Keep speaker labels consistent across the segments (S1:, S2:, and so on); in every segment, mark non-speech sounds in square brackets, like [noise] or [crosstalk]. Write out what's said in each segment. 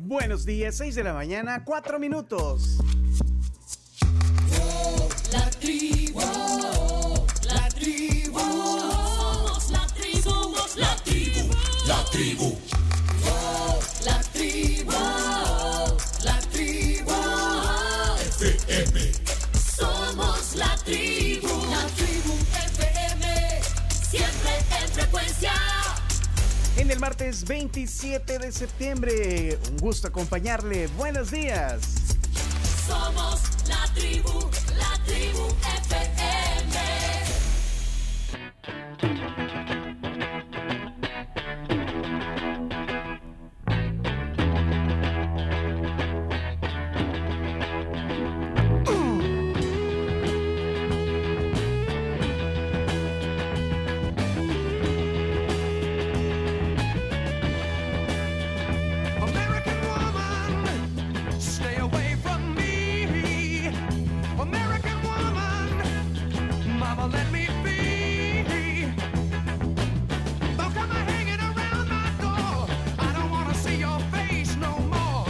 S1: Buenos días, 6 de la mañana, 4 minutos.
S2: La tribu, la tribu, somos la tribu, somos la tribu,
S3: La tribu,
S2: la tribu, la tribu,
S3: FM,
S2: somos la tribu, la tribu FM, siempre en frecuencia.
S1: En el martes 27 de septiembre, un gusto acompañarle. Buenos días.
S2: Somos la tribu, la tribu FM.
S4: American woman, stay away from me. American woman, mama, let me be. Don't come a hanging around my door. I don't wanna see your face no more.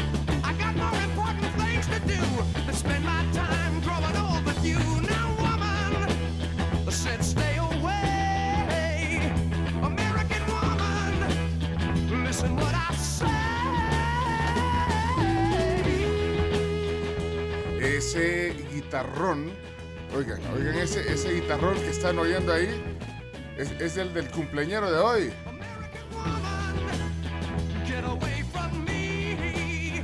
S4: I got more important things to do than spend my time growing old with you. Now, woman, I said stay away. American woman. Listen what I say.
S5: ese guitarrón, oigan, oigan ese, ese guitarrón que están oyendo ahí, es, es el del cumpleañero de hoy.
S4: American woman, get away from me.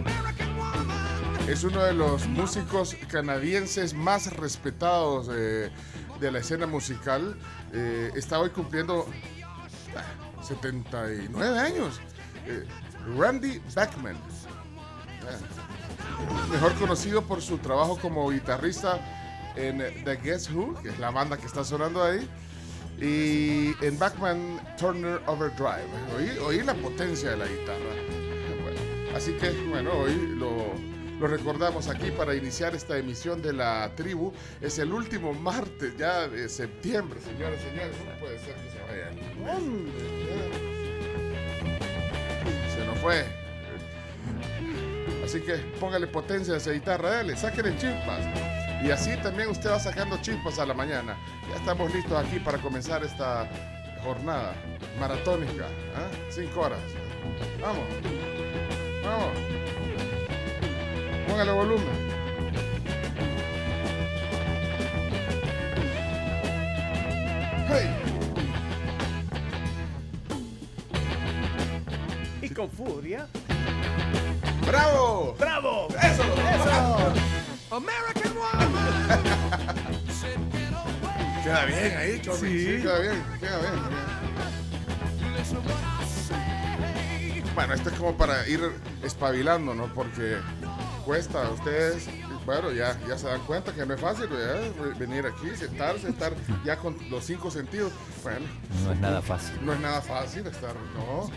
S4: American woman,
S5: Es uno de los músicos canadienses más respetados eh, de la escena musical. Eh, está hoy cumpliendo ah, 79 años. Eh, Randy Bachman. Ah. Mejor conocido por su trabajo como guitarrista en The Guess Who, que es la banda que está sonando ahí, y en Bachman Turner Overdrive. Oí, oí la potencia de la guitarra. [laughs] Bueno, así que, bueno, hoy lo, lo recordamos aquí para iniciar esta emisión de la tribu. Es el último martes ya de septiembre, señores, señores. No puede ser que se vaya. Se nos fue. Así que póngale potencia a esa guitarra, dale, sáquenle chispas. Y así también usted va sacando chispas a la mañana. Ya estamos listos aquí para comenzar esta jornada maratónica. ¿ah? Cinco horas. Vamos. Vamos. Póngale volumen. ¡Hey!
S1: Y con furia.
S5: ¡Bravo!
S1: ¡Bravo!
S5: ¡Eso!
S4: American woman, said get away.
S5: Queda bien ahí, Chomi.
S1: Sí.
S5: Sí, queda bien, queda bien.
S4: Listen what I say.
S5: Bueno, esto es como para ir espabilándonos porque cuesta. Ustedes, bueno, ya, ya se dan cuenta que no es fácil ¿verdad? venir aquí, sentarse, estar ya con los cinco sentidos. Bueno,
S6: No es nada fácil.
S5: no es nada fácil estar. No,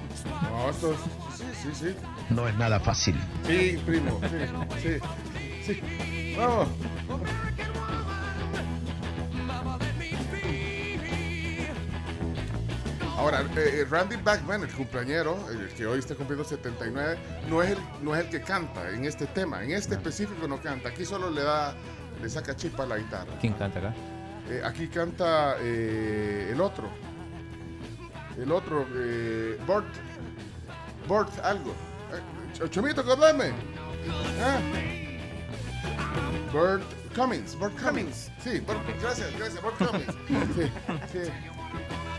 S5: no, esto es. Sí, sí, sí.
S7: No es nada fácil.
S5: Sí, primo, sí, sí. sí. Vamos.
S4: American woman, mama, let me be.
S5: Ahora, eh, eh, Randy Bachman, el cumpleañero, el que hoy está cumpliendo 79, no es, el, no es el que canta en este tema, en este específico no canta, aquí solo le da, le saca chispa a la guitarra.
S6: ¿Quién canta acá?
S5: Eh, aquí canta eh, el otro, el otro, eh, Bort, Bort algo. Eh, Ch- Chomito, acordame. Ah. Burt Cummings, Burt Cummings. Sí, Burt- gracias, gracias, Burt Cummings. Sí, sí.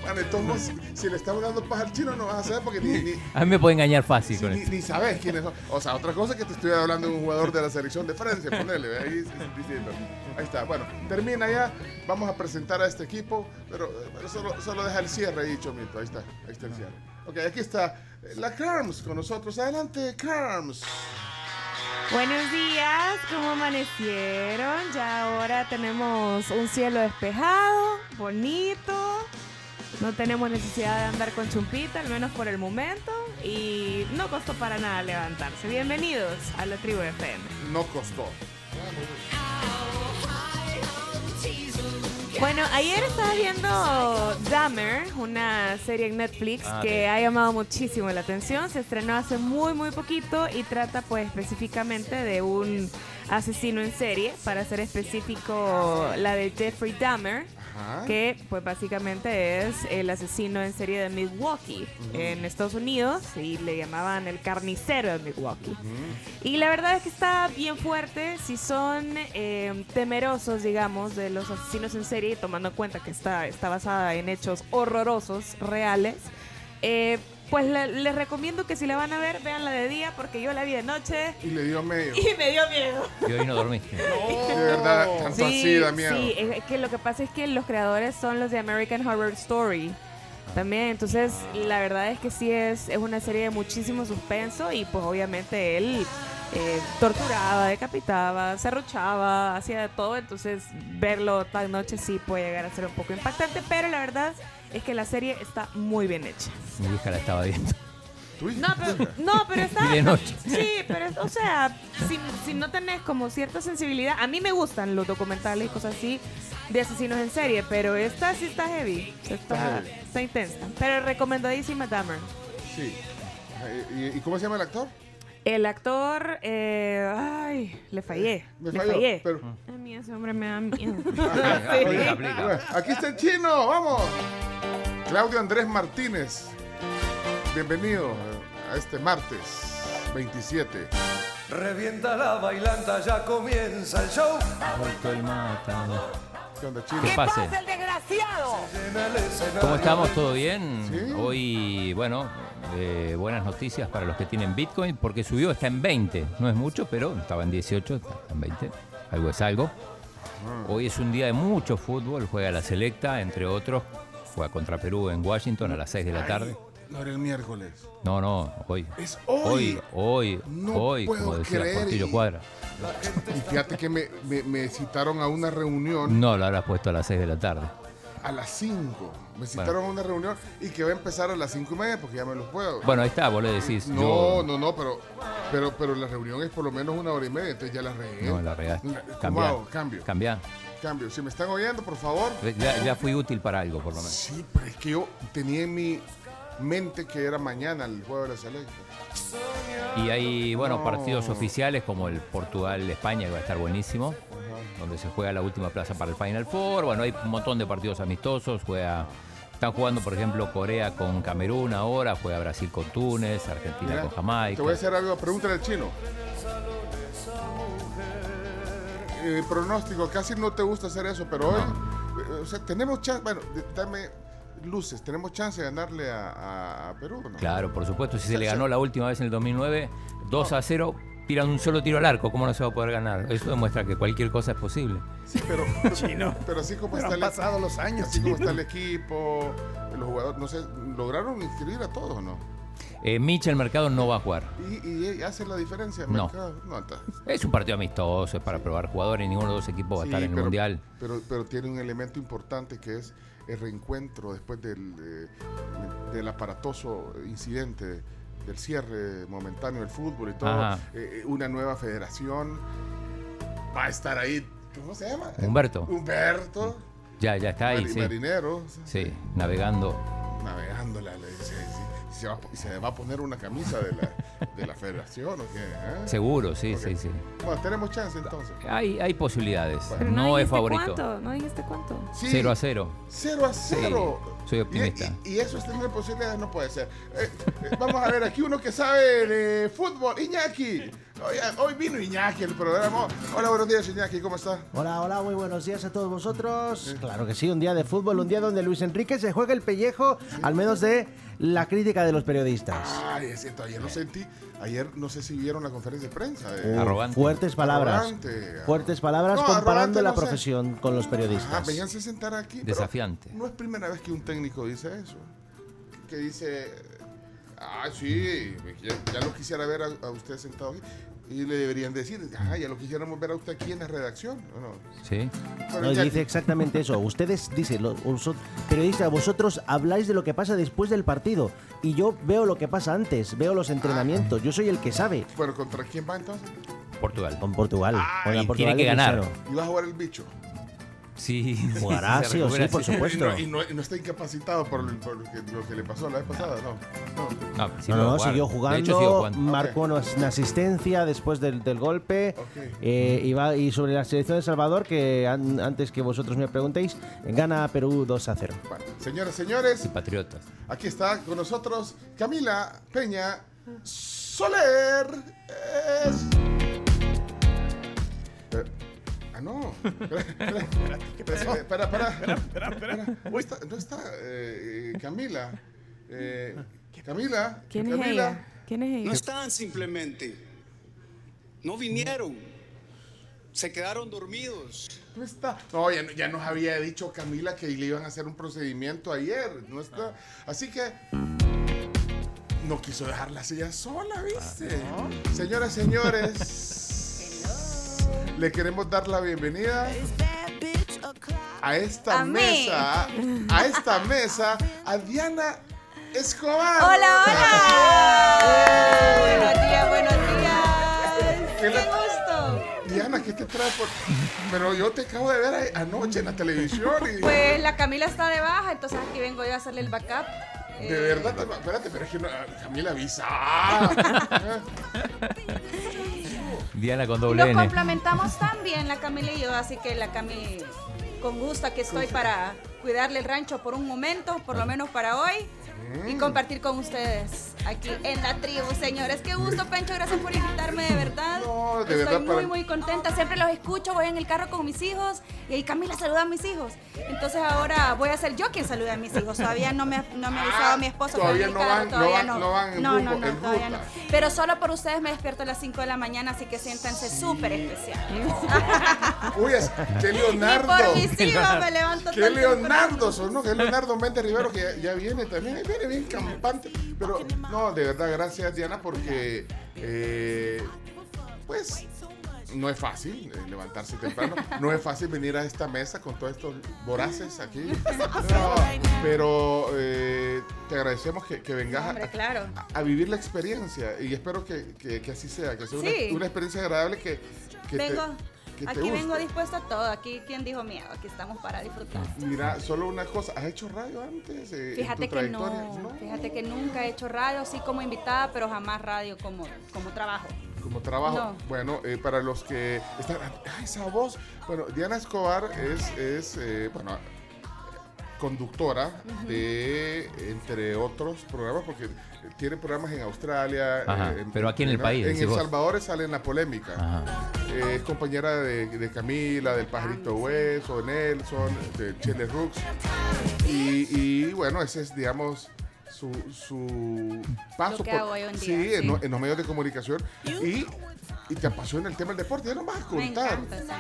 S5: Bueno, entonces, si le estamos dando paja al chino, no vas a saber porque ni, ni,
S6: A mí me puede engañar fácil
S5: Sí,
S6: con
S5: ni,
S6: esto.
S5: ni sabes quiénes son. O sea, otra cosa es que te estuviera hablando de un jugador de la selección de Francia, ponele, ve ahí diciendo. Ahí está. Bueno, termina ya. Vamos a presentar a este equipo, pero, pero solo, solo deja el cierre ahí, Chomito. Ahí está, ahí está el cierre. Ok, aquí está eh, la Carms con nosotros. Adelante, Carms.
S8: Buenos días, ¿cómo amanecieron? Ya ahora tenemos un cielo despejado, bonito. No tenemos necesidad de andar con chumpita, al menos por el momento. Y no costó para nada levantarse. Bienvenidos a la tribu FM.
S5: No costó.
S2: How high, how teasel,
S8: Bueno, ayer estaba viendo Dahmer, una serie en Netflix
S6: Ah,
S8: que
S6: ok.
S8: ha llamado muchísimo la atención. Se estrenó hace muy, muy poquito y trata pues específicamente de un asesino en serie, para ser específico la de Jeffrey Dahmer,
S5: Ajá.
S8: que pues básicamente es el asesino en serie de Milwaukee en Estados Unidos y le llamaban el carnicero de Milwaukee. Y la verdad es que está bien fuerte si son eh, temerosos, digamos, de los asesinos en serie, tomando en cuenta que está, está basada en hechos horrorosos, reales. eh, pues la- les recomiendo que si la van a ver, vean la de día, porque yo la vi de noche
S5: Y le dio medio.
S8: y me dio miedo.
S6: Y hoy no dormí.
S5: [laughs] De verdad, tanto así da miedo.
S8: sí, es es que lo que pasa es que los creadores son los de American Horror Story. También, entonces, la verdad es que sí es, es una serie de muchísimo suspenso y pues obviamente él eh, torturaba, decapitaba, serruchaba, hacía de todo, entonces verlo tan noche sí puede llegar a ser un poco impactante, pero la verdad es que la serie está muy bien hecha.
S6: Mi hija la estaba viendo.
S5: Tu hija,
S8: No,
S5: tu
S8: pero,
S5: hija.
S8: no,
S5: [laughs]
S8: pero está...
S6: Y de noche.
S8: Sí, pero es- o sea, si, si no tenés como cierta sensibilidad, a mí me gustan los documentales y cosas así de asesinos en serie, pero esta sí está heavy, O sea, está,
S5: heavy.
S8: está intensa. Pero recomendadísima Dahmer.
S5: Sí. Eh, ¿Y, y cómo se llama el actor?
S8: El actor, eh, ay, le fallé,
S5: Me
S8: le
S5: Eh, falló.
S8: fallé. Ah.
S5: Pero...
S8: A mí ese hombre [laughs] me da miedo. [laughs]
S6: Aplica,
S8: Sí.
S6: aplica.
S5: Aquí está el chino, vamos. Claudio Andrés Martínez. Bienvenido a este martes 27.
S7: Revienta la bailanta, ya comienza el show.
S5: ¿Qué onda, chino?
S6: ¿Qué pase.
S7: Llena el escenario.
S6: ¿Cómo estamos? ¿Todo bien?
S5: Sí.
S6: Hoy, bueno, eh, buenas noticias para los que tienen Bitcoin, porque subió, está en 20. No es mucho, pero estaba en 18, está en 20. Algo es algo.
S5: Ah.
S6: Hoy es un día de mucho fútbol, juega la selecta, entre otros. Juega contra Perú en Washington a las 6 de la tarde.
S5: No era el miércoles.
S6: No, no, hoy.
S5: Es hoy.
S6: Hoy, hoy,
S5: No
S6: hoy, como
S5: puedo
S6: decía
S5: creer
S6: Portillo
S5: y-
S6: Cuadra.
S5: Y fíjate que me, me- me citaron a una reunión
S6: No lo habrás puesto a las 6 de la tarde.
S5: a las 5. Me citaron a una reunión y que va a empezar a las 5 y media porque ya me los puedo.
S6: Bueno, ahí está, vos le decís.
S5: No,
S6: yo-
S5: no, no, pero, pero, pero la reunión es por lo menos una hora y media, entonces ya la regué.
S6: No, la regaste.
S5: ¿Cómo
S6: Cambiá.
S5: hago? eh, Cambio,
S6: Cambiá.
S5: cambio. Si me están oyendo, por favor.
S6: Ya, ya fui útil para algo, por lo menos.
S5: Sí, pero es que yo tenía en mi mente que era mañana el juego de la selecta.
S6: Y hay, bueno,
S5: No.
S6: partidos oficiales como el Portugal-España, que va a estar buenísimo, donde se juega la última plaza para el Final Four. Bueno, hay un montón de partidos amistosos. Juega, están jugando, por ejemplo, Corea con Camerún ahora, juega Brasil con Túnez, Argentina
S5: Mira,
S6: con Jamaica.
S5: Te voy a hacer algo, pregúntale al chino. Eh, pronóstico, casi no te gusta hacer eso, pero hoy, eh, o sea, tenemos chance, bueno, de- dame luces, tenemos chance de ganarle a, a- a Perú, ¿no?
S6: Claro, por supuesto, si se le ganó la última vez en el 2009, 2 a 0, tiran un solo tiro al arco, ¿cómo no se va a poder ganar? Eso demuestra que cualquier cosa es posible.
S5: Sí, pero,
S1: Chino.
S5: pero así como
S1: Pero
S5: está
S1: han
S5: el-
S1: pasado los años,
S5: así como
S1: chino.
S5: está el equipo, los jugadores, no sé, lograron inscribir a todos, ¿no?
S6: Eh, Mitchell Mercado no va a jugar.
S5: Y, e, y hace la diferencia,
S6: No.
S5: mercado. no está-
S6: Es un partido amistoso, es para probar jugadores, ninguno de los equipos va a
S5: Sí,
S6: estar en el
S5: pero,
S6: Mundial.
S5: Pero, pero tiene un elemento importante que es el reencuentro después del, eh, del aparatoso incidente del cierre momentáneo del fútbol y todo.
S6: Ajá.
S5: Eh, una nueva federación va a estar ahí. ¿Cómo se llama?
S6: Humberto.
S5: Humberto.
S6: Ya, ya está ahí,
S5: mari-
S6: sí.
S5: Marinero.
S6: Sí, navegando.
S5: Navegándola. le dice, sí, se, va, a po- se va a poner una camisa de la, de la federación o qué. eh?
S6: Seguro, sí,
S5: Ok.
S6: sí,
S5: Bueno, tenemos chance entonces.
S6: sí. Hay, hay posibilidades.
S8: Pero
S6: no es
S8: dijiste
S6: favorito.
S8: este cuánto, no dijiste cuánto.
S5: Sí.
S6: 0 a 0.
S5: 0 a 0.
S6: soy optimista.
S5: Y, y- y eso es tener posibilidades, no puede ser. Eh, eh, vamos a ver, aquí uno que sabe de fútbol, Iñaki. Hoy, hoy vino Iñaki el programa. Hola, buenos días, Iñaki, ¿cómo está?
S9: Hola, hola, muy buenos días a todos vosotros. Pues Claro que sí, un día de fútbol, un día donde Luis Enrique se juega el pellejo, al menos de la crítica de los periodistas.
S5: Ay, es cierto, ayer lo sentí. Ayer no sé si vieron la conferencia de prensa. eh.
S6: Arrogante.
S9: Fuertes palabras.
S5: Arrogante.
S9: Fuertes palabras
S5: No,
S9: comparando
S5: arrogante
S9: la
S5: no sé.
S9: profesión con los
S5: Ah,
S9: periodistas.
S5: vénganse a sentar aquí. pero
S6: Desafiante.
S5: No es primera vez que un técnico dice eso. Que dice, ah, sí, ya, ya lo quisiera ver a, a usted sentado aquí. Y le deberían decir, ah, ya lo quisiéramos ver a usted aquí en la redacción. ¿o no?
S6: Sí.
S5: Pero
S9: No
S5: ya-
S9: dice exactamente eso. Ustedes, dice, los, vosot- periodistas, vosotros habláis de lo que pasa después del partido. Y yo veo lo que pasa antes, veo los entrenamientos. Yo soy el que sabe.
S5: Pero ¿contra quién va entonces?
S6: Portugal.
S9: Con Portugal. con la
S6: y
S9: Portugal
S6: tiene que
S9: de
S6: ganar.
S9: Cristiano.
S5: Y va a jugar el bicho.
S6: Sí. [laughs] sí,
S9: Jugará,
S6: se
S9: sí o sí,
S6: recupera,
S9: por
S5: Y
S9: supuesto.
S5: no, y no- y no está incapacitado por, lo- por lo, que, lo que le pasó la vez pasada, no. no.
S6: No, sí
S9: no,
S6: puede
S9: no, siguió
S6: jugar. De hecho,
S9: jugando,
S6: siguió jugando.
S9: marcó una, una asistencia después del, del golpe.
S5: Ok.
S9: Eh, y, va- y sobre la selección de Salvador, que an- antes que vosotros me preguntéis, gana Perú 2 a 0.
S5: Bueno,
S9: [laughs]
S5: señoras, señores,
S6: Patriotas.
S5: aquí está con nosotros Camila Peña Soler. Es- Eh, ah, no. Espera, espera. espera, espera. No está, no está, eh, Camila. Eh, Camila.
S8: ¿Quién es
S5: Camila.
S8: ella? ¿Quién es
S10: No
S8: ella?
S10: están simplemente. No vinieron. Se quedaron dormidos.
S5: No está. No, ya, ya nos había dicho Camila que le iban a hacer un procedimiento ayer. No está. Así que. No quiso dejarla así ya sola, ¿viste?
S8: Ah,
S5: Señoras, señores. le queremos dar la bienvenida a esta
S8: A mí.
S5: mesa. A esta mesa. A Diana Escobar.
S8: Hola,
S5: [laughs]
S8: hola. buenos días, buenos días.
S5: Qué
S8: Qué
S5: la-
S8: gusto.
S5: Diana, ¿qué te trae por.? Pero yo te acabo de ver ahí anoche en la televisión y.
S11: Pues la Camila está de baja, entonces aquí vengo yo a hacerle el backup. Eh,
S5: De verdad, te- espérate, pero es que no, Camila avisa. Ah.
S6: Diana con
S11: y
S6: doble
S11: nos
S6: N.
S11: complementamos también la Camila y yo, así que la Cami con gusto aquí estoy para cuidarle el rancho por un momento, por lo menos para hoy,
S5: Mm.
S11: y compartir con ustedes aquí en la tribu, señores. Qué gusto, Pencho, gracias por invitarme, de verdad.
S5: No, de
S11: Estoy
S5: verdad,
S11: muy,
S5: para-
S11: muy contenta, siempre los escucho, voy en el carro con mis hijos, y ahí Camila saluda a mis hijos. Entonces ahora voy a ser yo quien salude a mis hijos, todavía no me, no me ha avisado
S5: Ah,
S11: mi esposo.
S5: todavía
S11: pero
S5: no
S11: en el carro
S5: van- no
S11: todavía
S5: van- no van en
S11: no, no,
S5: rumbo,
S11: no,
S5: en
S11: todavía no.
S5: ruta.
S11: Pero solo por ustedes me despierto a las 5 de la mañana, así que siéntanse súper especiales.
S5: Uy, es que
S11: Y
S5: Leonardo.
S11: por mis hijos me levanto
S5: Que
S11: tan
S5: Leonardo,
S11: temprano.
S5: ¿no? Que Leonardo Méndez Rivero, que ya, ya viene también, ahí viene bien campante. Pero, no, de verdad, gracias, Diana, porque, eh, pues, no es fácil eh, levantarse temprano. No es fácil venir a esta mesa con todos estos voraces
S11: [laughs]
S5: aquí. No, pero eh, te agradecemos que, que vengas a-
S11: Hombre, claro.
S5: a, a vivir la experiencia y espero que, que- que así sea, que sea una,
S11: Sí.
S5: una experiencia agradable que, que te-
S11: [laughs] Vengo,
S5: que te
S11: aquí vengo
S5: guste.
S11: dispuesto a todo. Aquí, ¿quién dijo miedo? Aquí estamos para disfrutar.
S5: Mira, solo una cosa, ¿has hecho radio antes? eh, en
S11: Fíjate
S5: tu
S11: que
S5: trayectoria?
S11: no, fíjate que nunca he hecho radio, sí como invitada, pero jamás radio como, como trabajo.
S5: Como trabajo.
S11: No.
S5: Bueno, eh, para los que están... ¡Ay, esa voz! Bueno, Diana Escobar es, es eh, bueno, conductora de, entre otros programas, porque tiene programas en Australia. eh,
S6: Ajá,
S5: en-
S6: pero aquí en el país,
S5: En
S6: decís
S5: El
S6: vos.
S5: Salvador sale en la polémica.
S6: Ajá.
S5: Eh, es compañera de, de Camila, del
S11: Ah,
S5: Pajarito Hueso, de Nelson, de Chile Rooks. Y, y, bueno, ese es, digamos, su, su paso
S11: Lo que hago hoy en día,
S5: sí, En,
S11: sí.
S5: lo- en los medios de comunicación. Y, y te apasiona el tema del deporte, ya no vas a
S11: Me
S5: contar. Ah.
S11: encanta.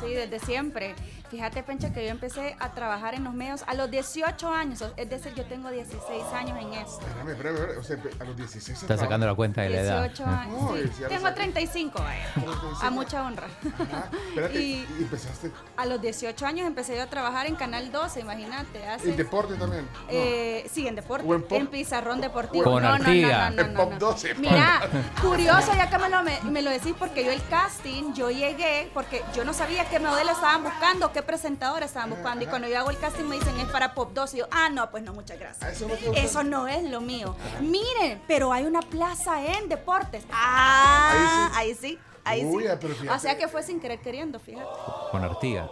S11: sí. Sí, desde siempre. Fíjate, Pencha, que yo empecé a trabajar en los medios a los 18 años. Es decir, yo tengo 16 años en esto.
S5: Espérame, espérame, espérame. O sea, a los 16 se
S6: Está
S5: trabaja.
S6: sacando la cuenta de la edad.
S11: 18
S6: ¿eh?
S11: años.
S5: No,
S11: sí.
S5: y si ahora
S11: Tengo
S5: sale-
S11: 35, vaya. A mucha honra.
S5: Ajá, Ah, espérate,
S11: [laughs] Y-
S5: y empezaste.
S11: A los 18 años empecé yo a trabajar en Canal 12, imagínate. Hace,
S5: El deporte también. No.
S11: eh, sí, en deporte.
S5: O en pop-
S11: Pizarrón Deportivo.
S6: Con
S11: no, no, no,
S6: Artiga.
S11: no, no, no,
S5: En Pop
S11: no.
S5: 12, [laughs]
S11: Mira, curioso, ya que me lo, me, me lo decís, porque yo el casting, yo llegué porque yo no sabía qué modelo estaban buscando, qué presentadora estaban buscando. Y cuando yo hago el casting me dicen, es para Pop 12. Y yo, ah, no, pues no, muchas
S5: Ah,
S11: gracias.
S5: eso no te gusta.
S11: Eso no es lo mío. Miren, pero hay una plaza en deportes. Ah, ahí sí. Ahí sí.
S5: Uy, ah, pero fíjate. Ah,
S11: o sea que fue sin querer queriendo, fíjate.
S6: Con Artiga.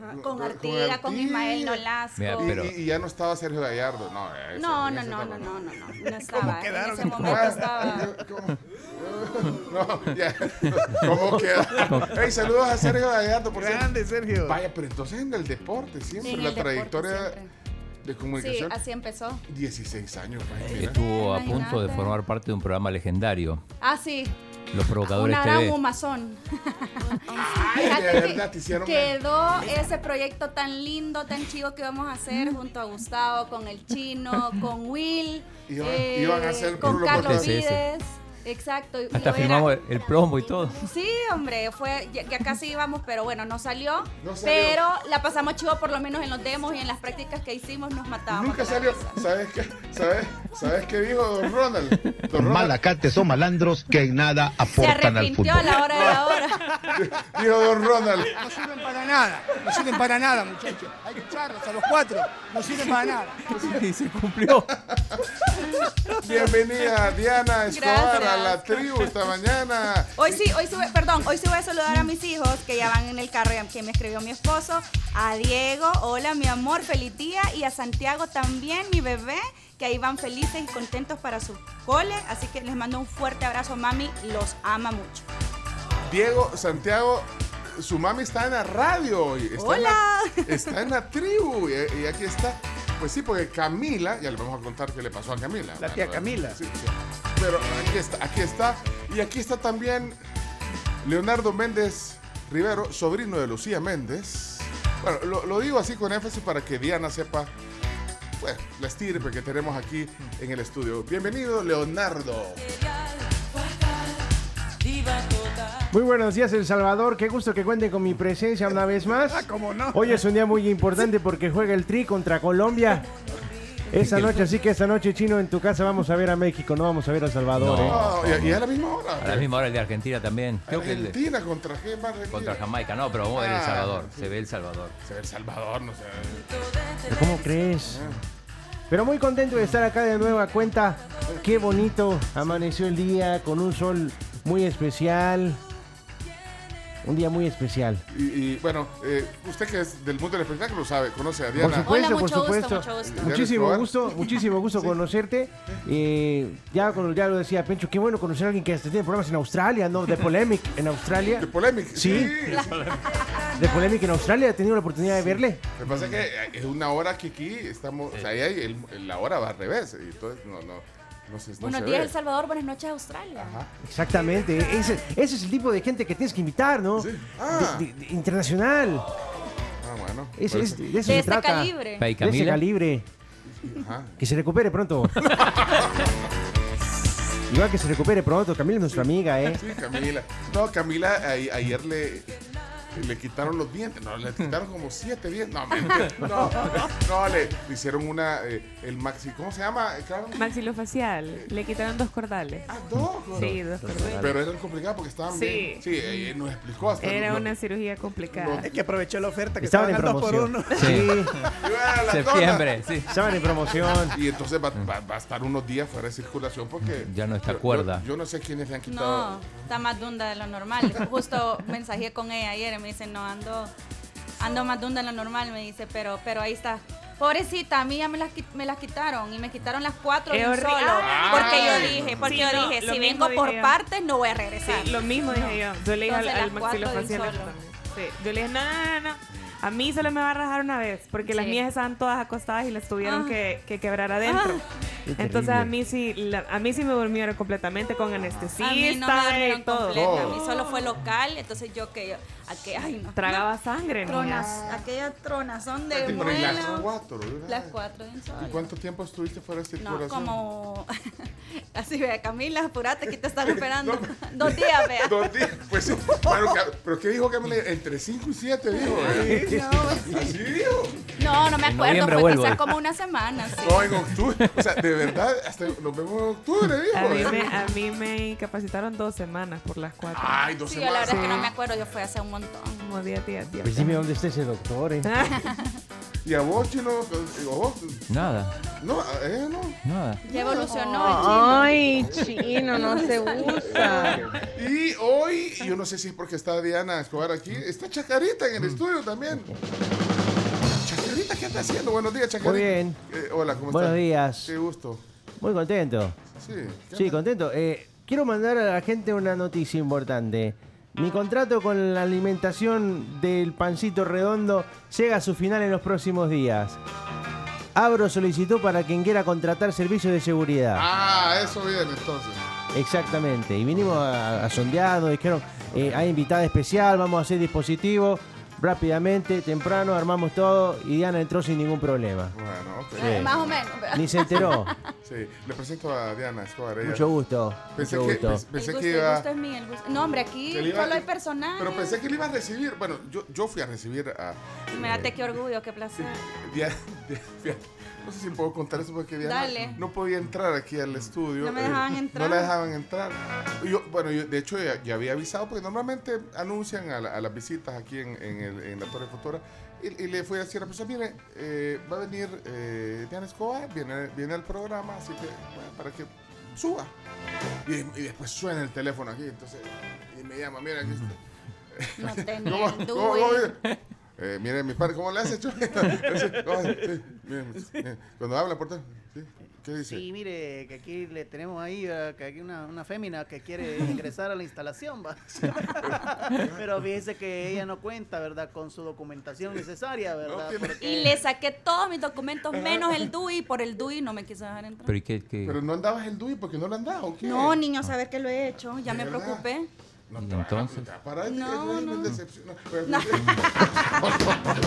S11: Ajá,
S5: Con-
S11: Con
S5: con
S11: Artiga, con
S5: Artiga.
S11: Ismael Nolasco.
S6: [laughs] Mira,
S5: Y,
S6: pero-
S5: y- y ya no estaba Sergio Gallardo. No, ese-
S11: No,
S5: en
S11: no,
S5: esa
S11: no,
S5: etapa
S11: no, no, no, no, no estaba. ¿eh? En
S1: quedaron?
S11: ese momento estaba.
S5: Ah, ¿cómo? No, ya. ¿Cómo queda? Hey, saludos a Sergio Gallardo, por cierto.
S1: Grande, Sergio.
S5: Vaya, pero entonces en el deporte siempre,
S11: Sí, en
S5: la
S11: el deporte
S5: trayectoria
S11: siempre.
S5: de
S11: Sí,
S5: comunicación.
S11: así empezó.
S5: 16 años, vaya, mira.
S6: Estuvo a
S11: Imagínate.
S6: punto de formar parte de un programa legendario.
S11: Ah, sí.
S6: Los provocadores
S11: Una gran
S6: TV.
S11: humazón.
S5: Ay, de
S11: Fíjate que
S5: verdad, te hicieron-
S11: Quedó ese proyecto tan lindo, tan chivo que íbamos a
S5: Mm.
S11: hacer junto
S5: [laughs]
S11: a Gustavo, con el chino, con Will, eh,
S5: Iban- iban a hacer
S11: con
S5: Rulo
S11: Carlos
S6: Cortés.
S11: Vides. Exacto. y
S6: Hasta
S11: lo era-
S6: firmamos el- el plomo y todo.
S11: Sí, hombre, fue ya, ya casi íbamos, pero bueno, no salió,
S5: No salió.
S11: Pero la pasamos chivo por lo menos en los demos y en las prácticas que hicimos nos matábamos.
S5: Nunca salió. ¿Sabes qué? ¿Sabes, ¿Sabes qué dijo Don
S11: [laughs]
S5: Ronald?
S12: Los malacates son malandros que en nada aportan al fútbol.
S11: hora de
S5: [laughs]
S11: la hora.
S5: Dijo Don Ronald.
S13: No sirven para nada, no sirven para nada, muchachos. Hay que echarlos a los cuatro, no sirven para nada.
S6: Y se cumplió.
S5: Bienvenida Diana Escobar a
S11: Gracias.
S5: la tribu esta mañana.
S11: Hoy sí, hoy sí, voy- perdón, hoy sí voy a saludar a mis hijos que ya van en el carro, ya que me escribió mi esposo, a Diego, hola mi amor, feliz día, y a Santiago también, mi bebé, que ahí van felices y contentos para su cole, así que les mando un fuerte abrazo, mami, los ama mucho.
S5: Diego Santiago, su mami está en la radio hoy. Está
S11: Hola.
S5: En la, está en la tribu y, y aquí está. Pues sí, porque Camila, ya le vamos a contar qué le pasó a Camila.
S1: La tía Camila.
S5: Sí, sí. Pero aquí está, aquí está. Y aquí está también Leonardo Méndez Rivero, sobrino de Lucía Méndez. Bueno, lo, lo digo así con énfasis para que Diana sepa pues, la estirpe que tenemos aquí en el estudio. Bienvenido, Leonardo.
S14: Muy buenos días, El Salvador. Qué gusto que cuenten con mi presencia una vez más.
S9: Ah,
S14: Hoy es un día muy importante porque juega el Tri contra
S9: [laughs]
S14: Colombia. Esa noche, así que esta noche, chino, en tu casa vamos a ver a México, no vamos a ver a El Salvador.
S5: No,
S14: ¿eh?
S5: y, y a la misma hora. Ah,
S6: A la misma hora el de Argentina también. Creo que el de-
S5: Argentina contra qué más Argentina?
S6: contra Jamaica. No, pero vamos a ver El
S5: Ah,
S6: Salvador. Se ve El Salvador.
S5: Se ve El Salvador, no sé.
S14: Pero ¿Cómo crees? Pero muy contento de estar acá de nueva cuenta. Qué bonito amaneció el día con un sol muy especial. Un día muy especial.
S5: Y, y, bueno, eh, usted que es del mundo del espectáculo sabe, conoce a Diana.
S14: Por supuesto, por supuesto. Muchísimo gusto, muchísimo gusto conocerte. Eh, ya, con- ya lo decía Pencho, qué bueno conocer a alguien que hasta tiene programas en Australia, ¿no? De Polemic en Australia. [laughs] De
S5: Polemic.
S14: Sí. De Polemic en Australia, he tenido la oportunidad de verle.
S5: Lo que pasa es que es una hora que aquí estamos, o sea, ahí hay el- la hora va al revés, y entonces no, no, no se, no
S11: Buenos
S5: se
S11: días
S5: ve.
S11: El Salvador, buenas noches Australia.
S14: Exactamente. Ese, ese es el tipo de gente que tienes que invitar, ¿no? De- de- de- internacional.
S5: Ah, bueno.
S14: Ese-
S5: por
S14: es-
S5: eso.
S14: de eso se trata. De ese calibre.
S5: Ajá.
S14: Que se recupere pronto. Igual que se recupere pronto. Camila es nuestra amiga, ¿eh?
S5: Sí, Camila. No, Camila a- ayer le, le quitaron los dientes. No, le quitaron como siete dientes. No, mentira. no, no, le, le hicieron una, eh, el maxi, ¿cómo se llama? Carmen?
S8: Maxilofacial. Le quitaron dos cordales.
S5: Ah, dos.
S8: Sí, dos cordales.
S5: Pero era complicado porque estaban
S8: Sí.
S5: bien. Sí, eh, nos explicó hasta
S8: Era
S5: no-
S8: una cirugía complicada.
S1: Es que aprovechó la oferta que
S14: Estaban
S1: estaban,
S14: en
S1: dando por
S14: promoción.
S1: uno. [laughs]
S5: [laughs]
S14: Sí.
S5: la
S6: Septiembre, sí.
S14: Estaban en promoción.
S5: Y entonces va, va- va a estar unos días fuera de circulación porque.
S6: Ya no está
S5: yo-
S6: cuerda.
S5: Yo, yo no sé quiénes le han quitado.
S11: No, está más dunda de lo normal.
S8: [laughs]
S11: Justo mensajé con ella ayer y me dice, no, ando, ando más dunda de lo normal, me dice, pero, pero ahí está. Pobrecita, a mí ya me las, qui- me las quitaron y me quitaron las cuatro de
S8: Es
S11: un
S8: horri-
S11: solo.
S8: ¡Ay!
S11: Porque yo dije, porque
S8: Sí,
S11: yo
S8: no,
S11: dije,
S8: lo
S11: si
S8: mismo
S11: vengo por
S8: dije yo.
S11: partes no voy a regresar.
S8: Sí, lo mismo dije yo. Yo le dije al,
S11: Entonces,
S8: al
S11: las cuatro de un
S8: maxilofacial eso
S11: solo.
S8: también. Sí. Yo le dije, no, no, no, no. A mí solo me va a rajar una vez, porque las
S11: Sí.
S8: mías estaban todas acostadas y las tuvieron
S11: Ah.
S8: que, que quebrar adentro.
S11: Qué
S8: Entonces a
S11: terrible.
S8: mí sí, la- a mí sí me durmieron completamente con anestesista
S11: A mí no me
S8: y
S11: durmieron
S8: todo.
S11: completa, a mí solo fue local, entonces yo que yo, a que, ay no.
S8: Oh. Tragaba sangre, niña.
S11: Tronas, aquella tronazón de
S5: Pero en las
S11: muela.
S5: cuatro, ¿verdad?
S11: Las cuatro de un solo.
S5: ¿Y cuánto tiempo estuviste fuera de
S11: No,
S5: circulación?
S11: como. [laughs] Así, vea, Camila, apurate, aquí
S5: [laughs]
S11: te están esperando. [laughs] Dos días, vea.
S5: Dos días. Pues sí. Pero, ca- pero ¿qué dijo Camila? Entre 5 y 7 dijo. ¿eh? Así dijo.
S11: No, no me
S5: En
S11: acuerdo,
S5: noviembre
S11: fue
S5: vuelvo.
S11: quizás como una semana. sí.
S5: [laughs] No, en octubre. O sea, de verdad, hasta nos vemos en octubre, dijo.
S8: A mí,
S5: ¿eh?
S8: me, a mí me incapacitaron dos semanas por las cuatro.
S5: Ay, dos
S11: Sí, yo la verdad es que no me acuerdo, yo fui hace un montón.
S8: Como 10 días,
S14: Pues dime dónde está ese doctor, ¿eh?
S5: ¿Y a vos, chino? ¿A vos?
S6: Nada.
S5: No, a ella no.
S6: Nada.
S11: Ya evolucionó.
S15: Ay, chino, no se usa.
S5: Y hoy, yo no sé si es porque está Diana Escobar aquí, está Chacarita en
S6: Mm.
S5: el estudio también. Chacarita, ¿qué anda haciendo? Buenos días, Chacarita.
S14: Muy bien.
S5: Eh, hola, ¿cómo estás?
S14: Buenos días.
S5: Qué gusto.
S14: Muy contento.
S5: Sí. ¿qué
S14: Sí,
S5: anda-
S14: contento. Eh, quiero mandar a la gente una noticia importante. Mi contrato con la alimentación del pancito redondo llega a su final en los próximos días. Abro solicitó para quien quiera contratar servicios de seguridad.
S5: Ah, eso viene entonces.
S14: Exactamente. Y vinimos a, a sondear, nos dijeron, eh, hay invitada especial, vamos a hacer dispositivo. Rápidamente, temprano, armamos todo y Diana entró sin ningún problema.
S5: Bueno, ok.
S11: Eh, Más o menos. vea. [laughs]
S14: Ni se enteró.
S5: Sí, le presento a Diana Escobar. ella-
S9: Mucho gusto.
S5: Pensé
S9: mucho
S5: que,
S9: gusto.
S5: pens- pensé
S11: el gusto,
S5: que
S11: el
S5: iba,
S11: gusto es mío. el gusto- No, hombre, aquí
S5: Que le iba-
S11: solo hay personajes.
S5: pero pensé que le iba a recibir. Bueno, yo, yo fui a recibir a
S11: Mírate qué orgullo, qué placer.
S5: Diana, Diana- No sé si puedo contar eso porque Diana
S11: Dale.
S5: no podía entrar aquí al estudio.
S11: No me
S5: eh,
S11: dejaban entrar.
S5: No la dejaban entrar. Yo, bueno, yo, de hecho ya, ya había avisado porque normalmente anuncian a, la- a las visitas aquí en, en el- en la Torre Futura. Y, y le fui a decir a la persona, mire, eh, va a venir eh, Diana Escobar, viene, viene al programa, así que bueno, para que suba. Y, y después suena el teléfono aquí, entonces, y me llama, mira, aquí está. [laughs]
S11: No tenía
S5: ¿Cómo,
S11: duda.
S5: cómo- cómo viene? Eh, mire, mi padre, ¿cómo le has [laughs] hecho? ¿Cómo? Sí, mire, eh, cuando habla por teléfono, ¿sí? ¿qué dice?
S1: Sí, mire, que aquí le tenemos ahí, eh, que aquí una, una fémina que
S14: [laughs]
S1: quiere ingresar a la instalación, va. Pero fíjese que ella no cuenta, ¿verdad? Con su documentación necesaria, ¿verdad? Porque-
S11: Y le saqué todos mis documentos menos el DUI. Por el DUI no me quiso dejar entrar.
S6: Pero, ¿y qué- qué?
S5: Pero no andabas el DUI porque no lo andaba, ¿o qué?
S11: No, niño, saber que lo he hecho. Ya
S5: ¿De
S11: me
S5: verdad?
S11: preocupé.
S6: Y entonces,
S5: Para
S11: No, no.
S5: [laughs] No.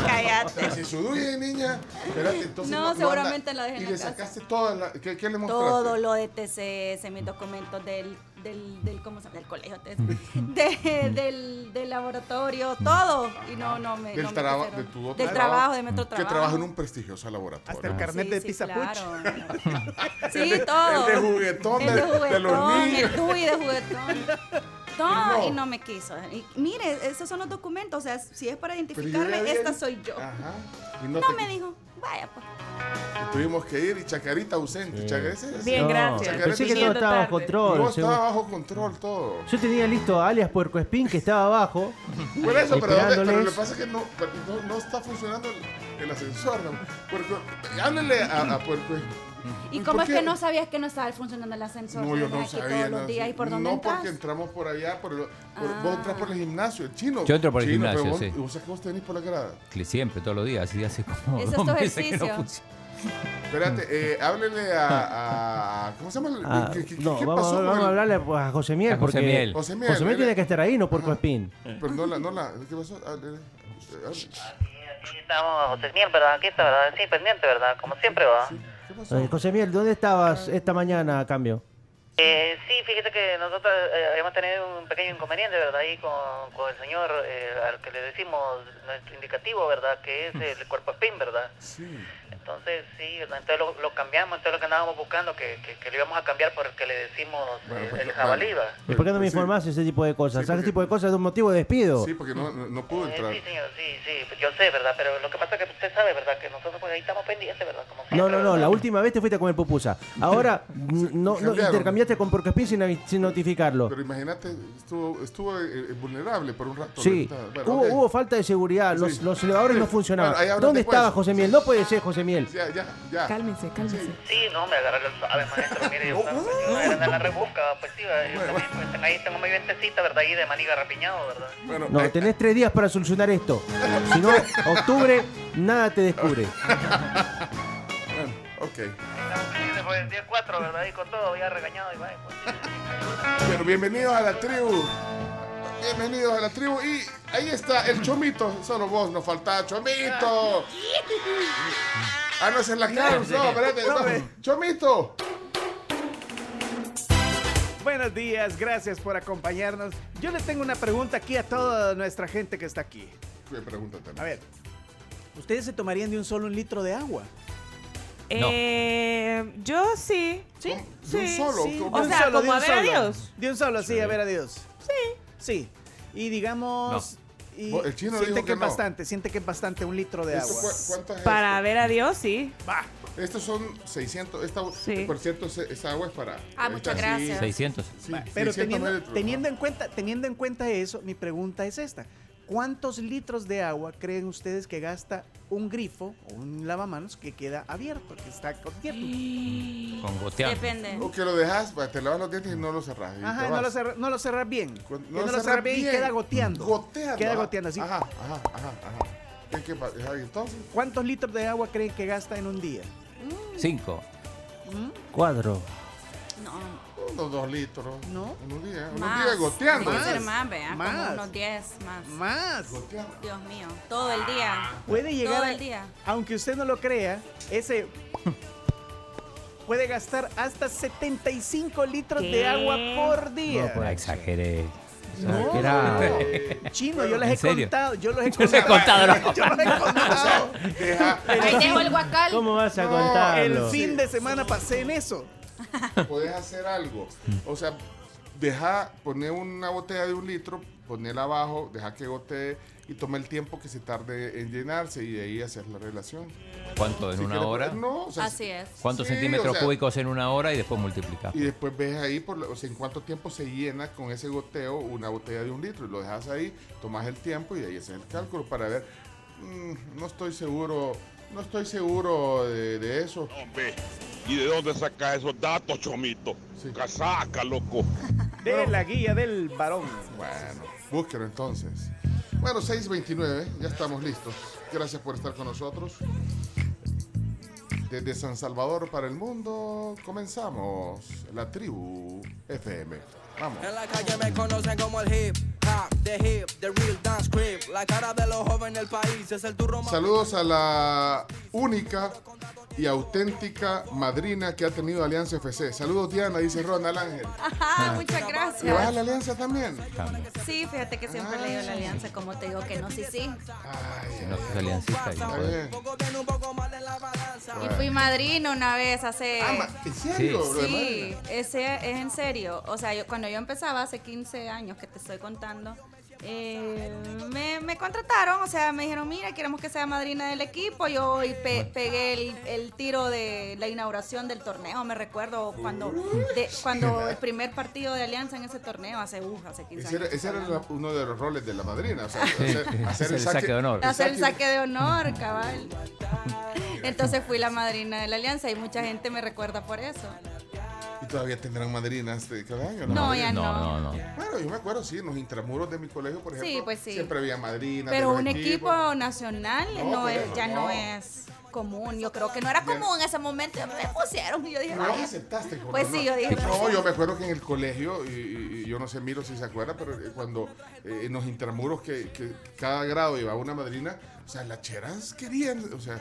S11: Cállate.
S5: Si su DUI, niña. Espérate, entonces
S11: No,
S5: anda.
S11: seguramente la dejé en
S5: Y
S11: la
S5: le
S11: casa.
S5: sacaste toda la. ¿Qué, qué le mostraste?
S11: Todo lo de TCS, mis documentos del, del, del, ¿cómo se llama? Del colegio, TCS, de- del, del laboratorio, todo. Y no, no me.
S5: Del,
S11: no me
S5: traba-
S11: quisieron.
S5: de tu otro
S11: Del trabajo, de mi otro
S5: Que
S11: trabajo. Ah,
S5: trabaja en un prestigioso laboratorio.
S1: Hasta el carnet de Tizapuch.
S5: [laughs]
S11: Sí, todo.
S5: El de juguetón,
S11: El
S5: de,
S11: de
S5: de los
S11: juguetón,
S5: niños.
S11: el DUI
S5: [laughs]
S11: de juguetón. Todo,
S5: No.
S11: y no me quiso. Y mire, esos son los documentos. O sea, si es para
S5: Pero yo
S11: identificarme,
S5: ya había
S11: esta
S5: dicho-
S11: soy yo.
S5: Ajá. Y
S11: No,
S5: no, te-
S11: me dijo, vaya pues.
S5: y Tuvimos que ir y Chacarita ausente. Chacarita, ¿sí?
S11: Bien,
S5: No,
S11: gracias.
S5: Chacarita
S9: Pensé que todo
S5: ausente.
S9: estaba bajo control,
S5: No,
S9: seguro.
S5: estaba bajo control todo.
S9: Yo tenía listo a alias Puerco Espín que estaba abajo.
S5: [laughs] Por eso, pero, ¿dónde- pero lo
S9: esperándoles.
S5: que pasa es que no, pero no, no está funcionando el, el ascensor. ¿no? Puerco, háblele a, a Puerco.
S11: ¿Y
S5: ¿Por
S11: cómo es
S5: qué?
S11: que no sabías que no estaba funcionando el ascensor?
S5: No, yo no
S11: Aquí
S5: sabía.
S11: Todos los
S5: nada.
S11: días y por dónde
S5: no,
S11: entras? Ah.
S5: porque entramos por allá. Por, el- por- Vos entras por el gimnasio, el chino.
S6: Yo entro por el
S5: Chino, pero
S6: gimnasio,
S5: vos-
S6: sí.
S5: y vos sabés que vos te venís por la grada.
S6: que siempre, todos los días, así hace como [laughs]
S11: Ese es
S6: dos
S11: tu
S6: meses que no
S11: ejercicio.
S6: funciona.
S5: Espérate, eh, háblele a, a- ¿Cómo se llama?
S9: Ah,
S5: ¿Qué, qué- qué-
S9: no,
S5: qué
S9: vamos,
S5: pasó con
S9: vamos
S5: el-
S9: a hablarle a a José Miel.
S6: A José
S9: porque
S6: Miel.
S5: José Miel,
S9: José Miel
S5: era-
S9: tiene que estar ahí, no Puerco Espín.
S5: Pero no la, no la, ¿qué pasó? Ah, eh, eh,
S16: Aquí estamos, José Miel, ¿verdad? Aquí está, ¿verdad? Sí, pendiente, ¿verdad? Como siempre, ¿verdad?
S9: Eh, José Miel, ¿dónde estabas
S5: Ah.
S9: esta mañana a cambio?
S16: Eh, sí, fíjate que nosotros eh, habíamos tenido un pequeño inconveniente, ¿verdad? Ahí con, con el señor eh, al que le decimos nuestro indicativo, ¿verdad? Que es el cuerpo spin, ¿verdad? Entonces, sí, ¿verdad? Entonces lo, lo cambiamos, entonces lo que andábamos buscando, que, que, que lo íbamos a cambiar por el que le decimos
S5: Bueno,
S16: eh,
S5: pues,
S16: el jabalí, ¿va?
S9: ¿Y por qué no me informás ese tipo de cosas? ese tipo de cosas es un motivo de despido.
S5: Sí, porque no, no, no pudo
S16: Eh,
S5: entrar.
S16: sí, señor, sí, sí, pues yo sé, ¿verdad? Pero lo que pasa es que usted sabe, ¿verdad? Que nosotros pues ahí estamos pendientes, ¿verdad? Como
S9: No, no, no, la última vez te fuiste a comer pupusa.
S5: [laughs]
S9: Ahora n- no, no
S5: cambiaron.
S9: intercambiaste con Puerco Espín sin, avi- sin notificarlo.
S5: Pero imagínate, estuvo, estuvo eh, eh, vulnerable por un rato.
S9: Sí,
S5: Bueno,
S9: hubo,
S5: ok.
S9: hubo falta de seguridad, los, los elevadores no funcionaban.
S5: Bueno, ahí hablan
S9: ¿Dónde
S5: después.
S9: estaba José Miel? No puede ser José Miel.
S5: Ya, ya, ya.
S9: Cálmense, cálmense.
S16: Sí, no, me agarré el suave,
S5: [laughs]
S16: maestro. Mire, yo estaba pues, yo era de la rebusca, pues sí, yo también, pues, tengo ahí tengo mi ventecita, ¿verdad? Ahí de maniga rapiñado, ¿verdad?
S5: Bueno, eh,
S9: No, tenés tres días para solucionar esto. Si
S5: [laughs]
S9: no, octubre, nada te descubre.
S5: ok.
S16: después del día 4, ¿verdad? Y con todo, ya regañado y va. Pues.
S5: Pero bienvenidos a la tribu. Bienvenidos a la tribu. Y ahí está el chomito. Solo vos nos
S1: [laughs]
S5: faltaba chomito. Ah, no, esa es la Carms. No, espérate. no. Chomito.
S1: Buenos días, gracias por acompañarnos. Yo le tengo una pregunta aquí a toda nuestra gente que está aquí.
S5: Me preguntan también.
S1: A ver, ¿ustedes se tomarían de un solo un litro de agua?
S8: Eh, yo sí.
S1: ¿Sí?
S8: Sí, sí.
S1: de
S8: O
S1: un
S8: sea,
S1: solo, de
S8: como
S1: un
S8: a ver a
S1: solo.
S8: Dios.
S1: De un solo, sí, a ver a Dios.
S8: Sí.
S1: Sí. Y digamos. y
S5: Vos, el chino
S1: siente
S5: dijo
S1: que
S5: que
S1: es
S5: no.
S1: bastante, siente que es bastante un litro de
S5: ¿Esto
S1: agua.
S5: cua- cuánto es
S8: Para ver a Dios, sí.
S5: Estos son 600. Esta, Por cierto, se- esta agua es para.
S1: Ah, muchas
S5: esta-
S1: gracias.
S6: 600.
S5: Sí,
S1: Pero
S5: 600
S1: teniendo,
S5: mililitros,
S1: teniendo en cuenta, teniendo en cuenta eso, mi pregunta es esta. ¿Cuántos litros de agua creen ustedes que gasta un grifo o un lavamanos que queda abierto, que está cubierto?
S6: Con goteando.
S5: ¿no? O que lo dejas, va, te lavas los dientes y no lo cerrás. y
S1: Ajá,
S5: te
S1: no
S5: vas.
S1: lo, cerra- no lo cerrar bien. Que
S5: no
S1: No,
S5: lo
S1: lo
S5: cerrar
S1: cerrar bien,
S5: bien.
S1: y queda goteando.
S5: Goteando,
S1: Queda
S5: ajá,
S1: goteando así.
S5: Ajá, ajá, ajá, ajá. ¿Y qué pasa? Ah, ¿y Entonces,
S1: ¿Cuántos litros de agua creen que gasta en un día?
S6: Cinco.
S9: Cuatro.
S5: unos dos litros.
S1: ¿No?
S5: En un día. En un
S11: Más.
S5: día goteando.
S11: Debe ser más, vea,
S1: más.
S11: Como unos 10 más.
S5: Mm.
S1: Más.
S11: Dios mío, todo el día.
S1: Puede llegar,
S11: Todo
S1: a-
S11: el día.
S1: aunque usted no lo crea, ese puede gastar hasta 75 litros
S6: ¿Qué?
S1: de agua por día.
S6: No, pues, exageré.
S1: No.
S6: Exageré.
S1: Chino, yo les
S6: ¿En
S1: he
S6: serio?
S1: contado, yo los he
S6: [laughs] Yo les he
S1: contado.
S6: contado, no.
S1: [laughs] Yo los he contado.
S5: Ah.
S11: Ahí tengo el guacal.
S14: ¿Cómo vas a
S1: No,
S14: contarlo?
S1: El fin de semana pasé en eso.
S5: Podés hacer algo. O sea, deja, poner una botella de un litro, ponerla abajo, deja que gotee y toma el tiempo que se tarde en llenarse y de ahí hacer la relación.
S6: ¿Cuánto en
S5: Si
S6: una
S5: quieres
S6: hora?
S5: poner- no, o sea,
S11: Así es.
S6: ¿Cuántos
S5: Sí,
S6: centímetros
S5: o sea,
S6: cúbicos en una hora y después multiplicar?
S5: Y después ves ahí, por, la- o sea, en cuánto tiempo se llena con ese goteo una botella de un litro. Y lo dejas ahí, tomas el tiempo y ahí haces el cálculo para ver. mm, no estoy seguro, no estoy seguro de, de eso.
S17: ¿Y de dónde saca esos datos, chomito?
S5: [laughs]
S17: Casaca, loco.
S1: De la guía del varón.
S5: Bueno, búsquelo entonces. Bueno, 629, ya estamos listos. Gracias por estar con nosotros. Desde San Salvador para el mundo, comenzamos la tribu FM. Vamos.
S18: En la calle me conocen como el hip hop, the hip, the real dance creep. La cara de los jóvenes del país es el turro más.
S5: Saludos a la única y auténtica madrina que ha tenido Alianza FC. Saludos Diana, dice Ronald Ángel.
S1: Ah.
S11: Ajá, muchas
S5: ¿Le vas a
S11: gracias.
S5: la Alianza también?
S11: Sí, fíjate que siempre le
S1: Ah.
S11: digo la alianza, como te digo que no, sí, sí.
S6: Si no sos aliancista,
S5: Está
S6: pues.
S5: bien.
S11: Y fui madrina una vez hace...
S5: Ah, ¿En serio?
S6: Sí.
S5: Lo de
S11: Sí,
S5: madrina?
S11: ese es en serio. O sea, yo, cuando yo empezaba hace 15 años que te estoy contando, eh, me, me contrataron, o sea, me dijeron, mira, queremos que sea madrina del equipo. Yo hoy pe- pegué el, el tiro de la inauguración del torneo, me recuerdo cuando, de- cuando el primer partido de Alianza en ese torneo hace, uh, hace 15
S5: Ese era,
S11: años.
S5: ese era la- uno de los roles de la madrina. O
S6: [laughs]
S5: sea,
S6: Sí,
S5: hacer,
S6: sí,
S5: hacer el, saque,
S6: de honor.
S11: Hacer el saque de honor,
S5: [laughs]
S11: cabal. Entonces fui la madrina de la Alianza y mucha gente me recuerda por eso.
S5: ¿Y todavía tendrán madrinas de cada año?
S11: No, ya no.
S6: No, no,
S5: Bueno, yo me acuerdo, sí, en los intramuros de mi colegio, por
S11: Sí,
S5: ejemplo.
S11: pues sí.
S5: Siempre había madrinas.
S11: Pero
S5: de los
S11: un
S5: equipos.
S11: equipo nacional
S5: No,
S11: no
S5: pues,
S11: es, ya
S5: no.
S11: no es común. Yo creo que no era común en ese momento. Me pusieron y yo dije,
S5: No
S11: "Ay".
S5: aceptaste, Jorge,
S11: Pues
S5: no.
S11: sí, yo dije.
S5: No, yo me acuerdo que en el colegio, y, y- y yo no sé, Miro si se acuerda, pero eh, cuando eh, en los intramuros que, que cada grado llevaba una madrina, o sea, las cheras querían, o sea,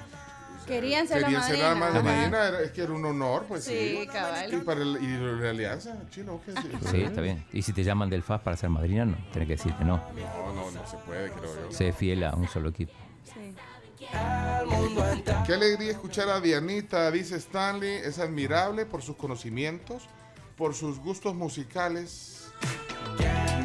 S11: Querían ser la
S5: querían ser la
S11: madrina.
S5: madrina, era- es que era un honor, pues sí.
S11: Sí, cabal.
S5: Y para el- y la alianza, chino, ¿qué es?
S6: Sí, está bien. Y si te llaman del FAS para ser madrina, no, tenés que decirte no.
S5: No, no, no se puede, creo yo.
S6: Sé fiel a un solo equipo.
S5: Qué alegría escuchar a Dianita, dice Stanley. Es admirable por sus conocimientos, por sus gustos musicales.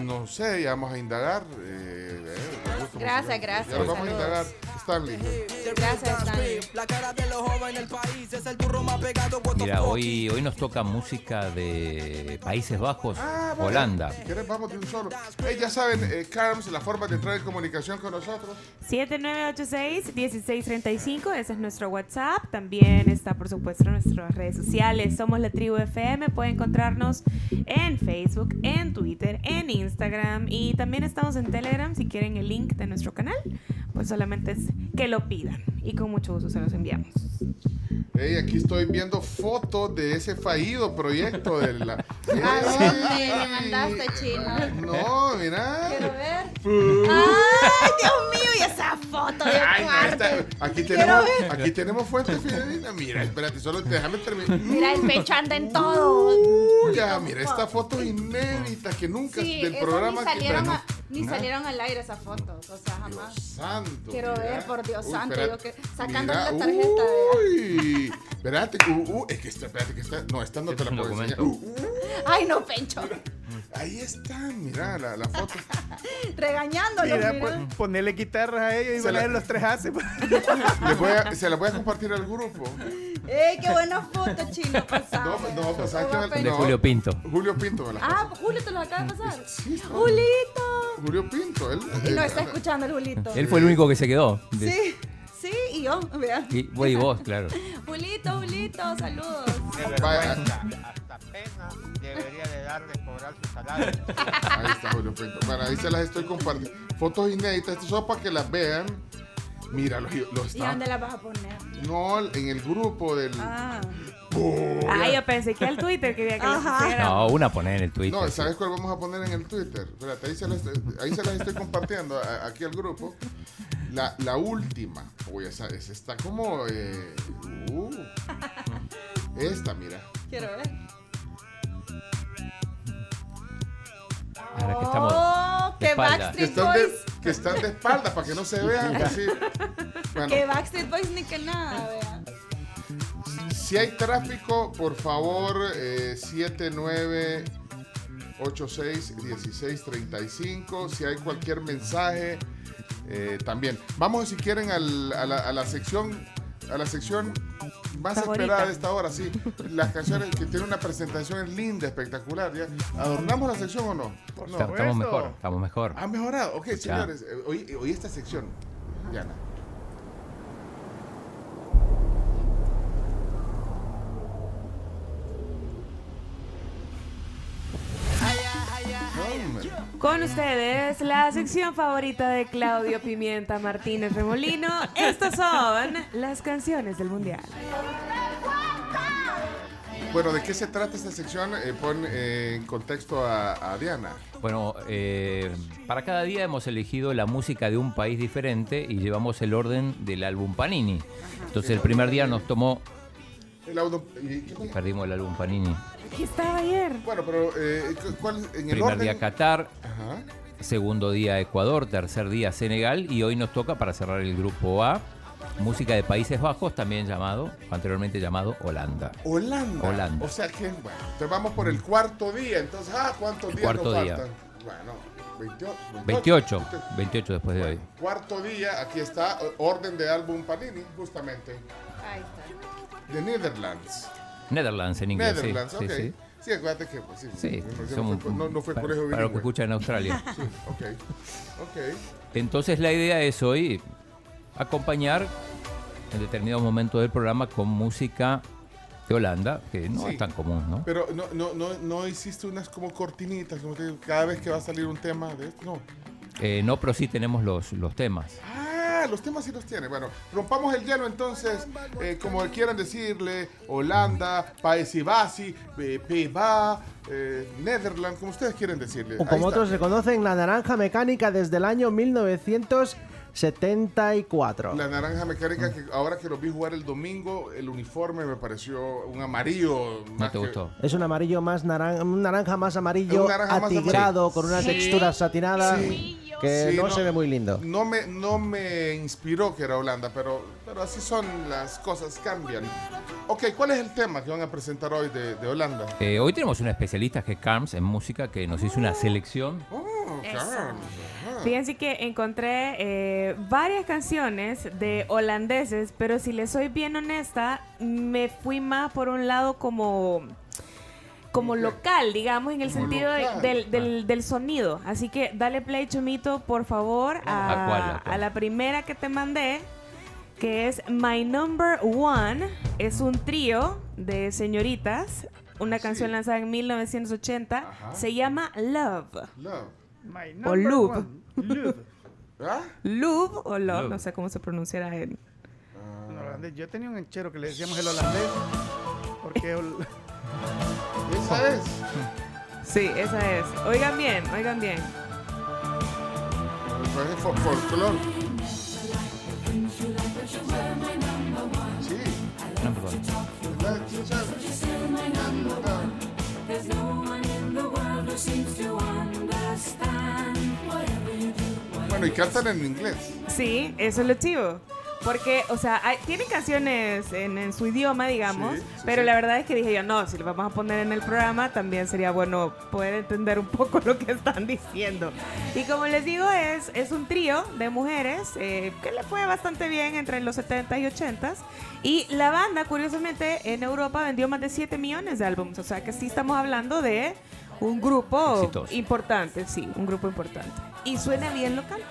S5: No sé, ya vamos a indagar. eh, eh, los gustos
S11: Gracias,
S5: musicales.
S11: gracias,
S5: Ya lo vamos a
S11: saludos.
S5: indagar, Stanley.
S11: Gracias, Stanley.
S18: La cara de los jóvenes del país es el turro más pegado. what the
S6: Mira,
S18: fuck.
S6: hoy, hoy nos toca música de Países Bajos,
S5: Ah, vale.
S6: Holanda.
S5: Si querés, vamos de un solo. Eh, ya saben, eh, Carms, la forma de entrar en comunicación con nosotros.
S8: 7986-1635, ese es nuestro WhatsApp. También está, por supuesto, en nuestras redes sociales. Somos la tribu FM. Pueden encontrarnos en Facebook, en Twitter, en Instagram. Y también estamos en Telegram. Si quieren el link de nuestro canal, pues solamente es que lo pidan. Y con mucho gusto se los enviamos.
S5: Ey, aquí estoy viendo fotos de ese fallido proyecto de la.
S11: ¿A
S5: Ey,
S11: dónde me mandaste, chino?
S5: No, mira.
S11: Quiero ver.
S5: Fu-
S11: ¡Ay, Dios mío! Y esa foto de
S5: Ay, no,
S11: cuarto.
S5: esta- aquí,
S11: Quiero
S5: tenemos,
S11: ver.
S5: aquí tenemos fuente fidedigna. Mira, espérate, solo déjame terminar.
S11: Mira, el pecho anda en todo.
S5: Ya, mira, esta foto inédita que nunca
S11: Sí,
S5: del
S11: esas
S5: programa
S11: ni
S5: que
S11: salieron, a- ni
S5: Nada.
S11: salieron al aire esas fotos. O sea, jamás.
S5: santo,
S11: Quiero
S5: mira.
S11: ver, por Dios
S5: Uy,
S11: santo.
S5: espérate,
S11: Yo que, sacando
S5: mira,
S11: la tarjeta.
S5: Uy, espérate, uh, uh, es que esta, espérate, que esta, no, esta no te la puedo enseñar. Uh,
S11: Ay, no, Pencho.
S5: uh, ahí está, mira la, la
S11: [laughs]
S5: foto.
S11: Regañándolo.
S1: Mira,
S11: mira.
S5: pues,
S1: pon- ponele guitarras a ellos y
S5: Se
S1: van
S5: la-
S1: a ver los tres haces. pues.
S5: [laughs] Le voy a- se la voy a compartir al grupo.
S11: ¡Ey, Eh, qué buena foto,
S5: [laughs]
S11: chino! Pasada.
S5: No, no, pues, ¿sabes qué?
S6: De
S5: No,
S6: Julio Pinto.
S5: Julio Pinto me la
S11: Ah, Julio te lo acaba de pasar. ¡Julito!
S5: Julio Pinto, él.
S11: Y no está escuchando el Julito.
S6: Él fue el único que se quedó.
S11: Sí, sí, y yo, vean.
S6: Y, bueno, y vos, claro.
S11: Julito, Julito, saludos.
S19: hasta pena debería de darle cobrar su salario.
S5: Ahí está Julio Pinto. Bueno, ahí se las estoy compartiendo. Fotos inéditas, esto solo para que las vean. Mira, los, los
S11: ¿Y dónde
S5: estaban.
S11: las vas a poner?
S5: No, en el grupo del.
S11: Ah.
S8: Ay, yo pensé que al Twitter quería que lo pusiera.
S6: No, una poner en el Twitter.
S5: Ah. No, ¿sabes cuál vamos a poner en el Twitter? Espérate, ahí se las, ahí se las estoy compartiendo a- aquí al grupo. La, la última. Uy, esa, esa está como. eh, uh. Esta, mira.
S11: Quiero ver.
S6: Ahora que estamos.
S11: Oh,
S6: de
S11: que
S6: espalda.
S5: Que
S11: Backstreet
S5: están,
S11: Boys.
S5: de, que están de espalda para que no se
S6: [laughs]
S5: vean. Así. Bueno.
S11: Que Backstreet Boys ni que nada, vea.
S5: Si hay tráfico, por favor, eh, 7986-1635. Si hay cualquier mensaje, eh, también. Vamos, si quieren, al- a, la, a la sección a la sección más
S14: Favorita.
S5: esperada de esta hora, sí. Las canciones que tienen una presentación linda, espectacular. ¿ya? ¿Adornamos la sección o no? No.
S6: Está- estamos mejor, estamos mejor.
S5: Ha mejorado. Ok,
S6: Escucha.
S5: señores, eh, oí, oí esta sección. Diana. Hombre.
S8: Con ustedes, la sección favorita de Claudio Pimienta Martínez Remolino. Estas son las canciones del Mundial.
S5: Bueno, ¿de qué se trata esta sección? Eh, pon eh, en contexto a, a Diana.
S6: Bueno, eh, para cada día hemos elegido la música de un país diferente y llevamos el orden del álbum Panini. Entonces el primer día nos tomó,
S5: El auto- y- ¿qué-
S6: perdimos el álbum Panini.
S8: Aquí estaba ayer.
S5: Bueno, pero eh, ¿cuál en el
S6: Primer
S5: orden?
S6: día Qatar,
S5: Ajá.
S6: segundo día Ecuador, tercer día Senegal y hoy nos toca para cerrar el grupo A, música de Países Bajos, también llamado, anteriormente llamado Holanda.
S5: Holanda.
S6: Holanda.
S5: O sea que, bueno, entonces vamos por el cuarto día. Entonces, ah, ¿cuántos días
S6: Cuarto
S5: nos
S6: día.
S5: faltan? Bueno, 28,
S6: 28, 28 después de hoy.
S5: Cuarto día, aquí está, o- orden de álbum Panini, justamente.
S11: Ahí está.
S5: The Netherlands.
S6: Netherlands en inglés. sí,
S5: Netherlands,
S6: sí,
S5: ok.
S6: sí.
S5: Sí, acuérdate que pues, sí,
S6: Sí,
S5: no, no
S6: somos-
S5: fue, no- no fue
S6: para,
S5: colegio
S6: para lo que
S5: bilingüe.
S6: escuchan en Australia.
S5: Sí, ok. Ok.
S6: Entonces la idea es hoy acompañar en determinado momento del programa con música de Holanda, que no
S5: Sí.
S6: es tan común, ¿no?
S5: Pero no, no, no, no hiciste unas como cortinitas, como te digo, cada vez que va a salir un tema de esto. No.
S6: Eh, no, pero sí tenemos los, los temas.
S5: Ah, los temas sí los tiene. Bueno, rompamos el hielo entonces, eh, como quieran decirle, Holanda, Paesi Basi, eh, Piba, eh, Netherlands, como ustedes quieren decirle.
S9: O
S5: Ahí está.
S9: como otros reconocen, la naranja mecánica desde el año 1974.
S5: La naranja
S9: Ah.
S5: mecánica, que ahora que los vi jugar el domingo, el uniforme me pareció un amarillo. más que-
S9: Es un amarillo más naranja, un naranja más
S5: Es
S9: amarillo
S5: un naranja más
S9: atigrado
S5: amarillo.
S9: con una
S5: Sí.
S9: textura satinada
S5: Sí.
S9: que
S5: Sí,
S9: no,
S5: no.
S9: se ve muy lindo.
S5: No me, no me inspiró que era Holanda, pero, pero así son las cosas, cambian. Ok, ¿cuál es el tema que van a presentar hoy de, de Holanda?
S6: Eh, hoy tenemos una especialista que es Carms en música que nos hizo una selección.
S5: Oh.
S8: Fíjense que encontré eh, varias canciones de holandeses, pero si les soy bien honesta, me fui más por un lado como como local, digamos, en el
S2: Como
S8: sentido de-
S2: local. Ah.
S8: del, del- del sonido. Así que dale play, Chomito, por favor, a,
S6: ¿A cuál, a cuál?
S8: a la primera que te mandé, que es My Number One. Es un trío de señoritas, una canción lanzada en 1980. Se llama Love.
S5: Love.
S13: My
S8: O
S13: number
S8: Love.
S13: one.
S14: ¿Ah?
S8: Love o Love,
S13: Love.
S8: no sé cómo se pronunciará en
S1: En holandés. Yo tenía un enchero que le decíamos el holandés. Porque. hol-
S5: Esa es.
S8: Sí, esa es. Oigan bien, oigan bien.
S5: Parece fol- folclor. Sí.
S6: No, Ah, perdón.
S2: There's no one in the world who seems to understand whatever you do.
S5: Bueno, y cantan en inglés.
S8: Sí, eso es lo chivo. Porque, o sea, hay- tienen canciones en, en su idioma, digamos,
S5: Sí, sí,
S8: pero
S5: sí.
S8: la verdad es que dije yo, no, si lo vamos a poner en el programa, también sería bueno poder entender un poco [laughs] lo que están diciendo. Y como les digo, es, es un trío de mujeres eh, que le fue bastante bien entre los 70 y 80s. Y la banda, curiosamente, en Europa vendió más de 7 millones de álbumes, o sea que sí estamos hablando de un grupo
S6: Exitoso.
S8: importante, sí, un grupo importante. Y suena bien local.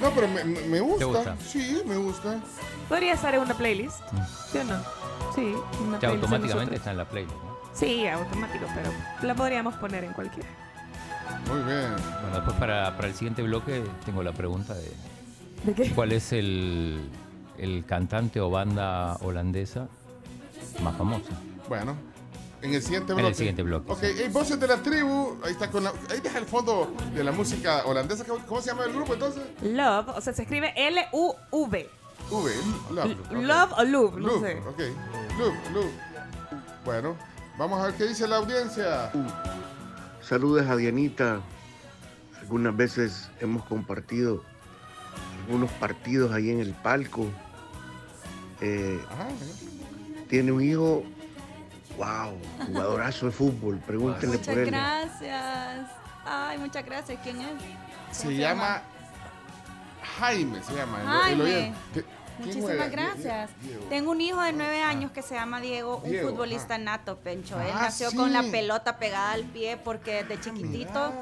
S5: No, pero me, me- me gusta.
S6: ¿Te gusta? Mm.
S5: Sí, me gusta.
S8: Podría estar en una playlist. ¿Sí o no? Sí, una playlist de
S6: Ya automáticamente
S8: nosotros.
S6: está en la playlist. ¿no?
S8: Sí, automático, pero la podríamos poner en cualquiera.
S5: Muy bien.
S6: Bueno, después para, para el siguiente bloque tengo la pregunta de,
S8: ¿De qué?
S6: cuál es el, el cantante o banda holandesa más famosa.
S5: Bueno, en el siguiente
S6: En
S5: bloque.
S6: el siguiente bloque.
S5: Ok, hey, voces de la tribu. Ahí está con la. Ahí deja el fondo de la música holandesa. ¿Cómo, cómo se llama el grupo entonces?
S8: Love, o sea, se escribe L-U-V.
S5: V, love. ok.
S8: Love o love, no
S5: Love,
S8: sé.
S5: ok. Love, love. Bueno, vamos a ver qué dice la audiencia.
S20: Saludos a Dianita. Algunas veces hemos compartido algunos partidos ahí en el palco. Eh,
S5: Ah,
S20: tiene un hijo, wow, jugadorazo de fútbol. Pregúntenle
S11: Muchas
S20: por él.
S11: gracias. Ay, muchas gracias. ¿Quién es?
S5: Se llama Jaime, se llama. el- el
S11: Jaime.
S5: oyente. ¿Qué- quién juega?
S11: Muchísimas gracias.
S5: Diego. Ah,
S11: Tengo un hijo de nueve años que se llama Diego, un
S5: Diego,
S11: futbolista nato, Pencho. Él
S5: Ah,
S11: nació
S5: sí. Ah,
S11: con la pelota pegada al pie porque desde chiquitito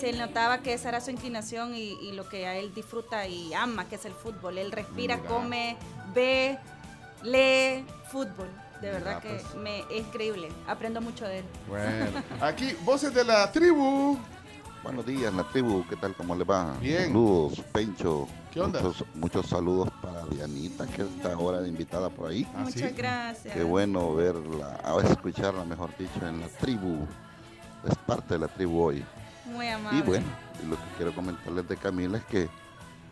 S11: se notaba que esa era su inclinación y, y lo que a él disfruta y ama, que es el fútbol. Él respira,
S21: Mira.
S11: come, ve, lee fútbol. De
S5: Mira,
S11: verdad que
S5: pues.
S11: me, es increíble. Aprendo mucho de él.
S5: Bueno, [laughs] aquí, voces de la tribu.
S22: Buenos días, la tribu, ¿qué tal? ¿Cómo le va?
S5: Bien.
S22: Saludos, Pencho.
S5: ¿Qué onda?
S22: Muchos, muchos saludos para Dianita, que está ahora de invitada por ahí.
S11: Ah, Muchas gracias.
S22: Qué bueno verla, a escucharla, mejor dicho, en la tribu. Es parte de la tribu hoy.
S11: Muy amable.
S22: Y bueno, y lo que quiero comentarles de Camila es que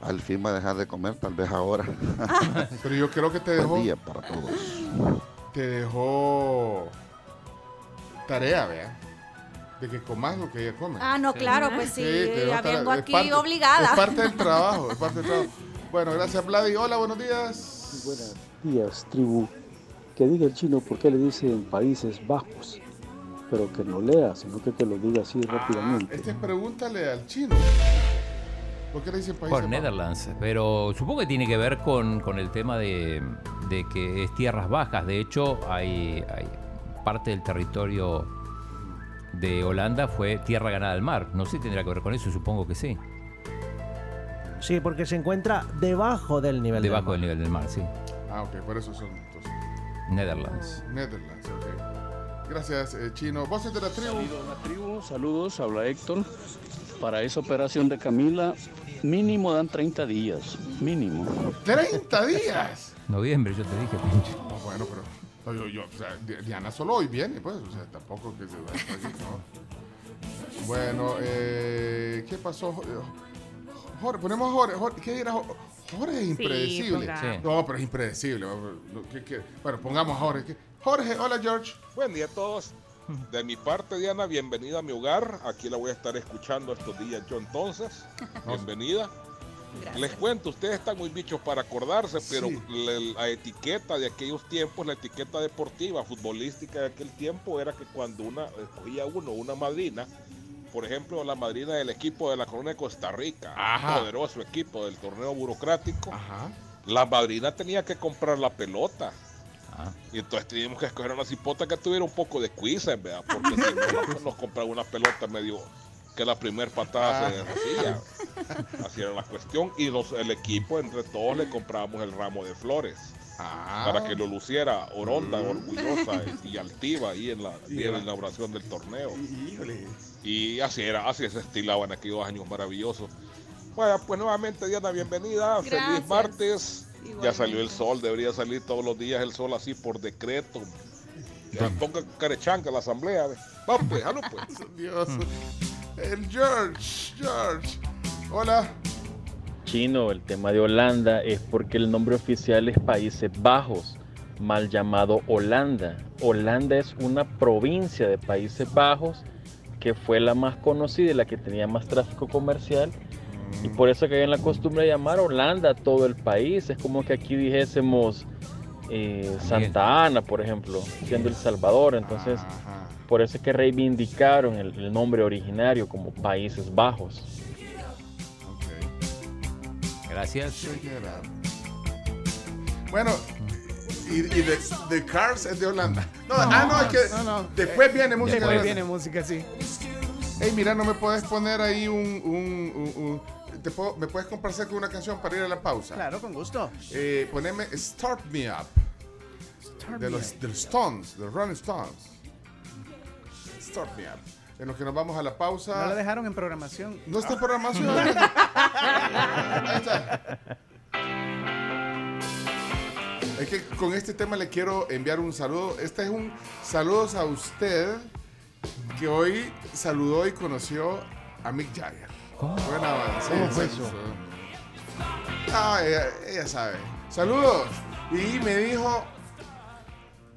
S22: al fin va a dejar de comer, tal vez ahora.
S5: [laughs] Pero yo creo que te
S22: Buen
S5: dejó-
S22: día para todos.
S5: Te dejó tarea, vea. De que comas lo que ella come.
S11: Ah, no, claro, pues sí,
S5: te dejó
S11: ya
S5: tarea.
S11: vengo
S5: Es
S11: aquí
S5: parte-
S11: obligada.
S5: Es parte del trabajo, es parte del
S11: [laughs]
S5: trabajo. Bueno, gracias, Vladi. Hola, buenos días. Ah,
S23: Días, tribu, que diga el chino por qué le dicen Países Bajos, pero que no lea, sino que, que lo diga así rápidamente.
S5: Este es pregúntale al chino. ¿Por qué le dicen país?
S6: Por Netherlands, pero supongo que tiene que ver con, con el tema de, de que es tierras bajas. De hecho, hay, hay parte del territorio de Holanda fue tierra ganada al mar. No sé si tendrá que ver con eso, supongo que sí.
S9: Sí, porque se encuentra debajo del nivel del
S6: Debajo
S9: mar.
S6: del nivel del mar, sí.
S5: Ah, ok, por eso son entonces.
S6: Netherlands.
S5: Netherlands, ok. Gracias, eh, chino. Voces de la tribu.
S24: Saludos, habla Héctor. Para esa operación de Camila, mínimo dan 30 días, mínimo.
S5: ¡30 días!
S6: Noviembre, yo te dije, pinche.
S5: No, Ah, bueno, pero. no, yo- yo, o sea, Di- Diana solo hoy viene, pues. O sea, tampoco que se va a estar aquí, ¿no? Bueno, eh, ¿qué pasó? Eh, Jorge, ponemos a Jorge. Jorge ¿Qué era Jorge? Jorge es
S24: Sí,
S5: impredecible.
S24: pongamos. Sí.
S5: No, pero es impredecible. Lo que- que- Bueno, pongamos a Jorge. ¿Qué- Jorge, hola George.
S17: Buen día a todos. De mi parte, Diana, bienvenida a mi hogar. Aquí la voy a estar escuchando estos días yo entonces.
S5: [laughs]
S17: Bienvenida. Les cuento, ustedes están muy bichos para acordarse, pero
S5: Sí.
S17: le- la etiqueta de aquellos tiempos, la etiqueta deportiva, futbolística de aquel tiempo, era que cuando una escogía uno, una madrina, por ejemplo, la madrina del equipo de la Corona de Costa Rica,
S5: Ajá.
S17: poderoso equipo del torneo burocrático, la madrina tenía que comprar la pelota.
S5: Ah.
S17: Y entonces teníamos que escoger una cipota que tuviera un poco de cuises, ¿verdad? Porque si no, [laughs] nos- nos compraba una pelota medio que la primer patada
S5: Ah.
S17: se deshacía. Así era la cuestión. Y los, el equipo, entre todos, le comprábamos el ramo de flores.
S5: Ah.
S17: Para que lo luciera oronda,
S5: Mm.
S17: orgullosa y y altiva ahí en la,
S5: Y
S17: en la
S5: era-
S17: inauguración del torneo. Y así era, así se estilaban aquellos años maravillosos. Bueno, pues nuevamente Diana, bienvenida. Feliz
S5: Gracias.
S17: martes. Ya salió el sol, debería salir todos los días el sol así por decreto. Ya toca carechanga la asamblea. ve. Vamos pues, jalo pues.
S5: [laughs] Dios. El George, George. Hola.
S25: Chino, el tema de Holanda es porque el nombre oficial es Países Bajos, mal llamado Holanda. Holanda es una provincia de Países Bajos que fue la más conocida y la que tenía más tráfico comercial. Y por eso que hay en la costumbre de llamar Holanda a todo el país. Es como que aquí dijésemos eh, Santa Ana, por ejemplo, siendo El Salvador. Entonces, por eso es que reivindicaron el- el nombre originario como Países Bajos.
S6: Gracias.
S5: Bueno, y, y de, de Cars es de Holanda. No, ah, no, es que después viene música.
S13: Después
S5: de-
S13: viene música, sí.
S5: Ey, mira, no me puedes poner ahí un. un- un- un- te puedo- ¿Me puedes complacer con una canción para ir a la pausa?
S1: Claro, con gusto.
S5: Eh, poneme Start Me Up. de,
S1: Me
S5: los, de los Stones, de los Rolling Stones. Start Me Up. En lo que nos vamos a la pausa.
S1: No la dejaron en programación.
S5: No está en
S1: [laughs]
S5: programación. [laughs] Ahí está. Es que con este tema le quiero enviar un saludo. Este es un saludos a usted que hoy saludó y conoció a Mick Jagger. Buena avance.
S13: ¿Cómo fue eso?
S5: Ah, ella, ella sabe. Saludos. Y me dijo,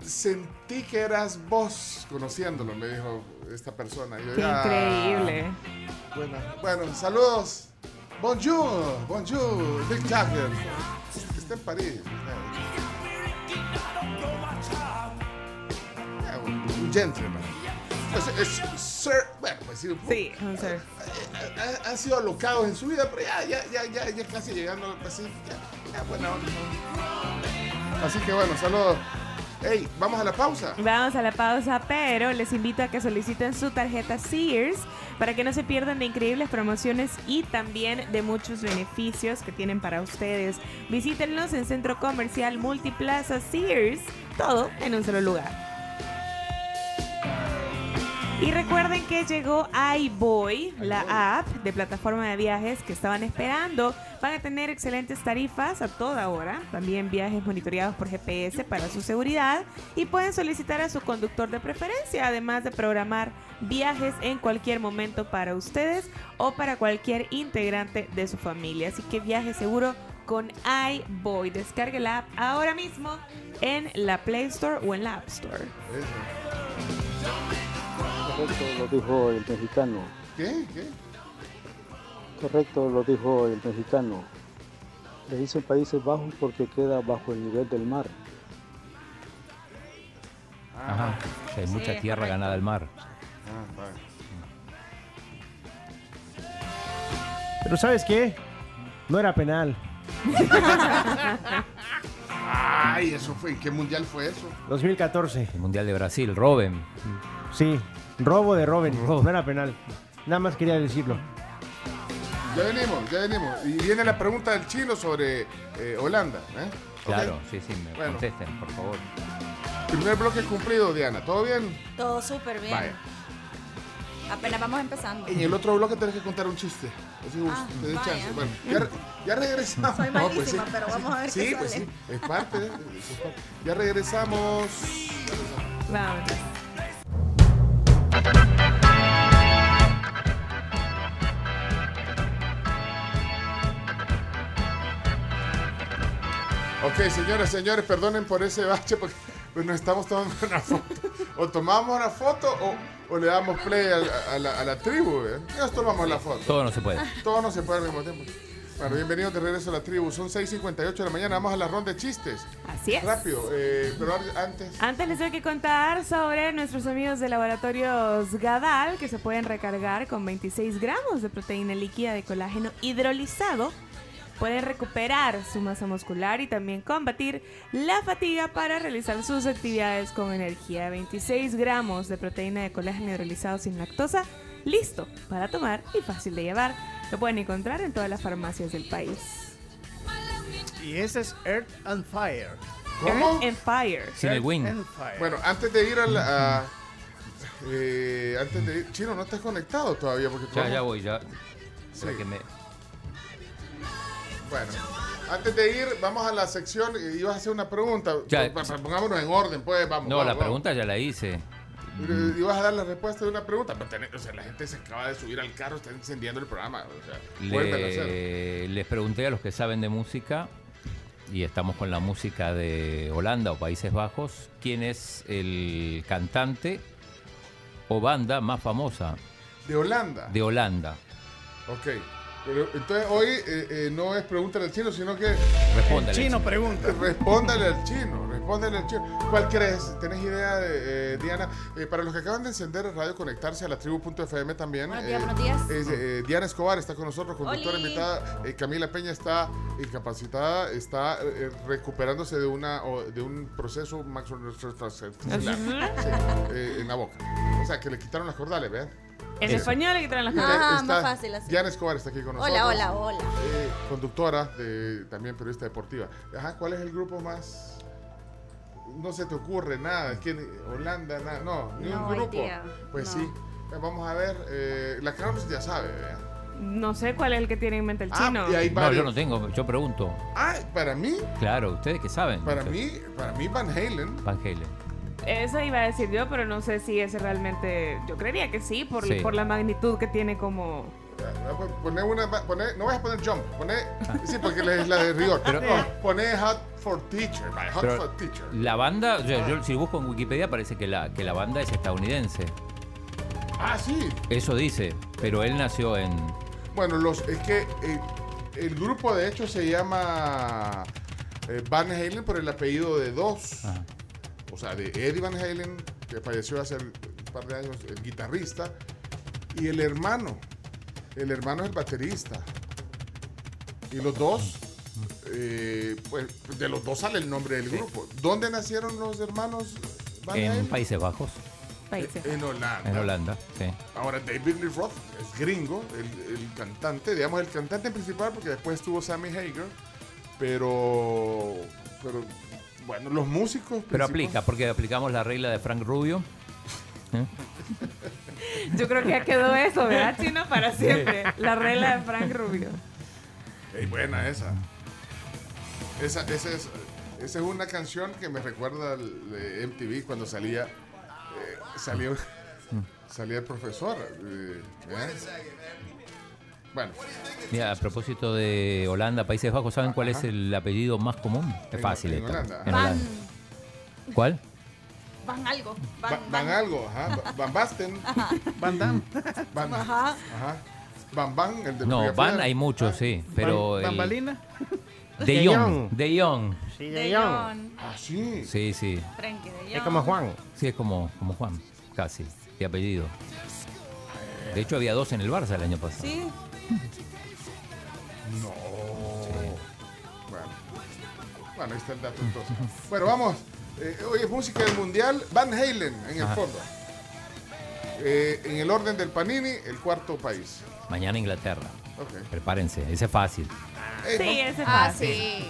S5: sentí que eras vos conociéndolo, me dijo esta persona. Y yo,
S8: Qué
S5: "Ah".
S8: increíble.
S5: Bueno, bueno, saludos. Bonjour, bonjour, Big Jagger. Está en París. Ah, Un un gentleman. Pues, es, sir, bueno, pues sí, un poco. eh,
S8: Sí, un sir.
S5: Ha- ha- Han sido alocados en su vida, pero ya, ya, ya, ya, ya casi llegando al Pacífico. Ya, ya, buena onda. Así que bueno, saludos. Hey, vamos a la pausa.
S8: Vamos a la pausa, pero les invito a que soliciten su tarjeta Sears para que no se pierdan de increíbles promociones y también de muchos beneficios que tienen para ustedes. Visítenlos en Centro Comercial Multiplaza Sears, todo en un solo lugar. Y recuerden que llegó iBoy, la app de plataforma de viajes que estaban esperando. Van a tener excelentes tarifas a toda hora, también viajes monitoreados por GPS para su seguridad y pueden solicitar a su conductor de preferencia, además de programar viajes en cualquier momento para ustedes o para cualquier integrante de su familia. Así que viaje seguro con iBoy. Descargue la app ahora mismo en la Play Store o en la App Store.
S23: Correcto, lo dijo el mexicano.
S5: ¿Qué? ¿Qué?
S23: Correcto, lo dijo el mexicano. Le dicen Países Bajos porque queda bajo el nivel del mar.
S6: Ajá. Hay
S23: Sí,
S6: mucha tierra
S23: correcto.
S6: ganada
S5: [laughs]
S6: al mar.
S14: Pero ¿sabes qué? No era penal.
S5: Ay, eso fue. ¿Qué mundial fue eso?
S14: 2014.
S6: El Mundial de Brasil, Robben.
S14: Sí, robo de Robin. No era penal. Nada más quería decirlo.
S5: Ya venimos, ya venimos. Y viene la pregunta del chino sobre eh, Holanda. ¿eh? ¿Ok?
S6: Claro, sí, sí, me
S5: Bueno.
S6: contesten, por favor.
S5: Primer bloque cumplido, Diana. ¿Todo bien?
S11: Todo súper bien.
S5: Vaya.
S11: Apenas vamos empezando.
S5: En el otro bloque tenés que contar un chiste. Así,
S11: Ah,
S5: te doy
S11: vaya.
S5: chance. Bueno, ya, re- ya regresamos. [laughs]
S11: Soy
S5: No, pues
S11: malísima, pero vamos a ver
S5: Sí,
S11: qué
S5: pues
S11: sale.
S5: sí. Es parte. de- es parte. Ya regresamos.
S8: Vamos.
S5: Ok, señoras, señores, perdonen por ese bache porque pues, nos estamos tomando una foto. O tomamos una foto o, o le damos play a, a la, a la tribu. ¿eh? Nos tomamos la foto.
S6: Todo no se puede.
S5: Todo no se puede al mismo tiempo. Bueno, bienvenidos de regreso a la tribu. Son 6.58 de la mañana. Vamos a la ronda de chistes.
S8: Así es.
S5: Rápido, eh, pero an- antes.
S8: Antes les tengo que contar sobre nuestros amigos de Laboratorios Gadal, que se pueden recargar con 26 gramos de proteína líquida de colágeno hidrolizado. Pueden recuperar su masa muscular y también combatir la fatiga para realizar sus actividades con energía. 26 gramos de proteína de colágeno hidrolizado sin lactosa, listo para tomar y fácil de llevar. Lo pueden encontrar en todas las farmacias del país.
S1: Y ese es Earth and Fire.
S5: ¿Cómo?
S8: Earth and
S5: [laughs]
S8: Fire.
S6: Sin el win.
S5: Bueno, antes de ir a la. a- eh, antes de ir. Chino, no estás conectado todavía porque
S6: Ya,
S5: tú-
S6: ya voy, ya.
S5: Sí.
S6: Para que me-
S5: Bueno, antes de ir, vamos a la sección. eh, Ibas a hacer una pregunta.
S6: Ya.
S5: Pa- pa- Pongámonos en orden, pues vamos.
S6: No,
S5: vamos,
S6: la
S5: vamos.
S6: pregunta ya la hice.
S5: Eh, Ibas a dar la respuesta de una pregunta. pero tenés- o sea, la gente se acaba de subir al carro, está encendiendo el programa. O sea, vuélvelo a hacer.
S6: Le- les pregunté a los que saben de música, y estamos con la música de Holanda o Países Bajos, ¿quién es el cantante o banda más famosa
S5: De Holanda.
S6: de Holanda?
S5: Ok. Pero entonces hoy eh, eh, no es pregúntale al chino, sino que.
S6: Respóndale. El chino
S5: pregunta. Respóndale al chino, respóndale al chino. ¿Cuál crees? ¿Tenés idea, de, eh, Diana? Eh, para los que acaban de encender el radio, conectarse a la tribu.fm también.
S11: Buenos días,
S5: eh,
S11: buenos días.
S5: es, eh, Diana Escobar está con nosotros, conductora
S11: Oli.
S5: invitada. eh, Camila Peña está incapacitada, está eh, recuperándose de, una, o de un proceso maxonostracelular, sí, eh, en la boca. O sea, que le quitaron las cordales, ¿vean?
S8: En
S5: Sí.
S8: español hay que traer las
S5: Mira,
S8: cosas.
S11: Ah, más fácil así.
S5: Diana Escobar está aquí con nosotros.
S11: Hola, hola, hola.
S5: Eh, conductora, de, también periodista deportiva. Ajá, ¿cuál es el grupo más...? No se te ocurre nada. ¿Quién? ¿Holanda? Nada. No, ni
S8: No,
S5: un grupo.
S8: idea,
S5: Pues
S8: no.
S5: sí. Eh, Vamos a ver. eh, la Carlos ya sabe. vea.
S8: No sé cuál es el que tiene en mente el chino.
S5: Ah, y hay
S6: No,
S5: varios.
S6: yo no tengo, yo pregunto.
S5: Ah, para mí,
S6: Claro, ustedes que saben.
S5: para
S6: Ustedes-
S5: mí, para mí Van Halen.
S6: Van Halen.
S8: Eso iba a decir yo, pero no sé si ese realmente. Yo creería que sí, por,
S6: Sí.
S8: por la magnitud que tiene como.
S5: Poné pues, una, poné- no vayas a poner jump, poné, sí, porque la- es la de rigor.
S6: Pero-
S5: No, poné hot for teacher, vaya, hot
S6: Pero
S5: for teacher.
S6: la banda, yo, yo si busco en Wikipedia parece que la, que la banda es estadounidense.
S5: Ah, sí.
S6: Eso dice, pero él nació en...
S5: Bueno, los, es que eh, el grupo de hecho se llama eh, Van Halen por el apellido de dos. O sea, de Eddie Van Halen, que falleció hace un par de años, el guitarrista, y el hermano. El hermano es el baterista. Y los dos, eh, pues de los dos sale el nombre del grupo. ¿Dónde nacieron los hermanos Van
S6: En
S5: Halen?
S6: Países Bajos,
S5: En Holanda.
S6: en Holanda. Sí.
S5: Ahora, David Lee Roth es gringo, el, el cantante, digamos, el cantante principal, porque después estuvo Sammy Hager, pero, pero bueno, los músicos...
S6: Pero
S5: principales-
S6: aplica, porque aplicamos la regla de Frank Rubio.
S8: Yo creo que ya quedó
S5: [laughs]
S8: eso, ¿verdad, Chino? Para siempre. La regla de Frank Rubio.
S5: Ey, buena esa. Esa, esa es, esa es una canción que me recuerda al de MTV cuando salía, eh, salió, salía el profesor. eh, ¿eh? Bueno,
S6: Mira, a propósito de Holanda, Países Bajos, ¿saben cuál es el apellido más común? Es
S5: En-
S6: fácil.
S5: en
S6: esta.
S5: Holanda.
S6: En Holanda. ¿Cuál?
S11: Van algo. Van,
S5: Van, van algo, ajá. Van- Van
S11: [laughs]
S5: Basten. Van Damme. Van,
S11: Ajá.
S5: ajá. Van Van, el de los
S6: No,
S5: Pegapiedra.
S6: Van hay muchos, sí, pero...
S5: Van-
S6: el-
S5: Bambalina.
S6: De Jong, De Jong.
S1: Sí,
S11: De John.
S5: Ah, sí.
S6: Sí, sí.
S11: Frankie de John.
S6: Sí, es como, como Juan, casi, de apellido. De hecho, había dos en el Barça el año pasado.
S11: Sí.
S5: No. Oh, Bueno. Bueno, ahí está el dato entonces. Bueno, vamos. Eh, hoy es música del mundial. Van Halen en el
S6: Ajá.
S5: fondo. Eh, en el orden del Panini, el cuarto país.
S6: Mañana Inglaterra.
S5: Ok.
S6: Prepárense, ese es fácil.
S5: Sí,
S8: ese
S11: Ah, sí.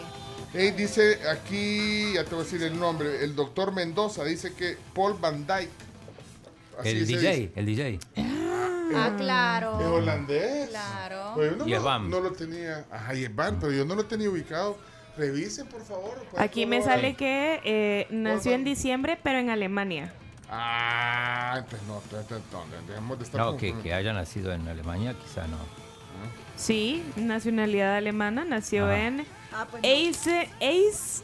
S5: Eh, dice aquí, ya te voy a decir el nombre, el doctor Mendoza dice que Paul Van Dyke. así
S6: el
S5: se
S6: DJ,
S5: dice.
S6: el DJ.
S11: Ah, claro.
S5: Es holandés.
S11: Claro.
S5: Pues yo no,
S6: Y es
S5: lo-
S6: Bam.
S5: no lo tenía. Ajá, y es Bam, pero yo no lo tenía ubicado. Revisen, por favor. por
S8: Aquí me
S5: favor.
S8: sale que eh, nació en diciembre, pero en Alemania.
S5: Ah, entonces no, entonces, entonces, dejemos de estar
S6: No,
S5: con- ¿Eh?
S6: que, que haya nacido en Alemania, quizá no.
S8: Sí, nacionalidad alemana, nació
S6: Ajá.
S8: en
S11: Ah, pues no.
S8: Eise- Eis-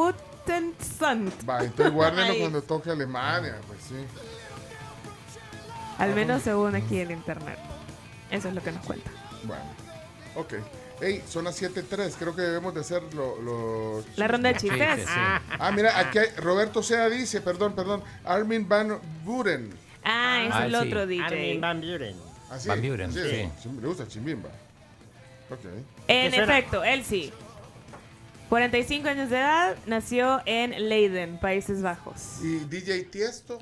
S8: Eisenhüttenstadt.
S5: Va, entonces guárdenlo
S8: Ay.
S5: cuando toque Alemania, pues sí.
S8: Al menos según aquí el internet. Eso es lo que nos cuenta.
S5: Bueno, ok. Ey, son las 7.3, creo que debemos de hacer lo- los...
S8: La ronda de chistes. Chistes, sí.
S5: Ah, mira, aquí hay, Roberto Sea dice, perdón, perdón, Armin Van Buren.
S8: Ah, es
S6: Ah,
S8: el
S6: sí.
S8: otro DJ.
S5: Armin
S14: Van Buren.
S5: Así.
S6: Van Buren, sí.
S5: Me gusta Chimbimba. Ok.
S8: En
S5: ¿Qué será?
S8: efecto, él sí. 45 años de edad, nació en Leiden, Países Bajos.
S5: ¿Y DJ Tiesto?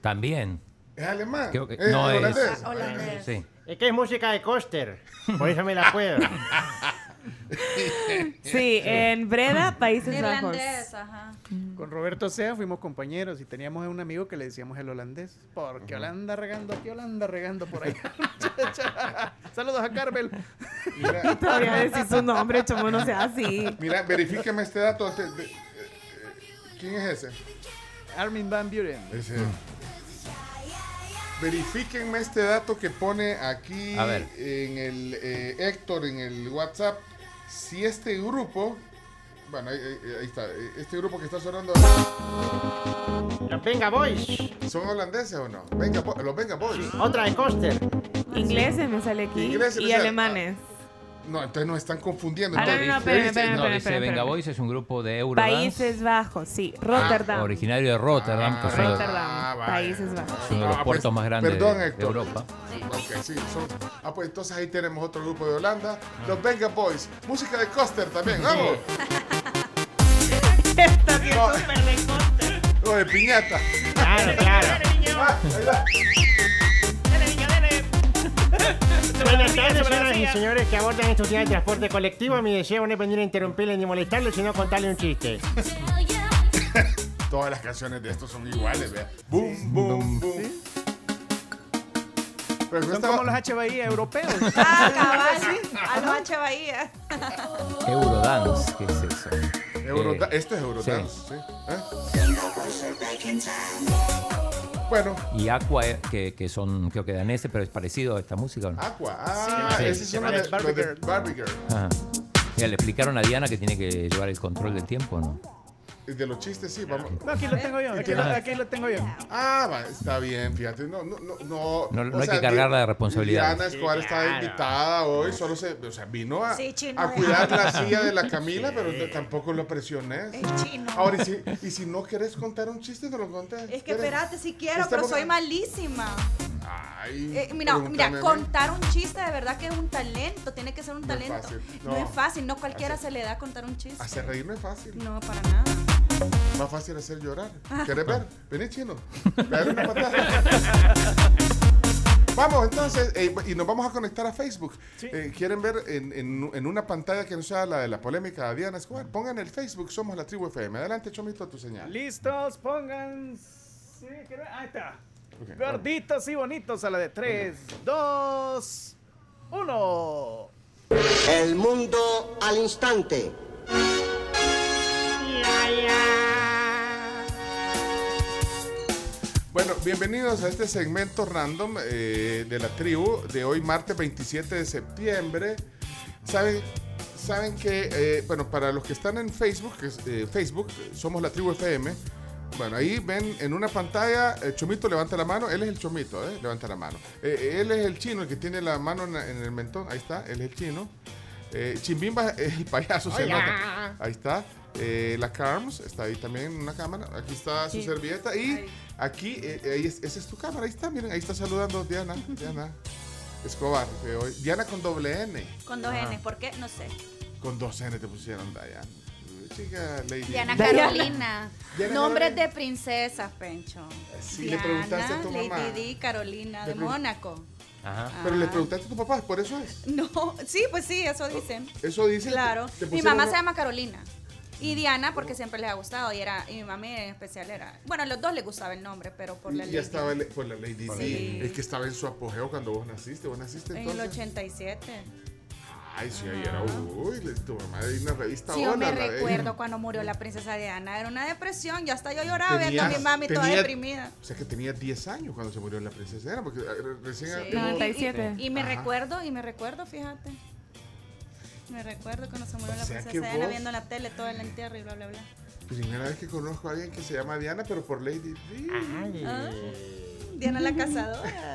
S6: También.
S5: ¿Es alemán?
S6: Creo que-
S5: ¿Es
S6: no es-
S5: holandés?
S6: Ah, holandés. Sí.
S14: Es que es música de Coster. Por eso me la puedo.
S8: Sí, en Breda, Países Bajos.
S11: Irlandés, ajá.
S1: Con Roberto Sea fuimos compañeros y teníamos un amigo que le decíamos el holandés. Porque Holanda regando aquí, Holanda regando por ahí. [laughs] Saludos a Carvel.
S5: Mira.
S8: Todavía decir su nombre, chamo, no sea así.
S5: Mira, verifíqueme este dato. antes de- eh, eh, ¿Quién es ese?
S1: Armin Van Buren.
S5: Ese.
S6: Ah.
S5: Verifíquenme este dato que pone aquí
S6: A ver.
S5: en el eh, Héctor, en el WhatsApp. Si este grupo. Bueno, ahí, ahí- ahí está. eh, Este grupo que está sonando.
S14: Los Venga Boys.
S5: ¿Son holandeses o no? Venga, Bo- los Venga Boys.
S14: Otra de Coster.
S8: Ingleses me sale aquí.
S5: Ingleses me
S8: y
S5: sale.
S8: alemanes.
S5: Ah, No, entonces nos están confundiendo.
S8: Ah, no,
S5: entonces.
S8: no, no, espérame,
S5: Dice-
S8: espérame,
S6: No,
S8: espérame,
S6: dice
S8: espérame,
S6: Venga
S8: espérame.
S6: Boys es un grupo de Eurodance.
S8: Países Bajos, sí.
S5: Ah,
S8: Rotterdam.
S6: Originario de
S5: pues,
S6: Rotterdam, que es uno de-
S8: Rotterdam, Países
S6: es
S8: Bajos.
S6: uno de los
S5: Ah, pues,
S6: puertos más grandes de-
S5: perdón,
S6: de,
S5: Héctor.
S6: Europa.
S5: Ok, sí, son- Ah, pues entonces ahí tenemos otro grupo de Holanda. Los Venga Boys. Música de Coster también, vamos.
S8: Está
S5: bien, súper de Coster. O de piñata.
S14: Claro, claro.
S5: Ah, ahí va.
S14: Buenas tardes, señoras y señores que abordan estos días de transporte colectivo. Mi deseo no es venir a interrumpirle ni molestarle, sino contarle un chiste.
S5: Todas las canciones de estos son iguales, vea. Boom, boom, boom. Pero
S1: Son
S5: esta-
S1: como los HBI europeos.
S11: [laughs] Ah, cabal. A los H. Bahía.
S6: Eurodance, ¿qué es eso?
S5: Euroda- este
S6: Eh,
S5: esto es Eurodance,
S6: sí.
S5: sí. ¿Eh? Bueno.
S6: Y Aqua, eh, que, que son, creo que daneses, pero es parecido a esta música. ¿o ¿no?
S5: Aqua. Ah,
S6: Sí.
S5: ese es
S6: Se
S5: uno
S6: llama
S5: de
S6: Barbie
S5: los de
S6: Girl.
S5: Barbie Girl.
S6: Ajá. Mira, le explicaron a Diana que tiene que llevar el control del tiempo, ¿no?
S5: Y De los chistes, sí, vamos.
S1: No, aquí lo tengo yo. Aquí lo, aquí lo tengo yo.
S5: Ah, va, está bien, fíjate. No, no, no. No,
S6: No- no
S5: o
S6: hay que cargarla de responsabilidades.
S5: Diana Escobar
S6: Sí,
S5: estaba
S6: claro.
S5: invitada hoy, solo se, o sea, vino a,
S11: Sí, chino,
S5: a
S11: deja.
S5: cuidar la silla de la Camila, pero no- tampoco lo presioné.
S11: chino.
S5: Ahora, y si, y si no querés contar un chiste, te lo conté.
S11: Es que espérate, si quiero,
S5: Está
S11: pero
S5: poca-
S11: soy malísima.
S5: Ay,
S11: Eh, mira,
S5: pregúntame
S11: mira,
S5: a mí.
S11: contar un chiste de verdad que es un talento, tiene que ser un
S5: No es
S11: talento.
S5: fácil,
S11: No,
S5: no.
S11: es fácil, no cualquiera
S5: Hacer-
S11: se le da contar un chiste.
S5: Hacer reír no es fácil.
S11: No, para nada.
S5: Más fácil hacer llorar.
S11: Ah.
S5: ¿Querés ver? Vení, chino. Dale una patada. Vamos, entonces, eh, y nos vamos a conectar a Facebook. Eh, ¿Quieren ver en, en- en una pantalla que no sea la de la polémica a Diana Escobar? Pongan el Facebook, somos la tribu FM. Adelante, Chomito, a tu señal.
S1: Listos, pongan. Sí, que- Ahí está.
S5: Ok,
S1: Gorditos y bonitos a la de 3, 2, 1.
S3: El mundo al instante.
S5: Bueno, bienvenidos a este segmento random eh, de la tribu de hoy, martes 27 de septiembre. Saben, saben que, eh, bueno, para los que están en Facebook, que es, eh, Facebook, eh, somos la tribu FM. Bueno, ahí ven en una pantalla, el Chomito levanta la mano, él es el Chomito, eh, levanta la mano. Eh, él es el chino, el que tiene la mano en, en el mentón, ahí está, él es el chino. Eh, Chimbimba es el payaso, se
S2: Hola.
S5: nota. Ahí está. Eh, la Carms está ahí también en una cámara. Aquí está su
S2: Sí.
S5: servilleta. Y aquí, eh, ahí es- esa es tu cámara. Ahí está, miren, ahí está saludando
S11: [laughs]
S5: Diana. Diana Escobar. que hoy- Diana con doble N.
S11: Con dos
S5: Ajá.
S11: N, ¿por qué? No sé.
S5: Con dos N te pusieron, Diana. Chica, lady.
S11: Diana Carolina.
S5: Diana
S11: Nombres
S5: Carolina.
S11: de princesas, Pencho.
S5: Sí, le preguntaste a tu
S11: Lady
S5: mamá.
S11: Di, Carolina
S5: Le
S11: de
S5: pregun-
S11: Mónaco.
S5: Pero
S11: Ah.
S5: le preguntaste a tu papá, por eso es.
S11: No, sí, pues sí, eso dicen.
S5: Eso dice.
S11: Claro.
S5: Te
S11: Mi
S5: Oh. pusieron Oh.
S11: mamá
S5: una-
S11: se llama Carolina. Y Diana, porque siempre les ha gustado. Y, era, y mi mamá en especial era. Bueno, a los dos les gustaba el nombre, pero por la
S5: Ya
S11: ley
S5: estaba el- por la Lady
S11: Por
S5: Di.
S11: la Lady Di.
S5: Es que estaba en su apogeo cuando vos naciste. Vos naciste
S11: En
S5: Este, entonces.
S11: el 87.
S5: Ay, sí, ahí era. Uy, le- tu mamá de una revista
S11: Sí, yo
S5: Hola,
S11: me
S5: la de-
S11: recuerdo cuando murió la princesa Diana. Era una depresión. Ya hasta yo lloraba viendo a mi
S5: Tenías-
S11: mami toda
S5: tenía-
S11: deprimida.
S5: O sea que tenía 10 años cuando se murió la princesa Diana, porque eh, re- recién...
S11: Sí.
S5: tuvo-
S11: Y, y me
S5: Ajá.
S11: recuerdo, y me recuerdo, fíjate. Me recuerdo cuando se murió
S5: O
S11: la
S5: sea
S11: princesa
S5: que
S11: Diana
S5: vos-
S11: viendo la tele, todo el entierro y bla, bla, bla.
S5: Pues, Primera vez que conozco a alguien que se llama Diana, pero por Lady Di.
S11: Ah, Diana [laughs] la cazadora.
S5: Diana.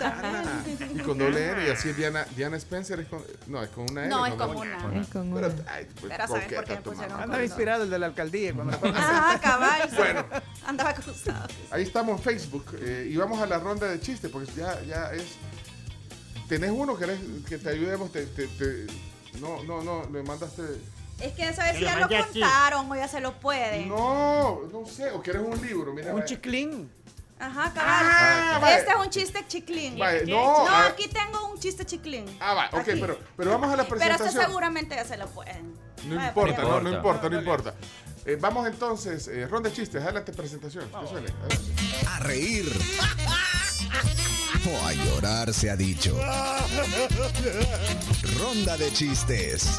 S5: Ah.
S11: Ah.
S5: Y con doble N, y así es Diana, Diana Spencer es con... No, es con una N.
S11: No,
S5: con
S11: es con
S5: doble N.
S11: una. Es con
S5: Pero,
S11: una.
S5: ay, pues,
S11: Pero ¿sabes
S5: coqueta
S11: por qué me
S5: tu
S11: pusieron
S5: mamá.
S1: Andaba inspirado el de la alcaldía. Cuando
S11: Ah, cabal.
S5: Bueno.
S11: Andaba cruzado.
S5: Ahí estamos en Facebook. eh, y vamos a la ronda de chistes, porque ya, ya es. ¿Tenés uno? ¿Querés que te ayudemos? Te- te- te- No, no, no, le mandaste.
S11: Es que eso es
S5: Que
S11: si
S5: lo
S11: ya lo
S5: mande aquí.
S11: contaron o ya se lo pueden.
S5: No, no sé. ¿O querés un libro? Mira,
S1: Un
S5: vaya.
S1: chiclín.
S11: Ajá, cabal.
S5: Ah, vale.
S11: este es un chiste chiclín.
S5: Vale, no,
S11: no
S5: ah.
S11: aquí tengo un chiste chiclín.
S5: Ah, va, ok,
S11: Aquí.
S5: pero, pero vamos a la
S11: Pero
S5: presentación.
S11: este seguramente ya se lo pueden.
S5: No
S11: Vaya,
S5: importa,
S11: porque-
S5: no, no importa, no importa. Eh, vamos entonces, eh, ronda de chistes, adelante presentación. que suene.
S4: A reír. O a llorar se ha dicho. Ronda de chistes.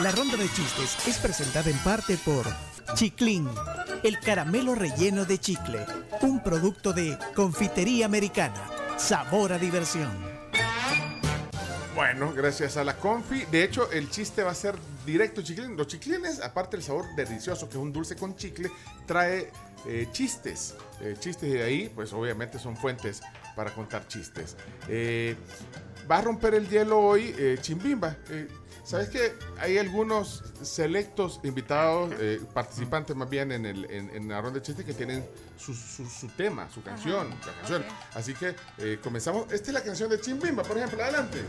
S7: La ronda de chistes es presentada en parte por Chiclin, el caramelo relleno de chicle, un producto de confitería americana. Sabor a diversión.
S5: Bueno, gracias a la Confi. De hecho, el chiste va a ser directo chiclín. Los chiclines, aparte del sabor delicioso, que es un dulce con chicle, trae eh, chistes. Eh, chistes de ahí, pues obviamente son fuentes para contar chistes. Eh, va a romper el hielo hoy eh, Chimbimba. Eh, ¿Sabes que hay algunos selectos invitados, eh, participantes más bien en, el, en, en la ronda de chistes que tienen su, su, su tema, su canción? la canción. Así que eh, comenzamos. Esta es la canción de Chimbimba, por ejemplo. Adelante.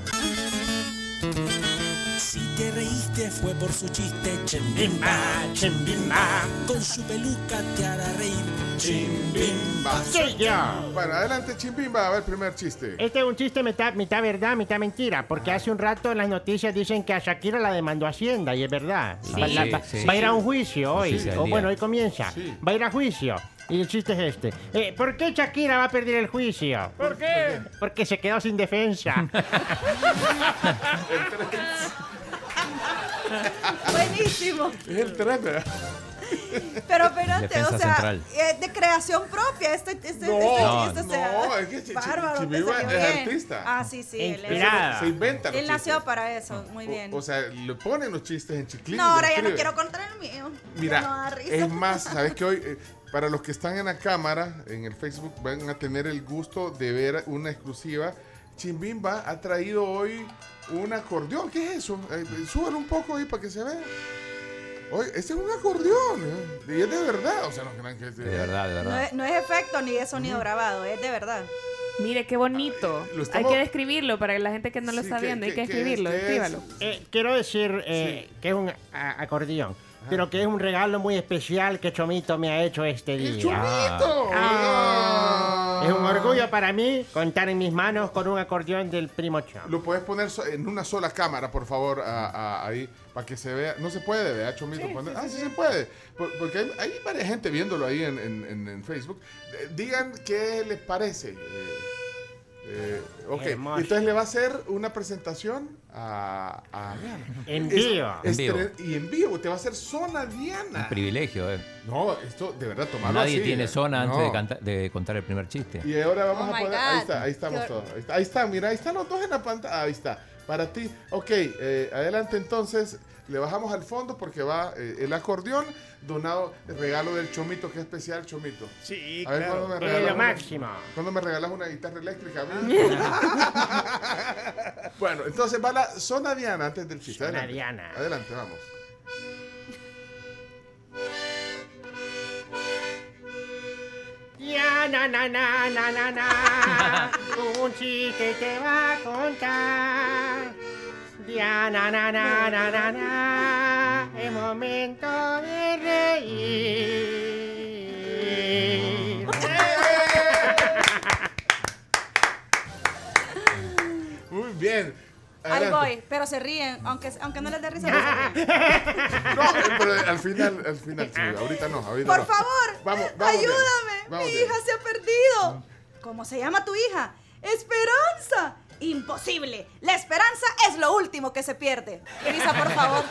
S10: Si te reíste fue por su chiste, chimbimba, chimbimba. Con su peluca te hará reír, chimbimba.
S5: Soy yo. Bueno, adelante, Chimbimba, a ver, primer chiste.
S21: Este es un chiste mitad, mitad verdad, mitad mentira,
S6: Ah.
S21: porque hace un rato en las noticias dicen que a Shakira la demandó Hacienda y es verdad.
S6: Sí.
S21: va, la- va-
S6: Sí, sí,
S21: va a ir a
S6: sí.
S21: un juicio hoy,
S6: Noticia del
S21: o
S6: día.
S21: bueno, hoy comienza.
S6: Sí.
S21: Va a ir a juicio. Y el chiste es este. Eh, ¿Por qué Shakira va a perder el juicio?
S1: ¿Por
S5: [laughs]
S1: qué?
S21: Porque se quedó sin
S6: [laughs]
S21: defensa.
S11: Buenísimo.
S5: Es el tres, ¿verdad?
S11: Pero espérate,
S6: Defensa
S11: o sea,
S6: central.
S11: es de creación propia. Este, este, este,
S5: No,
S11: este
S5: no,
S11: chiste, o
S5: no,
S11: sea,
S5: es que Chi- Chi-
S11: bárbaro, te
S5: Chimiva
S11: salió
S5: es
S11: bien.
S5: artista.
S11: Ah, sí, sí. él es-
S5: Inspirada. Se inventa los
S11: Él nació
S5: chistes.
S11: para eso, muy bien.
S5: O, o sea, le ponen los chistes en chiclín.
S11: no,
S5: y lo
S11: ahora ya no
S5: escriben.
S11: quiero contar el mío. Ya no da
S5: Mira,
S11: risa.
S5: es más, sabes que hoy, eh, para los que están en la cámara, en el Facebook, van a tener el gusto de ver una exclusiva. Chimbimba ha traído hoy un acordeón. ¿Qué es eso? Eh, eh, súbelo un poco ahí para que se vea. Oye, ese es un acordeón. eh, Y es de verdad. O sea, no crean que es de,
S6: De verdad, de
S11: [laughs] No
S6: verdad.
S11: es, no es efecto ni es sonido grabado, es de verdad.
S8: Mire, qué bonito.
S5: lo
S21: Pues
S8: Hay
S5: estamos-
S8: que describirlo para la gente que no lo
S11: Sí,
S8: está
S11: que-
S8: viendo. Hay
S11: que-
S8: que
S11: que-
S8: escribirlo,
S11: que es-
S8: escríbalo.
S21: Eh, quiero decir eh, que es un a- acordeón, pero que es un regalo muy especial que Chomito me ha hecho este día.
S5: ¡Chomito!
S21: Ah. Es un orgullo para mí contar en mis manos con un acordeón del primo Chom.
S5: Lo puedes poner so- en una sola cámara, por favor, a- a- ahí, para que se vea. No se puede, vea, Chomito. Poner- ah, sí, se puede. Por- porque hay, hay varias gente viéndolo ahí en, en- en- en Facebook. Eh, Digan qué les parece. Eh, eh, ok,
S21: Hermoso.
S5: entonces le va a hacer una presentación a, a Diana.
S21: En
S5: Es-
S21: vivo.
S5: es-
S6: En vivo.
S5: Y en vivo, te va a hacer zona Diana.
S6: Un privilegio, eh.
S5: No, esto de verdad tomarlo
S6: Nadie
S5: así,
S6: tiene
S5: eh.
S6: zona antes
S5: No.
S6: de, canta- de contar el primer chiste.
S5: Y ahora vamos
S11: Oh
S5: a
S11: my
S5: poner. Ahí
S11: God.
S5: está, ahí estamos
S11: Qué-
S5: todos. Ahí está, ahí está, mira, ahí están los dos en la pantalla. Ahí está. Para ti. Ok, eh, adelante entonces. Le bajamos al fondo porque va eh, el acordeón donado, el regalo del Chomito, que es especial, Chomito.
S21: Sí,
S5: A ver,
S21: claro.
S5: ¿cuándo me
S21: Es
S5: regalas
S21: lo
S5: una-
S21: máximo.
S5: ¿Cuándo me regalas una guitarra
S11: [laughs]
S5: eléctrica? [laughs] a mí? bueno, entonces va la zona Diana antes del chiste.
S21: Zona
S5: adelante.
S21: Diana.
S5: Adelante, vamos.
S21: Ya, na, na, na, na, na, na. Un chiste te va a contar. Ya, na, na, na, na, na, na. Es momento de reír.
S5: Muy bien.
S11: Ahí
S5: Adelante.
S11: voy, pero se ríen, aunque, aunque no les dé risa. pero se ríen.
S5: No, [laughs] pero al final, al final,
S11: [laughs]
S5: sí, ahorita no, ahorita
S11: Por
S5: no.
S11: favor,
S5: Vamos, vamos,
S11: ayúdame,
S5: Vamos,
S11: mi
S5: Diana.
S11: hija se ha perdido. ¿Cómo se llama tu hija? Esperanza. Imposible. La esperanza es lo último que se [laughs] pierde. Elisa, por
S5: [laughs]
S11: favor.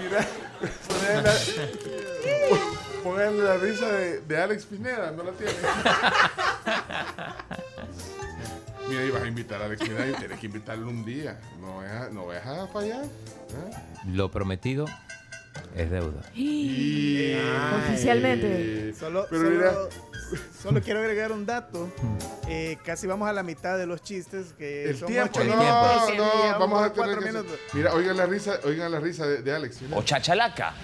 S5: Mira, poner la, ponerle la [laughs] risa de, de Alex Pineda, no la tiene. [laughs] Mira, ibas a invitar a Alex Pineda y tienes que invitarlo un día. No vayas, a- no vayas a fallar. ¿eh?
S6: Lo prometido es deuda.
S5: Y-
S1: Oficialmente.
S5: Ay,
S1: Eh, Solo,
S5: Eh, Pero
S1: solo-
S5: mira, Mm.
S1: solo quiero agregar un dato. Eh, casi vamos a la mitad de los chistes que
S5: el
S1: son
S5: tiempo,
S1: ocho
S5: no,
S1: minutos.
S5: no,
S1: Sí, llevamos
S5: vamos a tener
S1: cuatro
S5: que hacer-
S1: minutos.
S5: Mira, oigan la risa, oigan la risa de, de Alex. mira.
S12: O chachalaca.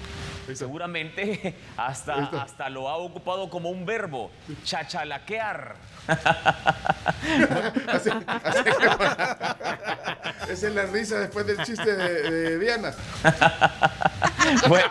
S12: Seguramente [laughs] hasta, hasta lo ha ocupado como un verbo.
S5: [laughs]
S12: Chachalaquear.
S5: [laughs]
S12: [laughs]
S5: Esa es la risa después del chiste de, de Diana.
S12: Bueno.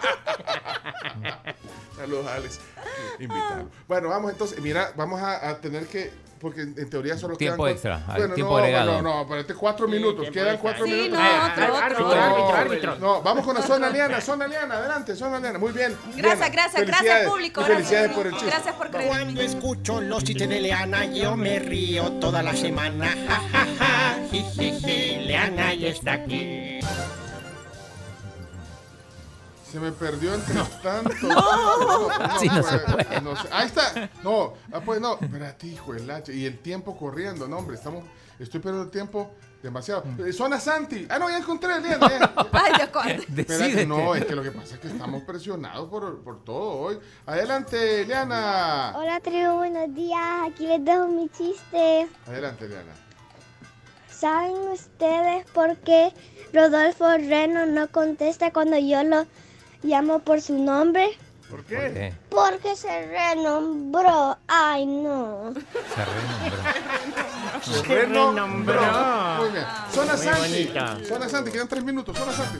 S5: Saludos, Alex. [laughs] Invitado.
S12: Ah.
S5: Bueno, vamos entonces. Mira, vamos a, a tener que. Porque en, en teoría solo
S6: Tiempo
S5: quedan.
S6: extra,
S5: cuatro-
S6: hay
S5: Bueno,
S6: tiempo
S5: no,
S6: agregado.
S5: No, no, espérate, cuatro minutos.
S12: Pues
S5: Quedan cuatro
S11: Sí,
S5: minutos.
S11: no, otro,
S5: Árbitro,
S11: otro,
S5: no,
S11: árbitro,
S21: árbitro.
S5: No, vamos con la zona Liana, zona Liana, adelante, zona Liana. Muy bien. Liana,
S21: Gracias, gracias, gracias
S5: felicidades,
S21: público.
S5: y Felicidades por el chiste.
S11: Gracias por creer.
S21: Cuando escucho los chistes de Leana, yo me río toda la semana. Ja, ja, ja, ji, ji, ji, Leana ya está aquí.
S5: Se me perdió entre tanto.
S6: Sí, no se
S5: pues,
S6: puede.
S5: no sé. Ahí está. No, ah, pues no. Espérate, hijo del hacha. Y el tiempo corriendo. No, hombre, estamos. Estoy perdiendo el tiempo demasiado.
S6: Mm.
S5: Eh, Zona Santi. Ah, no, ya encontré, Liana. ya.
S11: Ay, Dios,
S6: [laughs]
S11: cuánto.
S5: Espérate, no, es que lo que pasa es que estamos presionados por, por todo hoy. Adelante, Liana.
S15: Hola tribu, buenos días. Aquí les dejo mi chiste.
S5: Adelante, Liana.
S15: ¿Saben ustedes por qué Rodolfo Reno no contesta cuando yo lo llamo por su nombre?
S1: ¿Por
S16: Eh.
S1: qué?
S15: Porque se renombró. Ay, no.
S6: Se renombró.
S5: Se
S15: renombró.
S5: renombró. Muy bien. Zona
S6: Ah. Muy
S5: Santi.
S6: bonita.
S5: Zona Santi, quedan tres minutos. Zona Santi.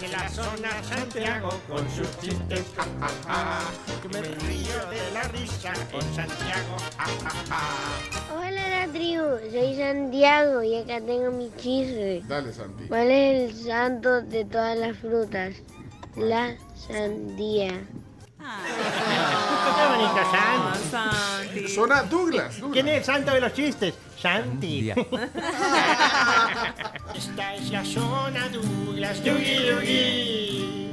S21: De la zona Santiago con sus chistes. Ja, ja, ja. Yo me río de la risa con Santiago. Ja, ja, ja.
S15: Hola la tribu, soy Santiago y acá tengo mi chiste.
S5: Dale, Santi.
S15: ¿Cuál es el santo de todas las frutas? La sandía.
S21: Qué bonito, Ah, Santi.
S5: Suena
S21: [laughs]
S5: Douglas. Douglas.
S21: ¿Quién es el santo de los chistes? Santi. [laughs]
S2: Esta es la zona Douglas, Dougie Dougie.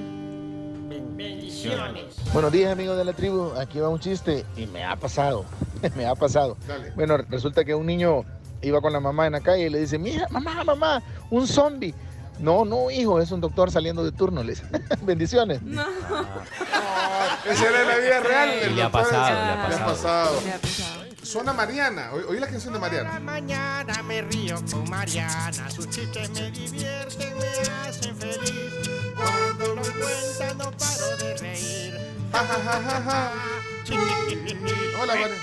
S2: Bendiciones.
S16: Buenos días amigos de la tribu, aquí va un chiste y me ha pasado, [laughs] me ha pasado. Bueno, resulta que un niño iba con la mamá en la calle y le dice, mira, mamá, mamá, un zombie. No, no, hijo, es un doctor saliendo de turno, le dice. [laughs] Bendiciones.
S5: Esa era la vida real.
S16: Sí,
S5: del
S16: le ha
S5: doctor
S16: pasado, le
S5: ese.
S16: ha
S5: Le ha
S16: pasado.
S5: pasado. Suena Mariana. Oí, oí la canción de Mariana.
S21: Mañana me río con Mariana, sus chistes me divierten, me hacen feliz. Cuando los cuentan no paro de reír. Ja, ja, ja, ja, ja.
S5: Hola, Mariana.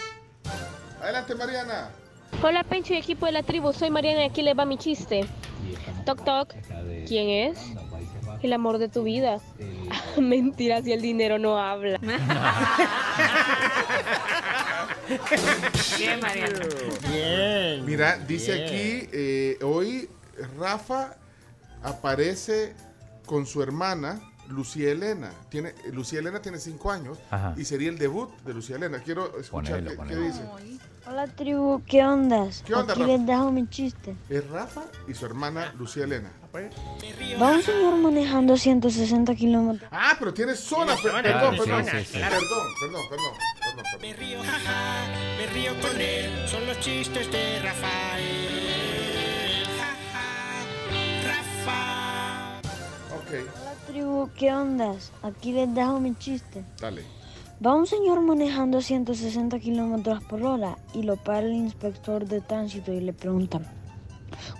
S5: Adelante, Mariana.
S18: Hola Pencho y equipo de la tribu, soy Mariana y aquí les va mi chiste. Toc toc, ¿quién es? El amor de tu vida. [laughs] Mentira, si el dinero no habla.
S8: [laughs] Bien, Mariana.
S5: Bien. Mira, dice
S8: bien.
S5: aquí, eh, hoy Rafa aparece con su hermana. Lucía Elena tiene eh, Lucía Elena tiene cinco años
S19: Ajá.
S5: y sería el debut de Lucía Elena. Quiero escuchar
S19: Ponelo,
S5: qué, qué
S19: ponelo.
S5: dice.
S19: Hola tribu, ¿qué ondas?
S5: ¿Qué onda,
S19: Aquí
S5: Rafa?
S19: les dejo mi chiste.
S5: Es Rafa y su hermana Lucía Elena.
S19: Va un señor manejando 160 kilómetros.
S5: Ah, pero tiene zona. per-
S19: zona,
S5: Perdón, perdón,
S19: tiene zona, sí, sí.
S5: perdón, perdón, perdón, perdón, perdón.
S21: Me río con él, son los chistes de Rafael. Ja, ja, Rafa.
S19: Hola tribu, ¿qué ondas? Aquí les dejo mi chiste.
S5: Dale.
S19: Va un señor manejando 160 kilómetros por hora y lo para el inspector de tránsito y le pregunta,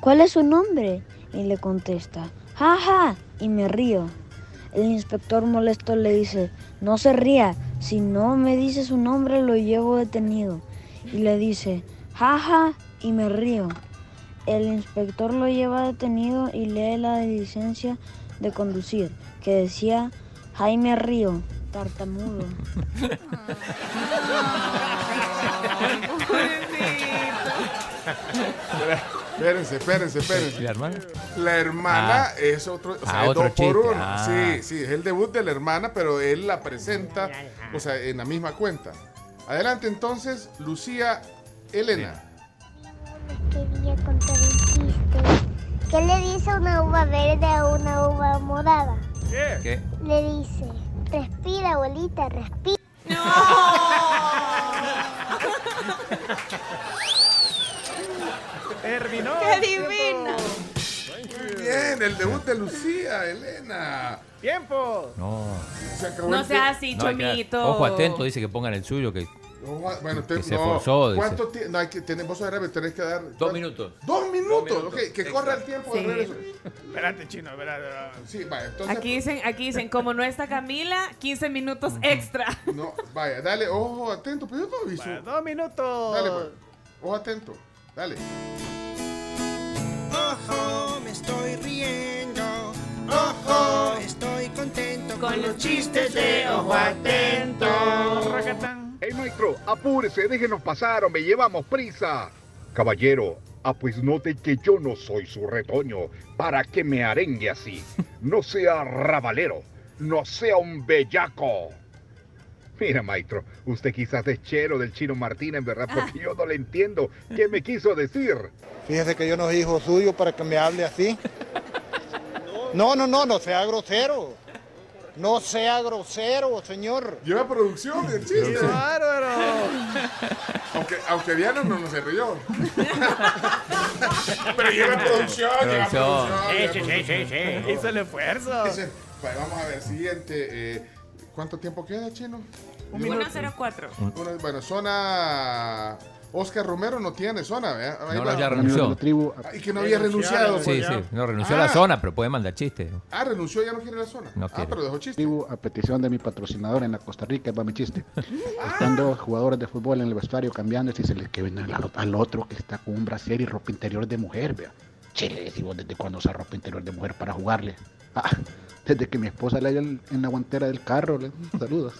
S19: ¿cuál es su nombre? Y le contesta, jaja, y me río. El inspector molesto le dice, no se ría, si no me dice su nombre lo llevo detenido. Y le dice, jaja, y me río. El inspector lo lleva detenido y lee la licencia de conducir, que decía Jaime Río, tartamudo.
S5: Espérense, espérense, espérense.
S6: ¿La hermana?
S5: La hermana
S6: Ah.
S5: es otro, o sea,
S6: Ah,
S5: es
S6: otro
S5: dos por
S6: chiste.
S5: uno.
S6: Ah.
S5: Sí, sí, es el debut de la hermana, pero él la presenta, o sea, en la misma cuenta. Adelante entonces, Lucía Elena.
S15: Quería contar un chiste. ¿Qué le dice una uva verde a una uva morada?
S6: ¿Qué?
S15: Le dice, respira, abuelita, respira.
S5: Terminó.
S2: ¡Qué divino!
S5: Muy bien, el debut de Lucía Elena. ¡Tiempo!
S6: No.
S5: Se acabó
S8: No
S5: el
S8: sea
S5: tiempo.
S8: así,
S6: No, hay que dar- Ojo atento, dice que pongan el suyo. Que,
S5: No, ah, bueno,
S6: que
S5: te-
S6: se
S5: no.
S6: forzó. dice.
S5: ¿Cuánto tiempo? No, hay que, tenés, vos ahora me tenés que dar. Dos
S6: minutos.
S5: Dos minutos.
S6: minutos.
S5: ok, que
S6: Extra.
S5: corra el tiempo. de
S8: Sí.
S5: regreso.
S13: Espérate, chino, espérate.
S5: Sí, vaya, entonces.
S8: Aquí dicen, aquí dicen, como no está Camila, 15 minutos extra.
S5: No, vaya, dale, ojo atento, pero yo no aviso.
S8: Vaya,
S5: dos minutos. Dale, pues. Ojo atento. Dale.
S21: Ojo, me estoy riendo. Ojo, estoy contento con los chistes de Ojo Atento.
S20: Hey maestro, apúrese, déjenos pasar o me llevamos prisa. Caballero, ah pues note que yo no soy su retoño. ¿Para que me arengue así? No sea rabalero, no sea un bellaco. Mira, maestro, usted quizás es chero del chino Martínez, ¿verdad? Porque yo no le entiendo. ¿Qué me quiso decir?
S22: Fíjese que yo no soy hijo suyo para que me hable así. No, no, no, no sea grosero. No sea grosero, señor.
S5: Lleva producción el chiste.
S22: ¡Qué
S5: bárbaro! Aunque, aunque Diana no, no se rió. Pero lleva producción, lleva
S2: Producción.
S5: producción. lleva
S2: Sí, sí, sí,
S5: producción.
S2: sí, sí. [laughs] Hizo el esfuerzo.
S5: Dice, vaya, pues, vamos a ver, siguiente. eh, ¿Cuánto tiempo queda, chino?
S8: Un
S5: Yo-
S8: minuto. 104.
S5: Bueno, bueno, zona. Oscar Romero no tiene zona, ¿verdad? Ahí
S6: No,
S5: va.
S6: no, ya renunció.
S5: Ah, Y que no había renunciado.
S6: Sí,
S5: pues,
S6: sí,
S5: ya.
S6: no renunció a
S5: Ah,
S6: la zona, pero puede mandar chiste.
S5: Ah, renunció, ya no quiere la zona.
S6: No
S5: ah,
S6: quiere.
S5: pero [laughs] dejó chiste.
S23: Tribu, a petición de mi patrocinador en la Costa Rica, va mi
S5: [laughs]
S23: chiste. Están dos jugadores de fútbol en el vestuario cambiando y se les que viene al, al otro que está con un brasier y ropa interior de mujer, vea. Che, le decimos desde cuándo usa ropa interior de mujer para jugarle. Ah, desde que mi esposa le dio el- en la guantera del carro, le saludos.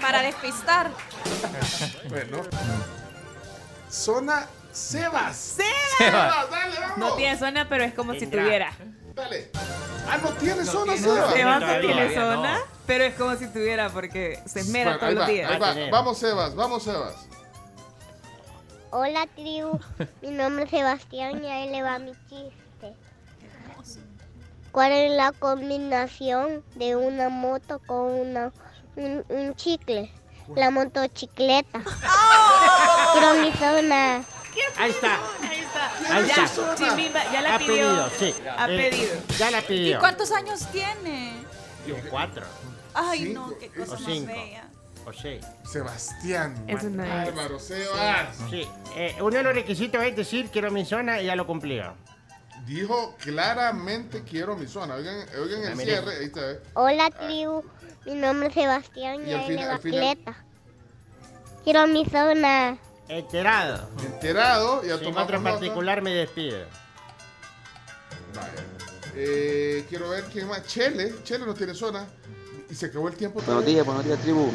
S11: Para despistar.
S5: Bueno. Zona Sebas.
S8: Sebas.
S5: Sebas, dale, vamos.
S8: No tiene zona, pero es como si
S5: Tendrá.
S8: tuviera.
S5: Dale. Ah, no tiene zona
S8: tiene
S5: Seba.
S8: Sebas no
S5: Todavía
S8: tiene
S5: no.
S8: zona, pero es como si tuviera porque se esmera
S5: Bueno, ahí
S8: todos los
S5: va,
S8: días.
S5: ahí va. Vamos, Sebas, vamos, Sebas.
S26: Hola tribu, mi nombre es Sebastián y ahí le va mi chiste. ¿Cuál es la combinación de una moto con una, un, un chicle?
S5: [laughs]
S26: La motocicleta. Cronizó una...
S21: Ahí está.
S8: Ahí está.
S21: Ahí
S8: ya,
S21: está.
S8: Chimbimba, ya la
S5: Ah,
S21: ha
S8: pidió.
S21: pedido, sí.
S8: Ha
S21: Eh,
S8: pedido.
S21: Ya la
S11: ¿Y
S21: pidió.
S11: cuántos años tiene?
S21: Yo cuatro.
S11: Ay, no, qué cosa
S21: O
S11: más
S21: cinco.
S11: bella.
S21: O seis.
S5: Sebastián.
S21: Es
S5: man.
S21: una-
S5: Bárbaro, Sebas.
S21: Sí. Eh, uno de los requisitos es decir quiero mi zona y ya lo cumplió.
S5: Dijo claramente quiero mi zona. Oigan, oigan
S21: Ah,
S5: el
S21: mire.
S5: cierre. Ahí está. eh.
S26: Hola tribu, mi nombre es Sebastián
S5: Y
S26: y
S5: al
S26: ahí
S5: final-
S26: le va
S5: al final-
S26: Cleta. Quiero mi zona.
S21: Enterado.
S5: Enterado y a
S21: Sin
S5: tomar
S21: otro
S5: nota.
S21: particular me despido.
S5: Vaya. Eh, quiero ver quién más. Chele. Chele no tiene zona. Y se acabó el tiempo.
S23: Buenos días, buenos días, tribu.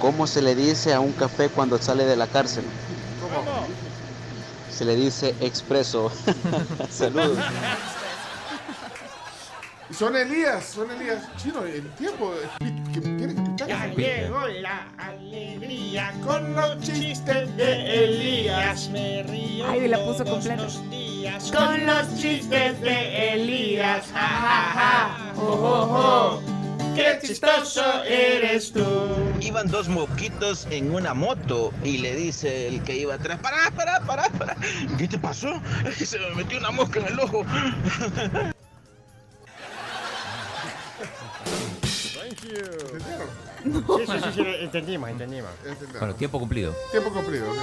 S23: ¿Cómo se le dice a un café cuando sale de la cárcel?
S5: ¿Cómo?
S23: Se le dice expreso. [laughs] Saludos.
S5: Son Elías, son Elías. Chino, el tiempo. eh, que Tiene que quitar.
S21: Ya llegó la alegría con los chistes de Elías. Me río
S8: Ay, la puso
S21: todos
S8: completa.
S21: los días con los chistes de Elías. Ja, ja, ja. Oh, oh, oh. Qué chistoso eres tú.
S23: Iban dos mosquitos en una moto y le dice el que iba atrás, pará, pará, pará, pará. ¿Qué te pasó? Es que se me metió una mosca en el ojo.
S21: Thank you. Sí, sí, sí, sí, entendimos, entendimos.
S6: Bueno, tiempo cumplido.
S5: Tiempo cumplido. ok.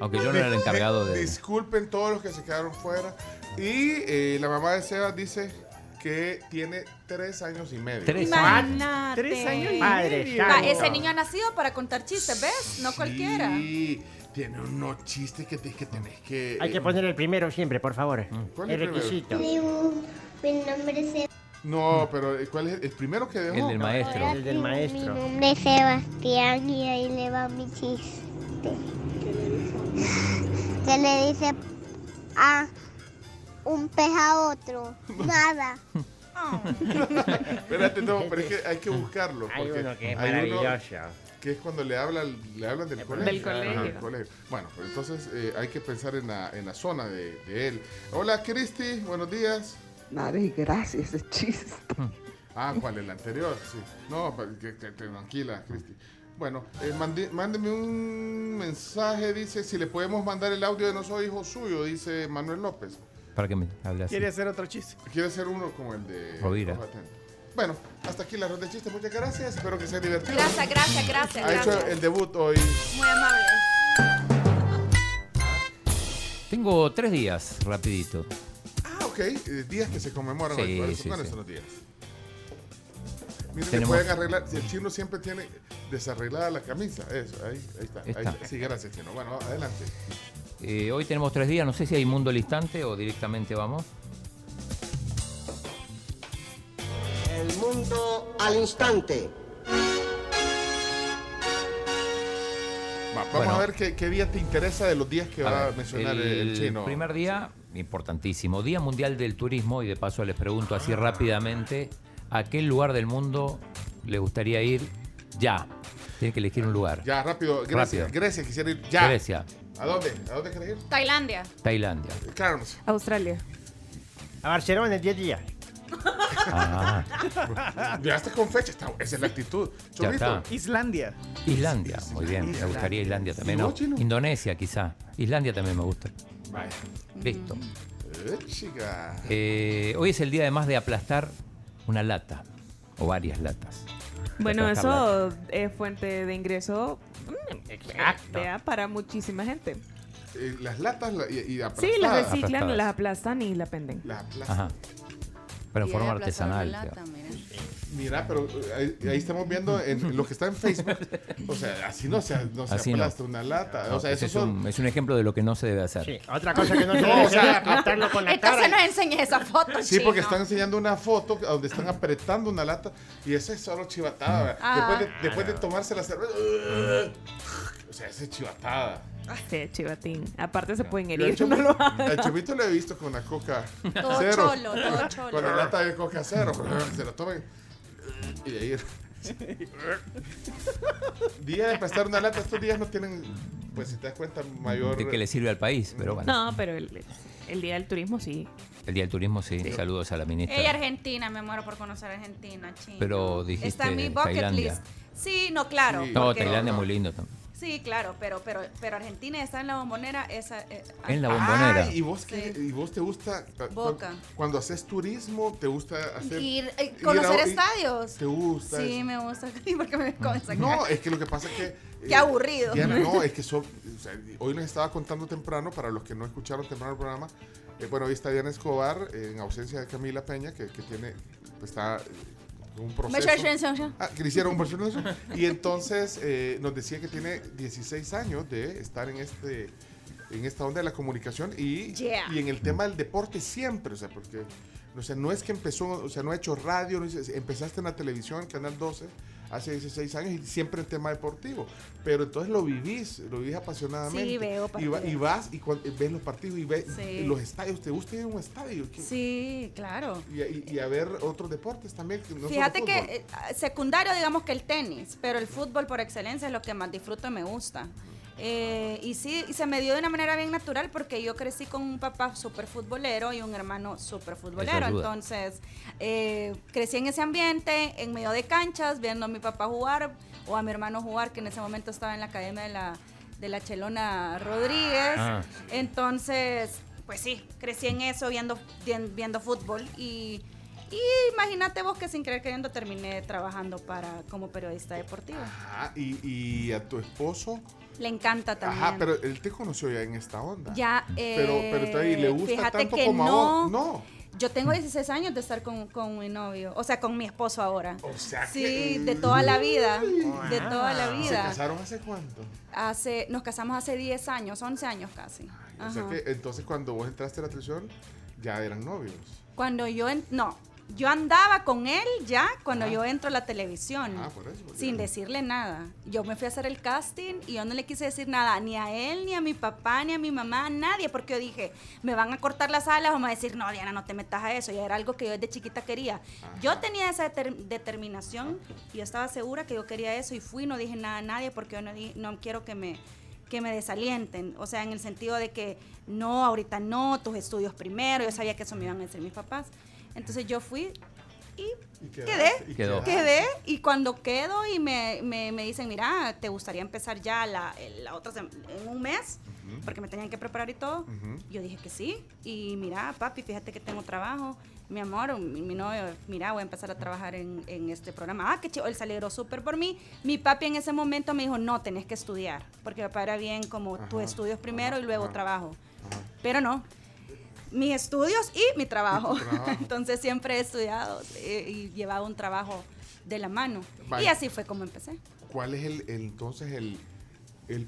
S6: Aunque yo no era el
S5: Dis-
S6: encargado
S5: di-
S6: de.
S5: Disculpen todos los que se quedaron fuera. Y eh, la mamá de Sebas dice que tiene tres años y medio.
S11: Imagínate.
S1: Tres años y
S5: Padre medio.
S11: Va,
S5: santo.
S11: ese niño ha nacido para contar chistes, ¿ves? No cualquiera.
S5: Sí, tiene unos chistes que, te- que tenés que. eh,
S21: Hay que poner el primero siempre, por favor.
S5: ¿Cuál
S21: El
S5: es el Mm. primero?
S21: requisito.
S26: Tribu, mi nombre es Sebastián.
S5: No, pero eh, ¿cuál es el primero que dejó?
S6: El del maestro.
S21: El del maestro.
S26: Mi nombre es Sebastián y ahí le va mi chiste. ¿Qué le dice a un pez a otro? Nada.
S5: Espérate, no, pero es que hay que buscarlo.
S21: Hay
S5: porque
S21: uno que es
S5: hay uno
S21: maravilloso.
S5: que es cuando le hablan, le hablan del colegio.
S21: colegio.
S5: Ajá, colegio. Bueno, pues entonces eh, hay que pensar en la, en la zona de, de él. Hola, Cristi, buenos días.
S27: Nadie,
S26: [laughs]
S27: gracias, ese chiste.
S5: Ah, ¿cuál? El anterior, sí. No, pero que- que- que tranquila, Cristi. Bueno, eh, mande- mándeme un mensaje, dice, si le podemos mandar el audio de No Soy Hijo Suyo, dice Manuel López.
S6: Para que me hable así.
S5: ¿Quiere hacer otro chiste? Quiere hacer uno como el de...
S6: Rovira.
S5: Ojo Atento. Bueno, hasta aquí la ronda de chistes. Muchas gracias. Espero que sea divertido.
S11: Gracias, gracias, gracias,
S5: Ha hecho
S11: gracias.
S5: el debut hoy.
S11: Muy amable.
S6: Tengo tres días, rapidito.
S5: Ah, ok. eh, Días que se conmemoran
S6: Sí,
S5: hoy. ¿Cuáles
S6: sí,
S5: cuáles
S6: sí.
S5: son los días? Miren, le
S6: Tenemos-
S5: pueden arreglar. El chino siempre tiene desarreglada la camisa. Eso, ahí, ahí está. ahí
S6: Está.
S5: está. Sí, gracias, chino. Bueno, adelante.
S6: Eh, hoy tenemos tres días, no sé si hay mundo al instante o directamente vamos.
S28: El mundo al instante.
S5: Va- vamos
S6: Bueno.
S5: a ver qué, qué día te interesa de los días que
S6: A
S5: va a
S6: ver,
S5: mencionar el, el chino.
S6: primer día, importantísimo, Día Mundial del Turismo, y de paso les pregunto así rápidamente, ¿a qué lugar del mundo les gustaría ir ya? Tienen que elegir un lugar.
S5: Ya, rápido. Grecia.
S6: Rápido.
S5: Grecia, quisiera ir ya.
S6: Grecia,
S5: ¿A dónde? ¿A dónde querés ir?
S11: Tailandia.
S6: Tailandia.
S5: Carlos.
S8: Australia.
S21: A Barcelona en 10 [laughs] días.
S6: Ah,
S5: Ya está con fecha. está- esa es la actitud.
S6: Ya
S5: Chomito.
S6: está.
S1: Islandia.
S6: Islandia, muy bien. Me gustaría Islandia también.
S1: ¿Y vos,
S6: ¿no?
S1: chino?
S6: Indonesia quizá. Islandia también me gusta.
S5: Vaya.
S6: Listo.
S5: Eh, chica.
S6: Eh, hoy es el día además de aplastar una lata o varias latas.
S8: Bueno,
S6: Aplastar latas.
S8: eso es fuente de ingreso mm,
S21: Exacto.
S8: vea, para muchísima gente.
S5: Eh, las latas la- y, y
S8: Sí, las
S5: aplastadas.
S8: reciclan,
S6: Aplastadas.
S8: las aplastan y la penden.
S5: Las aplastan.
S6: Ajá. Pero en
S8: Y
S6: forma
S8: ahí aplazaron la
S6: artesanal.
S8: lata,
S6: creo.
S5: Mira, pero eh, ahí, ahí estamos viendo en lo que está en Facebook. O sea, así no se, no se
S6: Así no.
S5: aplasta una lata.
S6: No,
S5: o sea,
S6: ese
S5: eso
S6: es, un, es un ejemplo de lo que no se debe hacer.
S21: Sí, otra cosa que no se
S5: No,
S21: debe
S5: o sea,
S21: hacer es
S11: [laughs]
S21: aplastarlo con la
S11: Entonces
S21: cara.
S11: no enseñes esa foto,
S5: Sí, porque
S11: chino.
S5: están enseñando una foto donde están apretando una lata y eso es solo chivatada. ¿verdad?
S11: Ah.
S5: Después, de, después de tomarse la cerveza. se hace chivatada.
S8: Ah, Sí, chivatín. Aparte se pueden
S5: Yo al
S8: herir. [laughs]
S5: chomito-
S8: no lo hagan.
S5: al chomito lo he visto con la coca
S8: Todo
S5: cero.
S8: cholo, todo cholo.
S5: Con la lata de coca cero. Se lo toman y de ahí. Día de prestar una lata, estos días no tienen, pues si te das cuenta, mayor.
S6: De que le sirve al país, pero bueno.
S8: No, pero el, el día del turismo sí.
S6: El Día del Turismo, sí. Saludos a la ministra.
S11: Ey, Argentina, me muero por conocer Argentina, ching.
S6: Pero dijiste
S11: Está en mi bucket
S6: Tailandia.
S11: list. Sí, no, claro.
S6: No,
S11: porque-
S6: Tailandia muy lindo también.
S11: Sí, claro, pero, pero, pero Argentina está en la bombonera. Esa, eh,
S6: En la bombonera.
S5: Ah, ¿y, vos qué- ¿Y vos te gusta? cu-
S11: Boca.
S5: Cuando haces turismo, ¿te gusta hacer.
S11: Ir, eh,
S5: a-
S11: conocer
S5: Ah, y-
S11: estadios.
S5: ¿Te gusta?
S11: Sí,
S5: eso?
S11: me gusta. [laughs] porque me comienzan
S5: No,
S11: a-
S5: es que lo que pasa es que. eh,
S11: Qué aburrido.
S5: Diana, no, es que son- o sea, hoy les estaba contando temprano, para los que no escucharon temprano el programa. eh, bueno, hoy está Diana Escobar, eh, en ausencia de Camila Peña, que, que tiene. pues, está eh, con un
S11: Me
S5: proceso.
S11: echan atención.
S5: Ah, que le hicieron un proceso. Y entonces eh, nos decía que tiene 16 años de estar en este. En esta onda de la comunicación y,
S11: Yeah.
S5: y en el tema del deporte siempre, o sea, porque o sea, no es que empezó, o sea, no ha hecho radio, no hice- empezaste en la televisión, Canal 12, hace 16 años y siempre el tema deportivo. Pero entonces lo vivís, lo vivís apasionadamente.
S11: Sí, veo
S5: y, va- y
S11: partidos.
S5: vas y cuan- ves los partidos y ves
S11: Sí.
S5: los estadios. ¿Te gusta ir a un estadio? ¿Qué-
S11: Sí, claro.
S5: Y, y- y a ver otros deportes también. que no solo
S11: Fíjate que
S5: fútbol.
S11: eh, secundario, digamos que el tenis, pero el fútbol por excelencia es lo que más disfruto y me gusta. Eh, y sí, y se me dio de una manera bien natural porque yo crecí con un papá súper futbolero y un hermano súper futbolero.
S4: ayuda.
S11: Entonces, eh, crecí en ese ambiente, en medio de canchas, viendo a mi papá jugar o a mi hermano jugar, que en ese momento estaba en la academia de la, de la Chelona Rodríguez.
S4: Ah.
S11: Entonces, pues sí, crecí en eso, viendo, vien- viendo fútbol y... Y imagínate vos que sin querer queriendo terminé trabajando para como periodista deportiva.
S5: Ajá, Ah, y, y a tu esposo.
S11: Le encanta también.
S5: Ajá, pero él te conoció ya en esta onda.
S11: ya,
S5: pero, pero está ahí, le
S11: eh,
S5: gusta
S11: fíjate
S5: tanto
S11: que
S5: como a
S11: no,
S5: vos. No.
S11: Yo tengo 16 años de estar con, con mi novio, o sea, con mi esposo ahora.
S5: O sea
S11: sí,
S5: que-
S11: de toda la vida,
S5: Uy.
S11: de toda la
S5: ¿Se
S11: vida.
S5: casaron hace cuánto?
S11: Hace, nos casamos hace 10 años, 11 años casi.
S5: O sea
S11: Ajá.
S5: que entonces cuando vos entraste a la televisión ya eran novios.
S11: Cuando yo, en- no, yo andaba con él ya cuando yo entro a la televisión.
S5: Ah, por eso.
S11: Sin decirle nada. Yo me fui a hacer el casting y yo no le quise decir nada, ni a él, ni a mi papá, ni a mi mamá, a nadie, porque yo dije, me van a cortar las alas o me van a decir, no, Diana, no te metas a eso. Y era algo que yo desde chiquita quería. Yo tenía esa deter- determinación y yo estaba segura que yo quería eso y fui, no dije nada a nadie porque yo no, di- no quiero que me que me desalienten, o sea, en el sentido de que no, ahorita no, tus estudios primero, yo sabía que eso me iban a decir mis papás. Entonces yo fui
S5: Y
S11: quedé,
S5: y
S6: Quedó.
S11: quedé y cuando quedo y me, me- me dicen, mira, ¿te gustaría empezar ya la, la otra sem- en un mes? Porque me tenían que preparar y todo. Yo dije que sí. Y mira, papi, fíjate que tengo trabajo. Mi amor, mi, mi novio, mira, voy a empezar a trabajar en, en este programa. Ah, qué chido. Él se alegró súper por mí. Mi papi en ese momento me dijo, no, tenés que estudiar. Porque mi papá era bien como tus estudios primero y luego trabajo. Pero no. Mis estudios y mi trabajo.
S5: trabajo.
S11: [laughs] Entonces siempre he estudiado eh, y llevaba un trabajo de la mano.
S5: Vale.
S11: Y así fue como empecé.
S5: ¿Cuál es el, el- entonces el, el,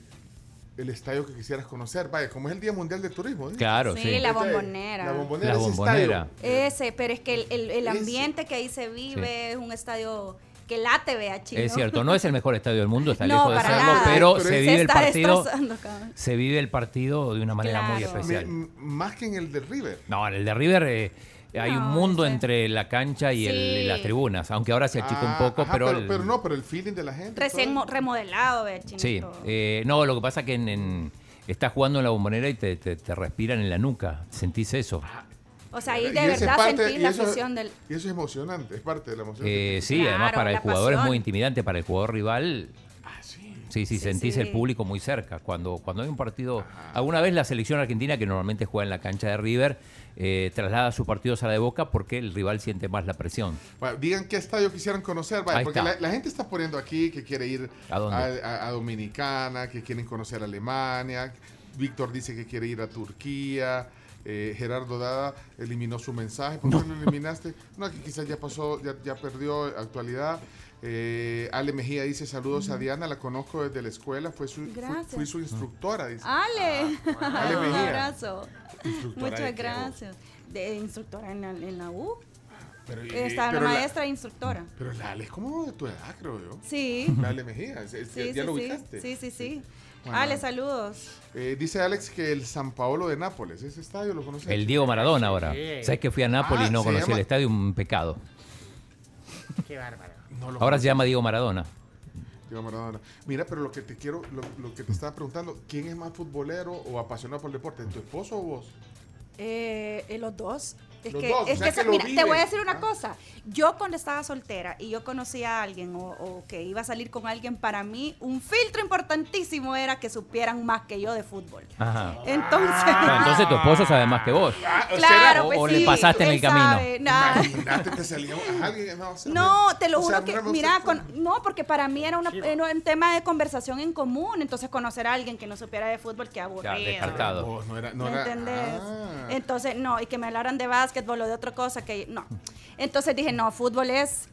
S5: el estadio que quisieras conocer? Vaya, como es el Día Mundial de Turismo. ¿eh?
S6: Claro,
S11: Sí, sí. la Bombonera.
S5: La bombonera.
S6: La
S5: ese
S6: Bombonera.
S5: estadio.
S11: Ese, pero es que el, el- el
S5: Ese.
S11: ambiente que ahí se vive es un estadio que late, vea, chino.
S6: Es
S11: [laughs]
S6: cierto, no es el mejor estadio del mundo, está
S11: No,
S6: lejos de
S11: para
S6: serlo,
S11: nada.
S6: pero
S11: Pero
S6: se
S11: es-
S6: vive
S11: se
S6: el
S11: está
S6: partido.
S11: destrozando, cabrón.
S6: Se vive el partido de una manera muy
S11: Claro.
S6: especial.
S5: Me- m- más que en el del River.
S6: No, en el de River eh, hay un mundo entre la cancha y, el- y las
S11: Sí.
S6: tribunas, aunque ahora se achica
S5: Ah,
S6: un poco,
S5: ajá,
S6: pero,
S5: pero,
S6: el-
S5: pero no, pero el feeling de la gente.
S11: Recién mo- remodelado, vea, chino.
S6: sí. eh, no, lo que pasa que en, en- estás jugando en la bombonera y te, te- te respiran en la nuca, sentís eso.
S5: Ah,
S6: Eh,
S11: O sea, ahí de
S5: Y ese es
S11: verdad
S5: parte-
S11: sentí
S5: y
S11: la
S5: eso-
S11: afición del...
S5: Y eso es emocionante, es parte de la emoción.
S6: Eh, sí, además
S11: Claro,
S6: para el
S11: la
S6: jugador es
S11: pasión.
S6: muy intimidante, para el jugador rival.
S5: Ah,
S6: Sí, sí, sentís
S11: sí.
S6: el público muy cerca. Cuando, cuando hay un partido, alguna vez la selección argentina, que normalmente juega en la cancha de River, eh, traslada sus partidos a la de Boca porque el rival siente más la presión.
S5: Bueno, digan qué estadio quisieran conocer, vaya,
S6: Ahí
S5: porque
S6: está.
S5: la, la gente está poniendo aquí que quiere ir
S6: ¿A dónde?
S5: a- a Dominicana, que quieren conocer Alemania. Víctor dice que quiere ir a Turquía. eh, Gerardo Dada eliminó su mensaje. ¿Por qué lo eliminaste? No, que quizás ya pasó, ya, ya perdió actualidad. Eh, Ale Mejía dice saludos a Diana, la conozco desde la escuela, fue su, fui-
S11: Gracias. Ah,
S5: fui su instructora. Dice.
S11: Ale,
S5: Ale
S11: [laughs] un
S5: Mejía.
S11: abrazo.
S5: Ah, Instructora de
S11: Muchas
S5: qué,
S11: gracias. De instructora en la, en la U.
S5: Pero, y-
S11: Estaba la
S5: pero la-
S11: maestra e instructora.
S5: Pero la Ale es como de tu edad, creo yo.
S11: Sí.
S5: La Ale Mejía, es- es-
S11: Sí,
S5: ya
S11: sí,
S5: lo
S11: sí.
S5: ubicaste.
S11: Sí, sí, sí.
S5: Bueno.
S11: Ale, saludos.
S5: Eh, dice Alex que el San Paolo de Nápoles, ese estadio lo conoce.
S6: El Diego Maradona ahora.
S5: Sí.
S6: ¿Sabes que fui a Nápoles
S5: Ah,
S6: y no
S5: se
S6: conocí
S5: llama-
S6: el estadio? Un pecado.
S5: Qué bárbaro.
S6: Ahora se llama Diego Maradona.
S5: Diego Maradona. Mira, pero lo que te quiero, lo, lo que te estaba preguntando, ¿quién es más futbolero o apasionado por el deporte? ¿Tu esposo o vos?
S11: Eh, eh, los dos. Es
S5: Los
S11: que,
S5: dos, o
S11: es
S5: sea
S11: que,
S5: que
S11: eso-
S5: lo Ah.
S11: mira, te voy
S5: viven.
S11: a decir una cosa. Yo cuando estaba soltera y yo conocía a alguien o, o que iba a salir con alguien, para mí un filtro importantísimo era que supieran más que yo de fútbol.
S6: Ajá.
S11: Entonces,
S6: Bueno, entonces tu esposo sabe más que vos.
S11: claro,
S6: Ah, o,
S11: pues
S6: o
S11: sí,
S6: le pasaste en
S11: él
S6: el camino.
S11: sabe, nada.
S5: Imagínate, te [laughs] salía alguien. No, o sea,
S11: No, te lo
S5: o
S11: juro
S5: sea,
S11: que,
S5: no, no,
S11: mira,
S5: no,
S11: con- no, porque para mí era, una, era un tema de conversación en común, entonces conocer a alguien que no supiera de fútbol, qué aburrido.
S6: Ya, descartado.
S5: Vos, no era, no
S11: ¿Me
S5: era-
S11: entendés?
S5: Ah.
S11: Entonces, no, y que me hablaran de básquetbol o de otra cosa que no. Entonces dije, no, fútbol es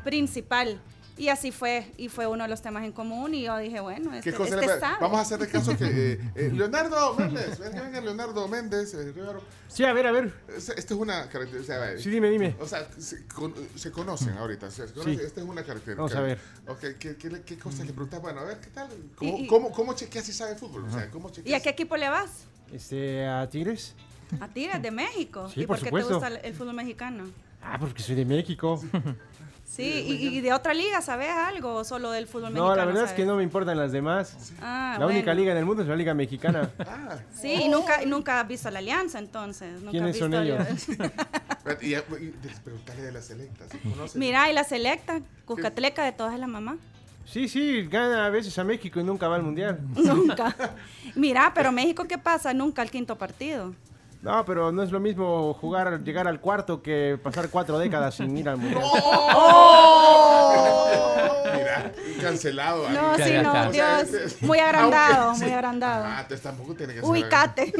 S11: principal. Y así fue, y fue uno de los temas en común. Y yo dije, bueno,
S5: ¿Qué
S11: este,
S5: cosa
S11: este
S5: le-
S11: sabe.
S5: Vamos a hacer de caso que
S8: [laughs]
S5: eh, eh, Leonardo Méndez, venga, venga, Leonardo Méndez, eh, Rivero.
S4: Sí, a ver, a ver.
S5: Esta es una característica. o sea,
S4: Sí, dime, dime.
S5: O sea, se, con- se conocen ahorita. o sea, se conocen. Esta es una característica.
S4: Vamos a ver.
S5: Ok, ¿qué, qué, le- qué cosa le preguntas? Bueno, a ver, ¿qué tal? ¿Cómo,
S11: Y- y-
S5: cómo, cómo chequeas si sabe fútbol? O sea, ¿cómo
S11: ¿Y a
S5: chequeas?
S11: qué equipo le vas?
S4: Este, a Tigres.
S11: A Tigres de México.
S4: Sí,
S11: ¿Y
S4: por
S11: por, qué
S4: supuesto.
S11: te gusta el, el fútbol mexicano?
S4: Ah, porque soy de [laughs] México.
S11: Sí, y- y, de otra liga, ¿sabes algo? ¿O solo del fútbol mexicano?
S4: No, la verdad es
S11: sabes?
S4: que no me importan las demás.
S11: Ah,
S4: la única
S11: bueno.
S4: liga en el mundo es la liga
S11: [laughs]
S4: mexicana.
S11: Sí, y nunca, y nunca has visto la alianza, entonces. Nunca
S4: ¿Quiénes
S11: has
S4: son
S11: visto
S4: ellos?
S5: Y, y, y preguntarle de la selecta. ¿sí conoces?
S11: Mira, y la selecta, Cuscatleca de todas es la
S4: [laughs]
S11: mamá.
S4: Sí, sí, gana a veces a México y nunca va al mundial.
S11: Nunca. Mira, pero México, ¿qué pasa? Nunca al quinto partido.
S4: No, pero no es lo mismo jugar, llegar al cuarto que pasar cuatro décadas sin ir al
S11: [laughs]
S4: mundial.
S23: ¡Oh!
S5: Ah, Mira, cancelado.
S11: No,
S5: alguien.
S11: sí, no,
S5: ¡Oh! O sea,
S11: Dios,
S5: [laughs] es-
S11: muy agrandado,
S5: aunque-
S11: muy agrandado.
S5: Ah, entonces tampoco tiene que ser.
S11: Ubicate.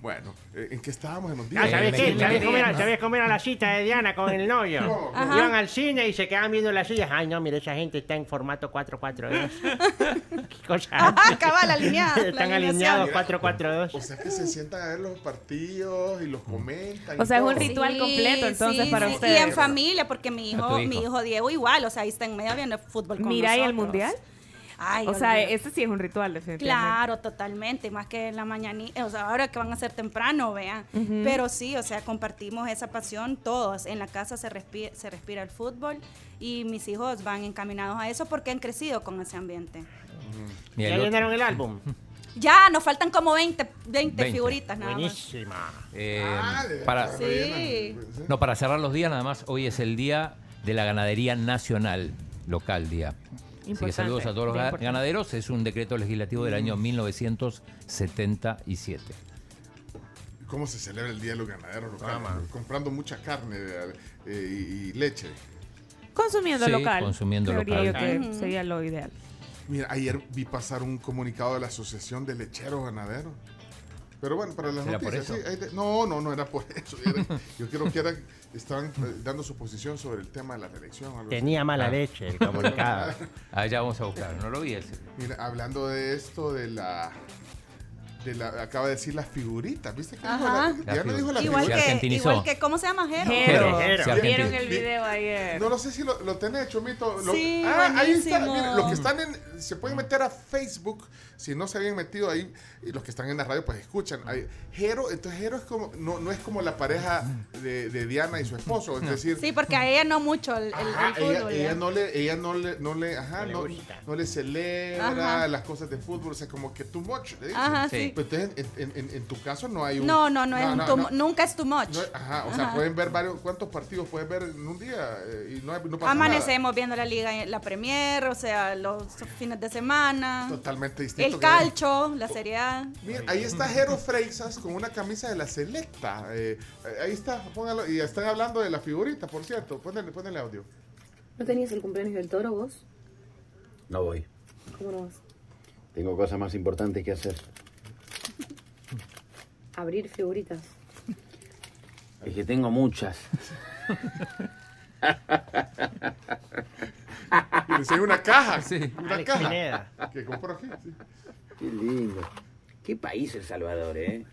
S5: Bueno, eh, ¿en qué estábamos en los días?
S4: Ah, ¿sabes qué?
S5: Ya
S4: ¿Sabes cómo era,
S5: Ajá.
S4: sabes cómo era la cita de Diana con el novio?
S5: [laughs] Ajá.
S4: Iban al cine y se quedaban viendo las sillas. Ay, no, mire, esa gente está en formato
S11: [laughs]
S4: 4-4-2. qué cosa.
S11: Ajá, Ah, cabal, alineada, la
S4: Están
S11: alineación.
S4: alineados
S5: Mira,
S4: 4-4-2.
S5: O sea que se sientan a ver los partidos y los comentan.
S8: O sea,
S5: y
S8: es un
S5: todo.
S8: ritual completo, entonces, para
S11: Y
S8: ustedes.
S11: en familia, porque mi
S5: A
S11: hijo,
S5: tu hijo.
S11: mi hijo Diego igual, o sea, ahí está en medio viendo fútbol con
S8: Mira, ¿y el
S11: nosotros.
S8: mundial?
S11: Ay,
S8: o sea,
S11: olvídate.
S8: este sí es un ritual, definitivamente.
S11: Claro, totalmente, más que en la mañanita, o sea, ahora que van a ser temprano, vean.
S8: Ujú.
S11: Pero sí, o sea, compartimos esa pasión todos. En la casa se respira, se respira el fútbol y mis hijos van encaminados a eso porque han crecido con ese ambiente.
S6: Mira,
S4: ¿Ya
S6: el otro-
S4: llenaron el
S6: [laughs]
S4: álbum?
S11: Ya, nos faltan como 20, 20,
S6: 20.
S11: figuritas nada
S4: Buenísima.
S6: Eh,
S11: Ah, de
S6: para,
S11: verdad, Sí. rellenan.
S6: No, para cerrar los días nada más, hoy es el Día de la Ganadería Nacional, local día. Así que
S7: Importante,
S6: saludos a todos los
S7: bien
S6: ga-
S7: importante.
S6: ganaderos. Es un decreto legislativo del
S11: Mm.
S6: año 1977.
S5: ¿Cómo se celebra el Día de los Ganaderos local? Comprando mucha carne eh, y, y leche.
S8: Consumiendo
S5: Sí,
S8: local.
S5: consumiendo
S8: creería
S5: local.
S8: yo que
S5: Ujú.
S8: sería lo ideal.
S5: Mira, ayer vi pasar un comunicado de la Asociación de Lecheros Ganaderos. Pero bueno, para las
S6: ¿Era por
S5: noticias.
S6: eso?
S5: sí, hay de- no, no, no era por [laughs] eso. era- yo creo que eran, estaban eh, dando su posición sobre el tema de la reelección. algo así. Ah.
S4: Tenía mala leche el
S6: [laughs]
S4: comunicado.
S6: Allá Ah. vamos a buscar, no lo vi ese.
S5: [laughs] Mira, hablando de esto, de la. De la acaba de decir las figuritas, ¿viste? Que dijo
S11: Ajá.
S5: la- Diana
S6: Las
S5: dijo las
S6: figu- Se
S5: figuritas.
S11: más.
S6: argentinizó.
S11: Igual que, ¿cómo se llama? Jero.
S6: Jero, Jero. Se
S8: Vieron
S6: argentinizó.
S8: el video ayer.
S5: No, no sé si lo, lo tenés, Chomito. Lo-
S8: Sí,
S5: ah, ahí está.
S8: buenísimo.
S5: Miren, los que están en. Se pueden meter a Facebook. Si no se habían metido ahí. Y los que están en la radio, pues escuchan. Ahí- Jero, entonces Jero es como. No, no es como la pareja de, de Diana y su esposo. Es decir.
S11: Sí, porque a ella no mucho el, el- el
S5: ajá,
S11: fútbol.
S5: ella, ella
S11: ¿verdad?
S5: no le, ella no le, no le, ajá, no, no le celebra
S11: Ajá.
S5: las cosas de fútbol, o sea, como que too much, le dicen.
S11: Ajá, Sí. sí.
S5: Pero entonces, en, en- en- en tu caso no hay un...
S11: No, no, no, es un too-
S5: no.
S11: nunca es too much.
S5: No, ajá, o sea,
S11: Ajá.
S5: pueden ver varios, ¿cuántos partidos puedes ver en un día? Eh, y no, hay- no pasa
S11: Amanecemos viendo la liga, la Premier, o sea, los fines de semana.
S5: nada. Totalmente distinto.
S11: El
S5: que-
S11: calcho, la Serie A.
S5: Mira, ahí está Jero Freixas con una camisa de la Selecta. eh, eh, ahí está, póngalo. Y están hablando de la figurita, por cierto. Pónganle, pónganle audio.
S17: ¿No tenías el cumpleaños del toro vos?
S24: No voy.
S17: ¿Cómo no vas?
S24: Tengo cosas más importantes que hacer.
S17: Abrir figuritas.
S24: Es que tengo muchas.
S5: [laughs] Y les hay una caja. Una
S24: Alex
S5: caja.
S24: Pineda.
S5: Que compró aquí. sí.
S24: Qué lindo. Qué país El Salvador, ¿eh?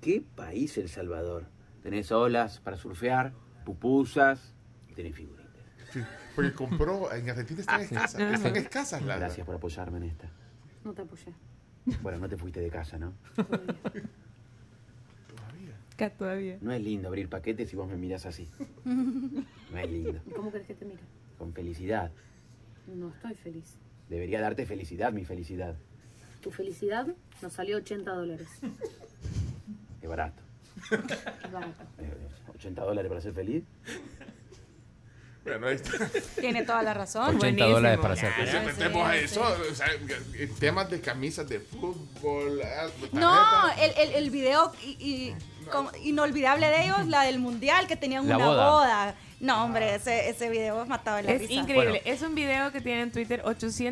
S24: Qué país El Salvador. Tenés olas para surfear, pupusas y tenés figuritas.
S5: Sí, porque compró, en Argentina están escasas, están
S24: [laughs]
S5: escasas las.
S24: Gracias por apoyarme en esta.
S17: No te apoyé.
S24: Bueno, no te fuiste de casa, ¿no?
S8: Acá
S17: [laughs]
S8: todavía.
S24: No es lindo abrir paquetes si vos me mirás así. No es lindo.
S17: ¿Y cómo crees que te miro?
S24: Con felicidad.
S17: No estoy feliz.
S24: Debería darte felicidad, mi felicidad.
S17: Tu felicidad nos salió 80 dólares.
S24: Es barato.
S17: Es barato.
S24: Eh, 80 dólares para ser feliz.
S5: Bueno, ahí está.
S11: Tiene toda la razón.
S6: 80 dólares para hacer
S5: Claro,
S6: cosas.
S5: si metemos a eso, o sea, en temas de camisas de fútbol, ah,
S11: No, el, el, el video y- y- con- inolvidable de ellos, la del mundial, que tenían
S6: La
S11: una
S6: boda.
S11: boda. No, hombre, ese, ese video mataba la
S8: Es
S11: risa.
S8: increíble. Es un video que tiene en Twitter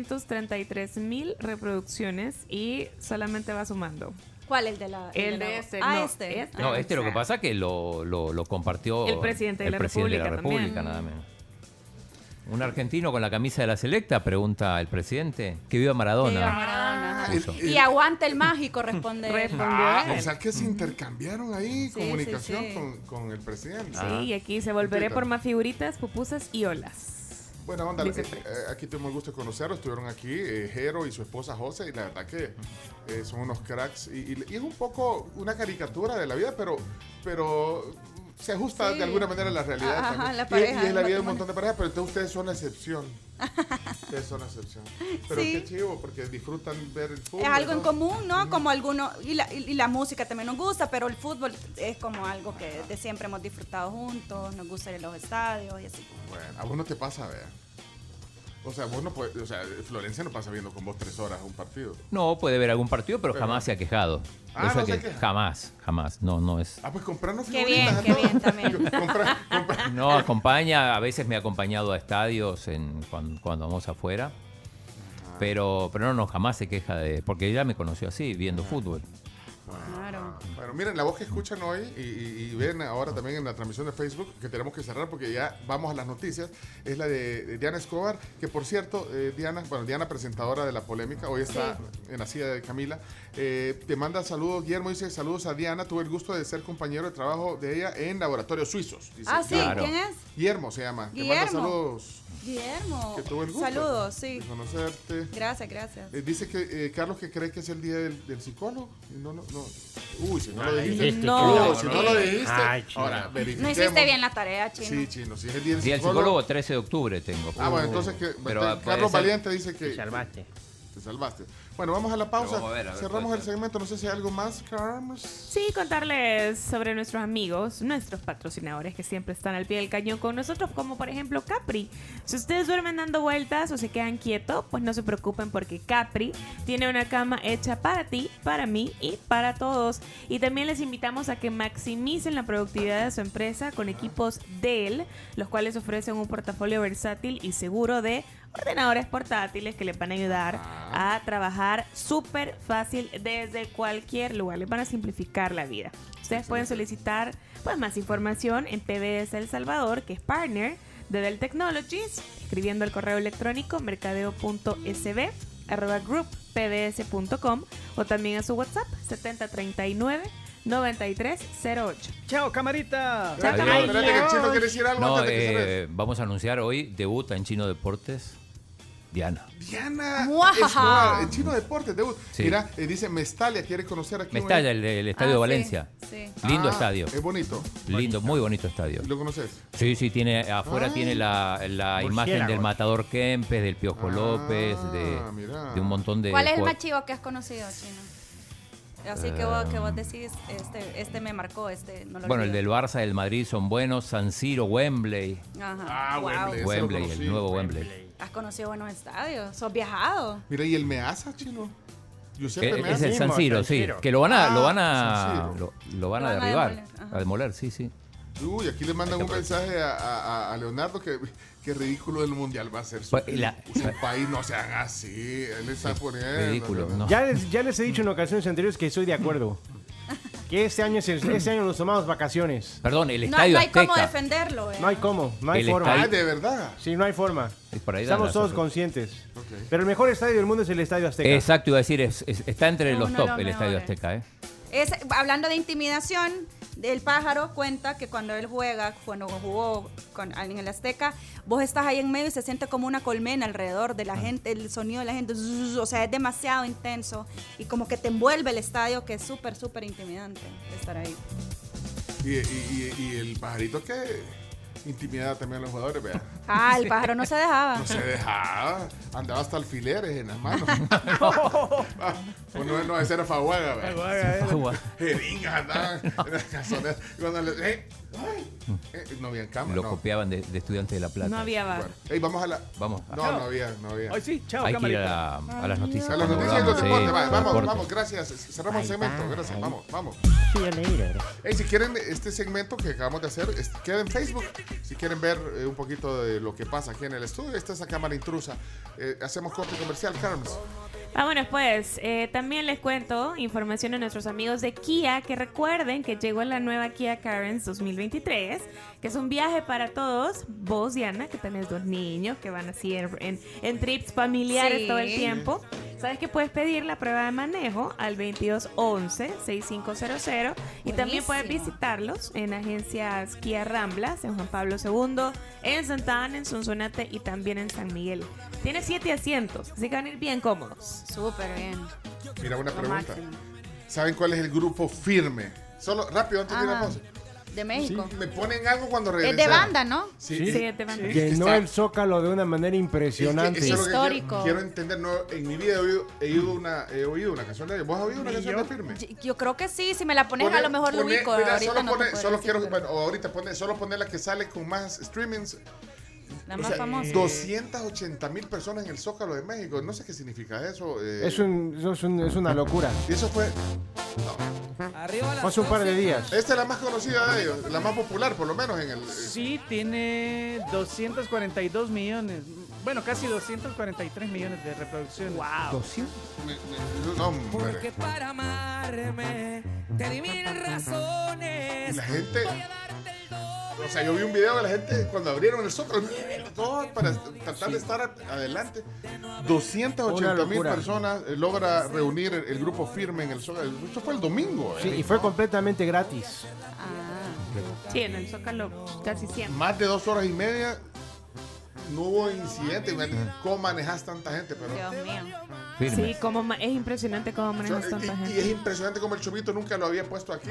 S8: 833 mil reproducciones y solamente va sumando.
S11: ¿Cuál? El de la.
S8: El
S11: la
S8: de
S11: bo-
S8: este,
S11: Ah,
S8: no,
S11: este.
S8: este.
S6: No, este lo que pasa es que lo, lo, lo compartió
S8: El presidente de
S6: el
S8: la
S6: presidente de la
S8: República
S6: República,
S8: también.
S6: nada menos. Un argentino con la camisa de la selecta pregunta al presidente que viva Maradona.
S11: Viva Maradona, ajá.
S6: Puso.
S11: Y aguanta el mágico, [laughs] responde.
S5: Ah, o sea que se intercambiaron ahí
S11: eh, Sí,
S5: comunicación
S11: sí, sí.
S5: Con, con el presidente.
S8: Sí, y aquí se volveré por más figuritas, pupusas y olas.
S5: Buena onda,
S8: Dice
S5: eh,
S8: Félix.
S5: eh, aquí tuvimos el gusto de conocerlos, estuvieron aquí eh, Jero y su esposa José y la verdad que eh, son unos cracks y, y- y es un poco una caricatura de la vida, pero, pero se ajusta
S11: Sí.
S5: de alguna manera a la realidad.
S11: Ajá,
S5: también.
S11: la
S5: Y-
S11: pareja,
S5: y, es la vida
S11: el
S5: de un
S11: matrimonio.
S5: montón de parejas, pero entonces ustedes son la excepción. [laughs] ustedes son la excepción. Pero
S11: Sí.
S5: qué chivo, porque disfrutan ver el fútbol.
S11: Es algo en
S5: ¿no?
S11: común, ¿no? Como alguno. Y la, y la música también nos gusta, pero el fútbol es como algo que de siempre hemos disfrutado juntos, nos gusta ir a los estadios y así.
S5: Bueno, a vos no te pasa, vea. O sea, vos no puedes, o sea, Florencia no pasa viendo con vos tres horas un partido.
S6: No, puede ver algún partido, pero jamás se ha quejado.
S5: Ah,
S6: Eso
S5: no
S6: que-
S5: se queja.
S6: Jamás, jamás. No, no es.
S5: Ah, pues comprarnos
S11: Qué
S5: figuritas.
S11: bien, qué bien
S5: [laughs]
S11: también.
S6: [laughs] No acompaña, a veces me ha acompañado a estadios en, cuando, cuando vamos afuera. Pero, pero no, no, jamás se queja de. Porque ella me conoció así, viendo fútbol.
S11: Claro.
S5: Bueno, miren, la voz que escuchan hoy y, y- y ven ahora también en la transmisión de Facebook, que tenemos que cerrar porque ya vamos a las noticias, es la de, de Diana Escobar, que por cierto, eh, Diana, bueno, Diana presentadora de la polémica, hoy está en la silla de Camila, eh, te manda saludos, Guillermo dice saludos a Diana, tuve el gusto de ser compañero de trabajo de ella en laboratorios suizos. dice.
S11: Ah, sí, ¿quién es?
S5: Guillermo se llama, te manda
S11: Guillermo.
S5: saludos,
S11: Guillermo.
S5: que tuve el gusto
S11: Saludos, sí.
S5: de conocerte.
S11: Gracias, gracias.
S5: Eh, dice que eh, Carlos que cree que es el día del, del psicólogo. No, no, no. Uy, si no, lo
S6: Ay,
S5: dijiste.
S6: este No.
S5: Uy, si no lo dijiste.
S6: Ay, chino.
S5: ahora,
S11: No
S5: verifiquemos.
S11: hiciste bien la tarea, chino.
S5: Sí, chino, si es el día del
S6: Día del
S5: psicólogo.
S6: psicólogo, 13 de octubre tengo.
S5: Ah, bueno, entonces que
S6: Pero,
S5: te-
S6: ah, puede
S5: Carlos
S6: ser-
S5: Valiente dice que.
S6: Te salvaste.
S5: Te salvaste. Bueno, vamos a la pausa.
S6: Pero vamos a ver, a ver,
S5: Cerramos
S6: puede
S5: el segmento. No sé si hay algo más, Carlos.
S8: Sí, contarles sobre nuestros amigos, nuestros patrocinadores que siempre están al pie del cañón con nosotros, como por ejemplo Capri. Si ustedes duermen dando vueltas o se quedan quietos, pues no se preocupen porque Capri tiene una cama hecha para ti, para mí y para todos. Y también les invitamos a que maximicen la productividad de su empresa con equipos Dell, los cuales ofrecen un portafolio versátil y seguro de ordenadores portátiles que les van a ayudar a trabajar súper fácil desde cualquier lugar. Les van a simplificar la vida. Ustedes pueden solicitar pues, más información en PBS El Salvador, que es partner de Dell Technologies, escribiendo el correo electrónico mercadeo.sb arroba grouppbs.com o también a su WhatsApp 7039 9308.
S1: Chao, camarita.
S8: Chao,
S6: Adiós.
S8: camarita.
S5: Espérate que el chino quiere decir algo
S6: No,
S5: antes de que
S6: eh,
S5: se
S6: vamos a anunciar hoy, debuta en Chino Deportes, Diana.
S5: Diana
S11: ¡Guau!
S5: Escobar, en Chino Deportes. debut.
S6: Sí.
S5: Mira, eh, dice Mestalla, quiere conocer aquí. Ah,
S6: Mestalla, el, el estadio de Valencia. Lindo estadio.
S5: Es bonito.
S6: Lindo, muy bonito estadio.
S5: ¿Lo conoces?
S6: Sí, sí, tiene, afuera
S5: Ah.
S6: tiene la, la imagen del
S5: Murciélago.
S6: matador Kempes, del Piojo López,
S5: Ah, mirá.
S6: de, de un montón de...
S11: ¿Cuál es el
S6: jugad-
S11: más chivo que has conocido, chino? Así que vos, que vos decís, este, este me marcó, este no lo
S6: Bueno, el
S11: olvido.
S6: del Barça, del Madrid son buenos, San Siro, Wembley.
S11: Ajá.
S5: Ah,
S11: Wow.
S5: Wembley. ese lo
S6: Wembley,
S5: conocí.
S6: el nuevo Wembley.
S11: Has conocido buenos estadios, sos viajado.
S5: Mira, ¿y el Meaza, chino? Giuseppe
S6: Que Eh, es
S5: Meazza.
S6: el San Siro, sí. Que lo van a,
S5: Ah,
S6: lo van a, lo, lo van a
S5: Lo van a
S6: derribar,
S5: demoler, ajá.
S6: a demoler, sí, sí.
S5: Uy, aquí le mandan un mensaje a, a- a Leonardo que, que ridículo el mundial va a ser. Su,
S6: Pues, y la-
S5: su país no sean así. Él le está poniendo. Leonardo.
S7: Ya, les, ya les he dicho en ocasiones anteriores que estoy de
S6: [laughs]
S7: acuerdo. Que este año, es el- este año nos tomamos vacaciones.
S6: Perdón, el
S11: No, no hay cómo defenderlo, eh.
S7: No hay cómo, no hay
S6: El
S7: forma.
S6: estadio-
S7: Ah,
S6: Ah, ¿de
S5: verdad?
S7: Sí, no hay forma.
S6: ahí dan
S7: Estamos
S6: las
S7: todos
S6: sorpresas.
S7: conscientes. Pero el mejor estadio del mundo es el Estadio Azteca.
S6: Exacto, iba a decir, es- es- está entre
S11: No,
S6: los
S11: uno de
S6: top
S11: los
S6: el Estadio
S11: mejores.
S6: Azteca, ¿eh?
S11: Es, hablando de intimidación, el pájaro cuenta que cuando él juega, cuando jugó con, en el Azteca, vos estás ahí en medio y se siente como una colmena alrededor de la gente, el sonido de la gente, zzzz, o sea, es demasiado intenso y como que te envuelve el estadio, que es súper, súper intimidante estar ahí.
S5: Y, y- y- y el pajarito que intimidaba también a los jugadores, vea.
S11: Ah, el pájaro no se dejaba.
S5: No se dejaba, andaba hasta alfileres en las
S11: [laughs]
S5: manos. [laughs] o no, no, ese era Faguaga, vea.
S2: Faguaga, eh. Fagua.
S5: Jeringas
S6: [laughs]
S5: andaban en las calzoneras. Y cuando le- eh, ay, eh, no había cámara.
S6: Lo
S5: no.
S6: copiaban de, de Estudiantes de La Plata.
S5: No había bar. Bueno. Ey, vamos a la.
S6: Vamos.
S5: No, no había, no había.
S6: Ay, sí, chao, Hay que ir a la- a las noticias
S5: A las
S6: cuando
S5: noticias y los
S6: volvamos,
S5: deportes,
S6: sí,
S5: va,
S6: los
S5: vamos,
S6: deportes.
S5: vamos, gracias. Cerramos el segmento, gracias, vamos, vamos.
S4: Sí, yo leí, la verdad.
S5: Hey, si quieren este segmento que acabamos de hacer, es- queda en Facebook. Si quieren ver eh, un poquito de lo que pasa aquí en el estudio, esta es la cámara intrusa. Eh, hacemos corte comercial, Carms.
S8: Vámonos pues, Eh, también les cuento información a nuestros amigos de Kia que recuerden que llegó la nueva Kia Carens 2023, que es un viaje para todos, vos Diana, que tenés dos niños que van así en, en- en trips familiares
S11: Sí.
S8: todo el tiempo. Sabes que puedes pedir la prueba de manejo al 2211-6500 y también
S11: Buenísimo.
S8: puedes visitarlos en agencias Kia Ramblas, en Juan Pablo II, en Santa Ana, en Sonsonate y también en San Miguel. Tiene siete asientos, así que van a ir bien cómodos.
S11: Súper bien.
S5: Mira, una
S11: Lo
S5: pregunta.
S11: máximo.
S5: ¿Saben cuál es el grupo firme? Solo, rápido, antes de ir a
S11: Ajá.
S5: pausa.
S11: De México.
S5: Me ponen algo cuando
S11: Es
S5: regresamos.
S11: de banda, ¿no?
S5: Sí,
S7: Sí.
S5: es-
S11: Sí, es de banda.
S5: es que
S7: Llenó
S5: está-
S7: el zócalo de una manera impresionante.
S5: es que eso es lo que
S11: Histórico.
S5: quiero, quiero entender. no, en mi vida he oído, he oído una, he oído una canción de. ¿Vos has oído una canción de firme?
S11: Yo- Yo creo que sí, si me la pones
S5: Poné-
S11: a lo mejor lo
S5: poné-
S11: ubico.
S5: mira,
S11: ahorita
S5: solo
S11: no te
S5: poné-
S11: puedo
S5: solo
S11: decir,
S5: quiero, bueno,
S11: pero
S5: ahorita pone, solo poner la que sale con más streamings.
S11: La
S5: O
S11: más
S5: sea,
S11: famosa.
S5: 280 mil personas en el Zócalo de México. No sé qué significa eso. eh.
S7: Es, un- eso es un- es una locura.
S5: Y eso fue.
S7: Hace un par de días.
S5: Esta es la más conocida de ellos, la más popular, por lo menos en el.
S1: Sí, tiene 242 millones. Bueno, casi 243 millones de reproducciones. ¡Wow!
S5: No, hombre.
S2: Para amarme, te di mil razones.
S5: La gente. O sea, yo vi un video de la gente cuando abrieron el Zócalo. Todo para tratar de estar adelante. 280 mil
S7: locura.
S5: personas eh, logra reunir el, el grupo firme en el Zócalo. Esto fue el domingo. eh.
S7: Sí, y fue completamente gratis.
S11: Ah.
S8: Sí, en el Zócalo casi siempre.
S5: Más de dos horas y media. No hubo incidente. ¿Cómo manejas tanta gente? Pero...
S8: Sí, como ma- es impresionante cómo manejas tanta
S5: Y es
S8: gente.
S5: impresionante como el chomito nunca lo había puesto aquí.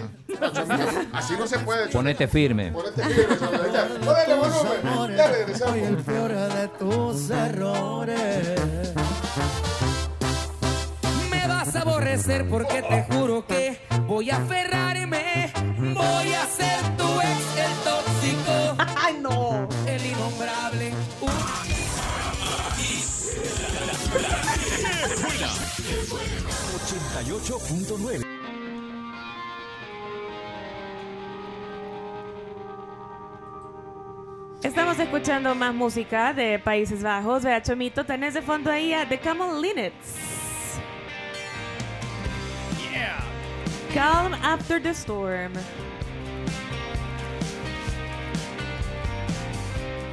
S5: Así no se puede.
S6: Ponete firme.
S5: Póngale volumen. Ya regresamos.
S2: el peor de tus errores. Me vas a aborrecer porque te juro que voy a aferrarme. Voy a ser tu ex, el tóxico. ¡Ay, no! El innombrable.
S10: ¡Qué buena! 88.9
S8: Estamos escuchando más música de Países Bajos. Vea, Chomito, tenés de fondo ahí a The Camel Linnets. Calm After the Storm.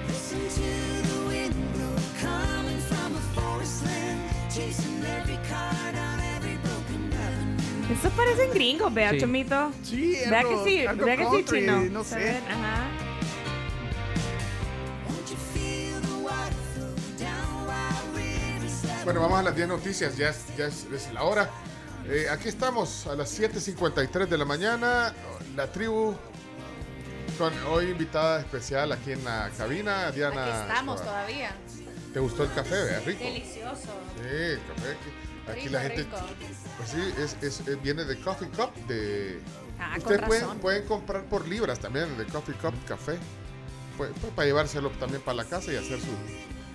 S2: Listen to the wind blow, coming from a forest land, chasing every car down every broken avenue.
S8: Estos parecen gringos, vea,
S2: Sí.
S8: Chomito.
S2: Sí,
S8: vea
S2: algo-
S8: que sí,
S2: algo
S8: vea que sí,
S2: country,
S8: chino.
S2: no sé.
S8: ¿Saben? Ajá.
S2: Won't you feel the water flow down Wild River's side?
S5: Bueno, vamos a las 10 noticias. Ya es, ya es- es la hora. Eh, aquí estamos a las 7.53 de la mañana. La tribu con hoy invitada especial aquí en la cabina. Diana.
S11: Estamos
S5: Escobar.
S11: todavía.
S5: ¿Te gustó el café? vea? Rico.
S11: Delicioso.
S5: Sí, el café. que- Aquí la
S11: Rico,
S5: gente.
S11: rico.
S5: Pues sí, es, es- eh, viene de Coffee Cup. De,
S11: Ah, con
S5: ustedes pueden,
S11: razón.
S5: pueden comprar por libras también de Coffee Cup Café. Pues, pues, para llevárselo también para la casa y hacer su.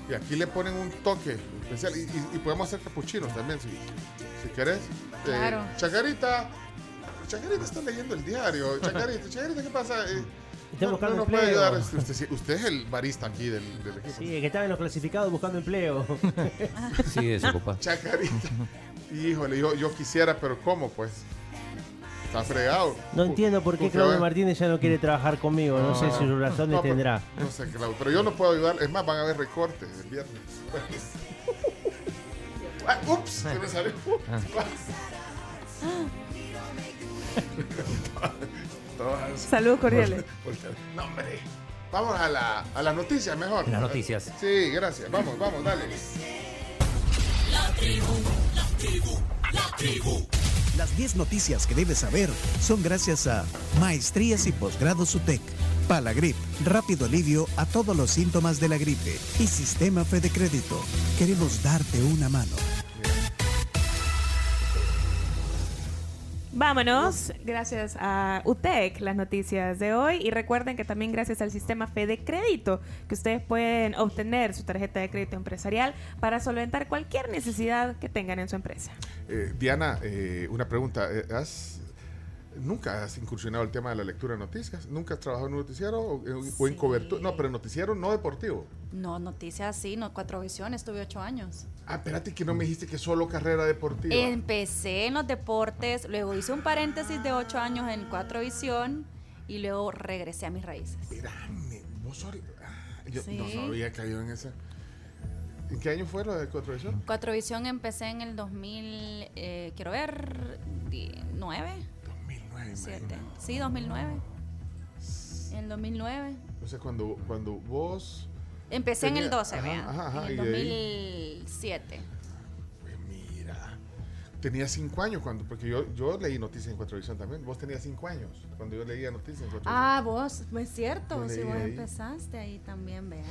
S5: Y aquí le ponen un toque especial. Y, y- y podemos hacer capuchinos también si, si querés. Eh,
S2: Claro.
S5: Chacarita. Chacarita está leyendo el diario. Chacarita, Chacarita, ¿qué pasa? Eh,
S7: Está
S5: no, no
S7: buscando
S5: nos puede
S7: empleo.
S5: ayudar. Usted, usted- usted es el barista aquí del, del equipo.
S7: Sí, que estaban los clasificados buscando empleo.
S6: Sí, desocupado.
S5: Chacarita. Híjole, yo, yo quisiera, pero ¿cómo pues? Está fregado.
S7: No entiendo por qué
S5: Porque
S7: Claudio
S5: va-
S7: Martínez ya no quiere trabajar conmigo. No, sé si sus razones
S5: [laughs] no, pero-
S7: tendrá.
S5: No sé, Claudio, pero yo no puedo ayudar. Es más, van a haber recortes el viernes. Ah, ups, se me salió.
S6: Ah.
S5: Todas- [laughs]
S8: Saludos cordiales.
S5: No, hombre. Vamos a, la, a las noticias mejor.
S6: Las noticias.
S5: Sí, gracias. Vamos, vamos, dale.
S2: La tribu, la tribu, la tribu.
S1: Las 10 noticias que debes saber son gracias a Maestrías y Posgrados UTEC, Palagrip, rápido alivio a todos los síntomas de la gripe y Sistema Fede Crédito. Queremos darte una mano.
S8: Vámonos, gracias a UTEC las noticias de hoy y recuerden que también gracias al sistema Fede Crédito que ustedes pueden obtener su tarjeta de crédito empresarial para solventar cualquier necesidad que tengan en su empresa.
S5: Eh, Diana, eh, una pregunta. eh, ¿Has, ¿Nunca has incursionado el tema de la lectura de noticias? ¿Nunca has trabajado en un noticiero o, eh, o en cobertura? No, pero noticiero no deportivo.
S11: No, noticias sí, no, cuatro visiones, tuve ocho años.
S5: Ah, espérate que no me dijiste que solo carrera deportiva.
S11: Empecé en los deportes, luego hice un paréntesis de ocho años en cuatro visión y luego regresé a mis raíces.
S5: Espérame, vos sos- ah, Yo no
S11: Sí.
S5: sabía que había en esa. ¿En qué año fue lo de Cuatro Visión?
S11: Cuatro visión empecé en el 2000, eh, quiero ver, 9.
S5: 2009,
S11: Sí, 2009. En el 2009.
S5: O sea, cuando, cuando vos.
S11: Empecé en el
S5: tenía-
S11: 12,
S5: ajá,
S11: vean.
S5: ajá, ajá,
S11: en
S5: y
S11: el
S5: de ahí Pues
S11: 2007.
S5: Tenía cinco años cuando, porque yo, yo leí noticias en Cuatro Visión también. Vos tenías cinco años cuando yo leía noticias en Cuatro
S11: Ah, vos, pues
S5: Yo
S11: cierto, si
S5: leí
S11: vos
S5: ahí.
S11: empezaste ahí también, vea.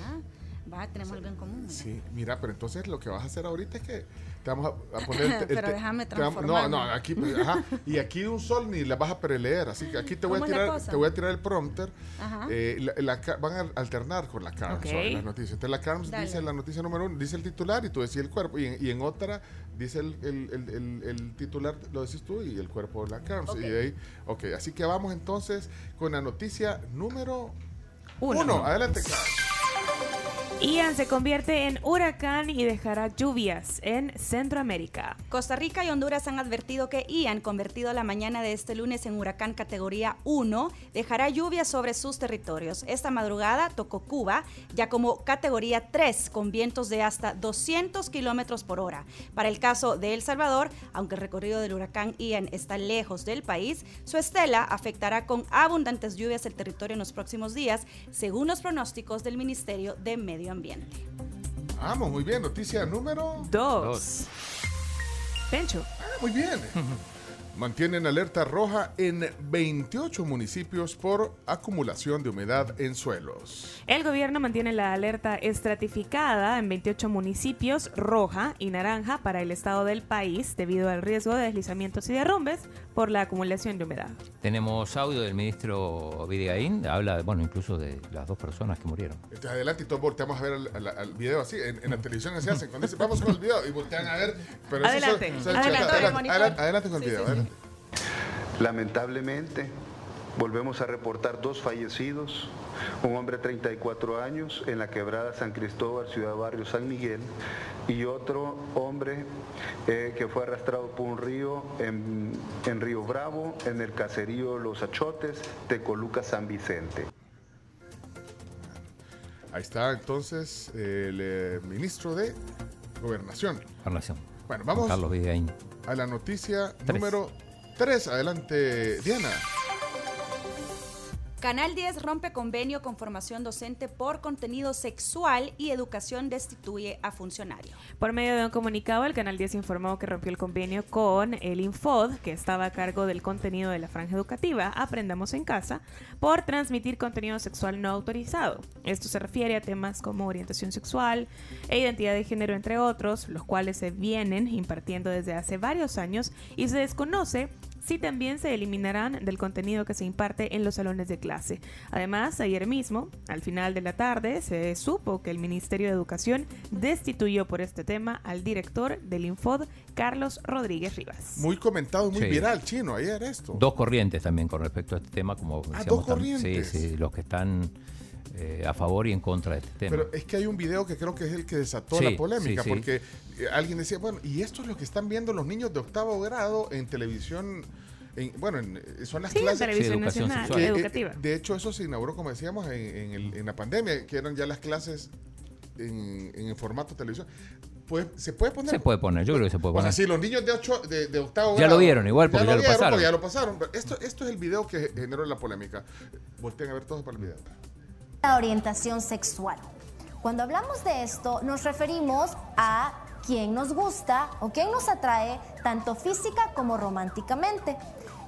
S11: Va, tenemos algo en común. mira.
S5: Sí, mira, pero entonces lo que vas a hacer ahorita es que te vamos a, a poner. el te-
S11: [laughs] Pero
S5: te-
S11: déjame
S5: te vamos- No, no,
S11: transformarme.
S5: aquí, pues, ajá, y aquí de un sol ni la vas a preleer, así que aquí te voy a
S11: ¿Cómo es la
S5: tirar,
S11: cosa?
S5: te voy a tirar el prompter.
S11: Ajá.
S5: Eh, la- la ca- van a alternar con la Carms
S11: Ok.
S5: sobre las noticias. Entonces la Carms
S11: Dale.
S5: dice la noticia número uno, dice el titular y tú decís el cuerpo, y en, y en otra dice el, el- el- el- el titular lo decís tú y el cuerpo de la Carms.
S11: Ok.
S5: Y de ahí, ok, así que vamos entonces con la noticia número uno. Adelante, Carms.
S8: Ian se convierte en huracán y dejará lluvias en Centroamérica.
S11: Costa Rica y Honduras han advertido que Ian, convertido la mañana de este lunes en huracán categoría 1, dejará lluvias sobre sus territorios. Esta madrugada tocó Cuba ya como categoría 3, con vientos de hasta 200 kilómetros por hora. Para el caso de El Salvador, aunque el recorrido del huracán Ian está lejos del país, su estela afectará con abundantes lluvias el territorio en los próximos días, según los pronósticos del Ministerio de Medio Ambiente.
S5: Vamos, muy bien, noticia número
S8: dos. Pencho.
S2: Ah,
S5: muy bien. [laughs] Mantienen alerta roja en 28 municipios por acumulación de humedad en suelos.
S8: El gobierno mantiene la alerta estratificada en 28 municipios roja y naranja para el estado del país debido al riesgo de deslizamientos y derrumbes por la acumulación de humedad.
S6: Tenemos audio del ministro Videgaín, habla, bueno, incluso de las dos personas que murieron.
S5: Entonces adelante y todos volteamos a ver al, al- al video así, en, en la televisión así hacen, cuando dicen, vamos con el video y voltean a ver. pero eso
S2: Adelante,
S5: son- son
S2: adelante.
S5: chatas. adelante, adelante, adelante con el
S2: Sí,
S5: video.
S2: sí, sí.
S5: adelante.
S29: Lamentablemente, volvemos a reportar dos fallecidos, un hombre de 34 años en la quebrada San Cristóbal, Ciudad Barrio San Miguel, y otro hombre eh, que fue arrastrado por un río en, en Río Bravo, en el caserío Los Achotes, Tecoluca, San Vicente.
S5: Ahí está entonces el eh, ministro de Gobernación.
S6: Gobernación.
S5: Bueno,
S6: Juan
S5: vamos
S6: Carlos Videgaín.
S5: a la noticia
S6: Tres.
S5: número 3. Adelante, Diana.
S11: Canal 10 rompe convenio con formación docente por contenido sexual y educación destituye a funcionario.
S8: Por medio de un comunicado, el Canal 10 informó que rompió el convenio con el Infod, que estaba a cargo del contenido de la franja educativa Aprendamos en Casa, por transmitir contenido sexual no autorizado. Esto se refiere a temas como orientación sexual e identidad de género, entre otros, los cuales se vienen impartiendo desde hace varios años y se desconoce si también se eliminarán del contenido que se imparte en los salones de clase. Además, ayer mismo, al final de la tarde, se supo que el Ministerio de Educación destituyó por este tema al director del Infod, Carlos Rodríguez Rivas.
S5: Muy comentado, muy
S6: Sí.
S5: viral, chino, ayer esto. Ah,
S6: Dos corrientes también con respecto a este tema, como
S5: dos
S6: también.
S5: corrientes.
S6: Sí, sí, los que están eh, a favor y en contra de este tema.
S5: Pero es que hay un video que creo que es el que desató
S6: Sí,
S5: la polémica,
S6: sí, sí.
S5: porque eh, alguien decía, bueno, y esto es lo que están viendo los niños de octavo grado en televisión. en- bueno, en, eh, son las
S8: Sí, en
S5: clases eh,
S8: televisión Sí, educación nacional, sexual. educativa.
S5: de hecho, eso se inauguró, como decíamos, en, en el- en la pandemia, que eran ya las clases en, en el formato televisión. Pues, ¿Se puede poner?
S6: Se puede poner, yo creo que se puede
S5: O
S6: poner.
S5: sea, si los niños de, ocho, de, de octavo
S6: Ya lo vieron igual, porque ya lo
S5: vieron,
S6: pasaron.
S5: porque ya lo pasaron. Pero Esto, esto es el video que generó la polémica. Volteen a ver todos para el video.
S13: la orientación sexual. Cuando hablamos de esto, nos referimos a quien nos gusta o quien nos atrae tanto física como románticamente.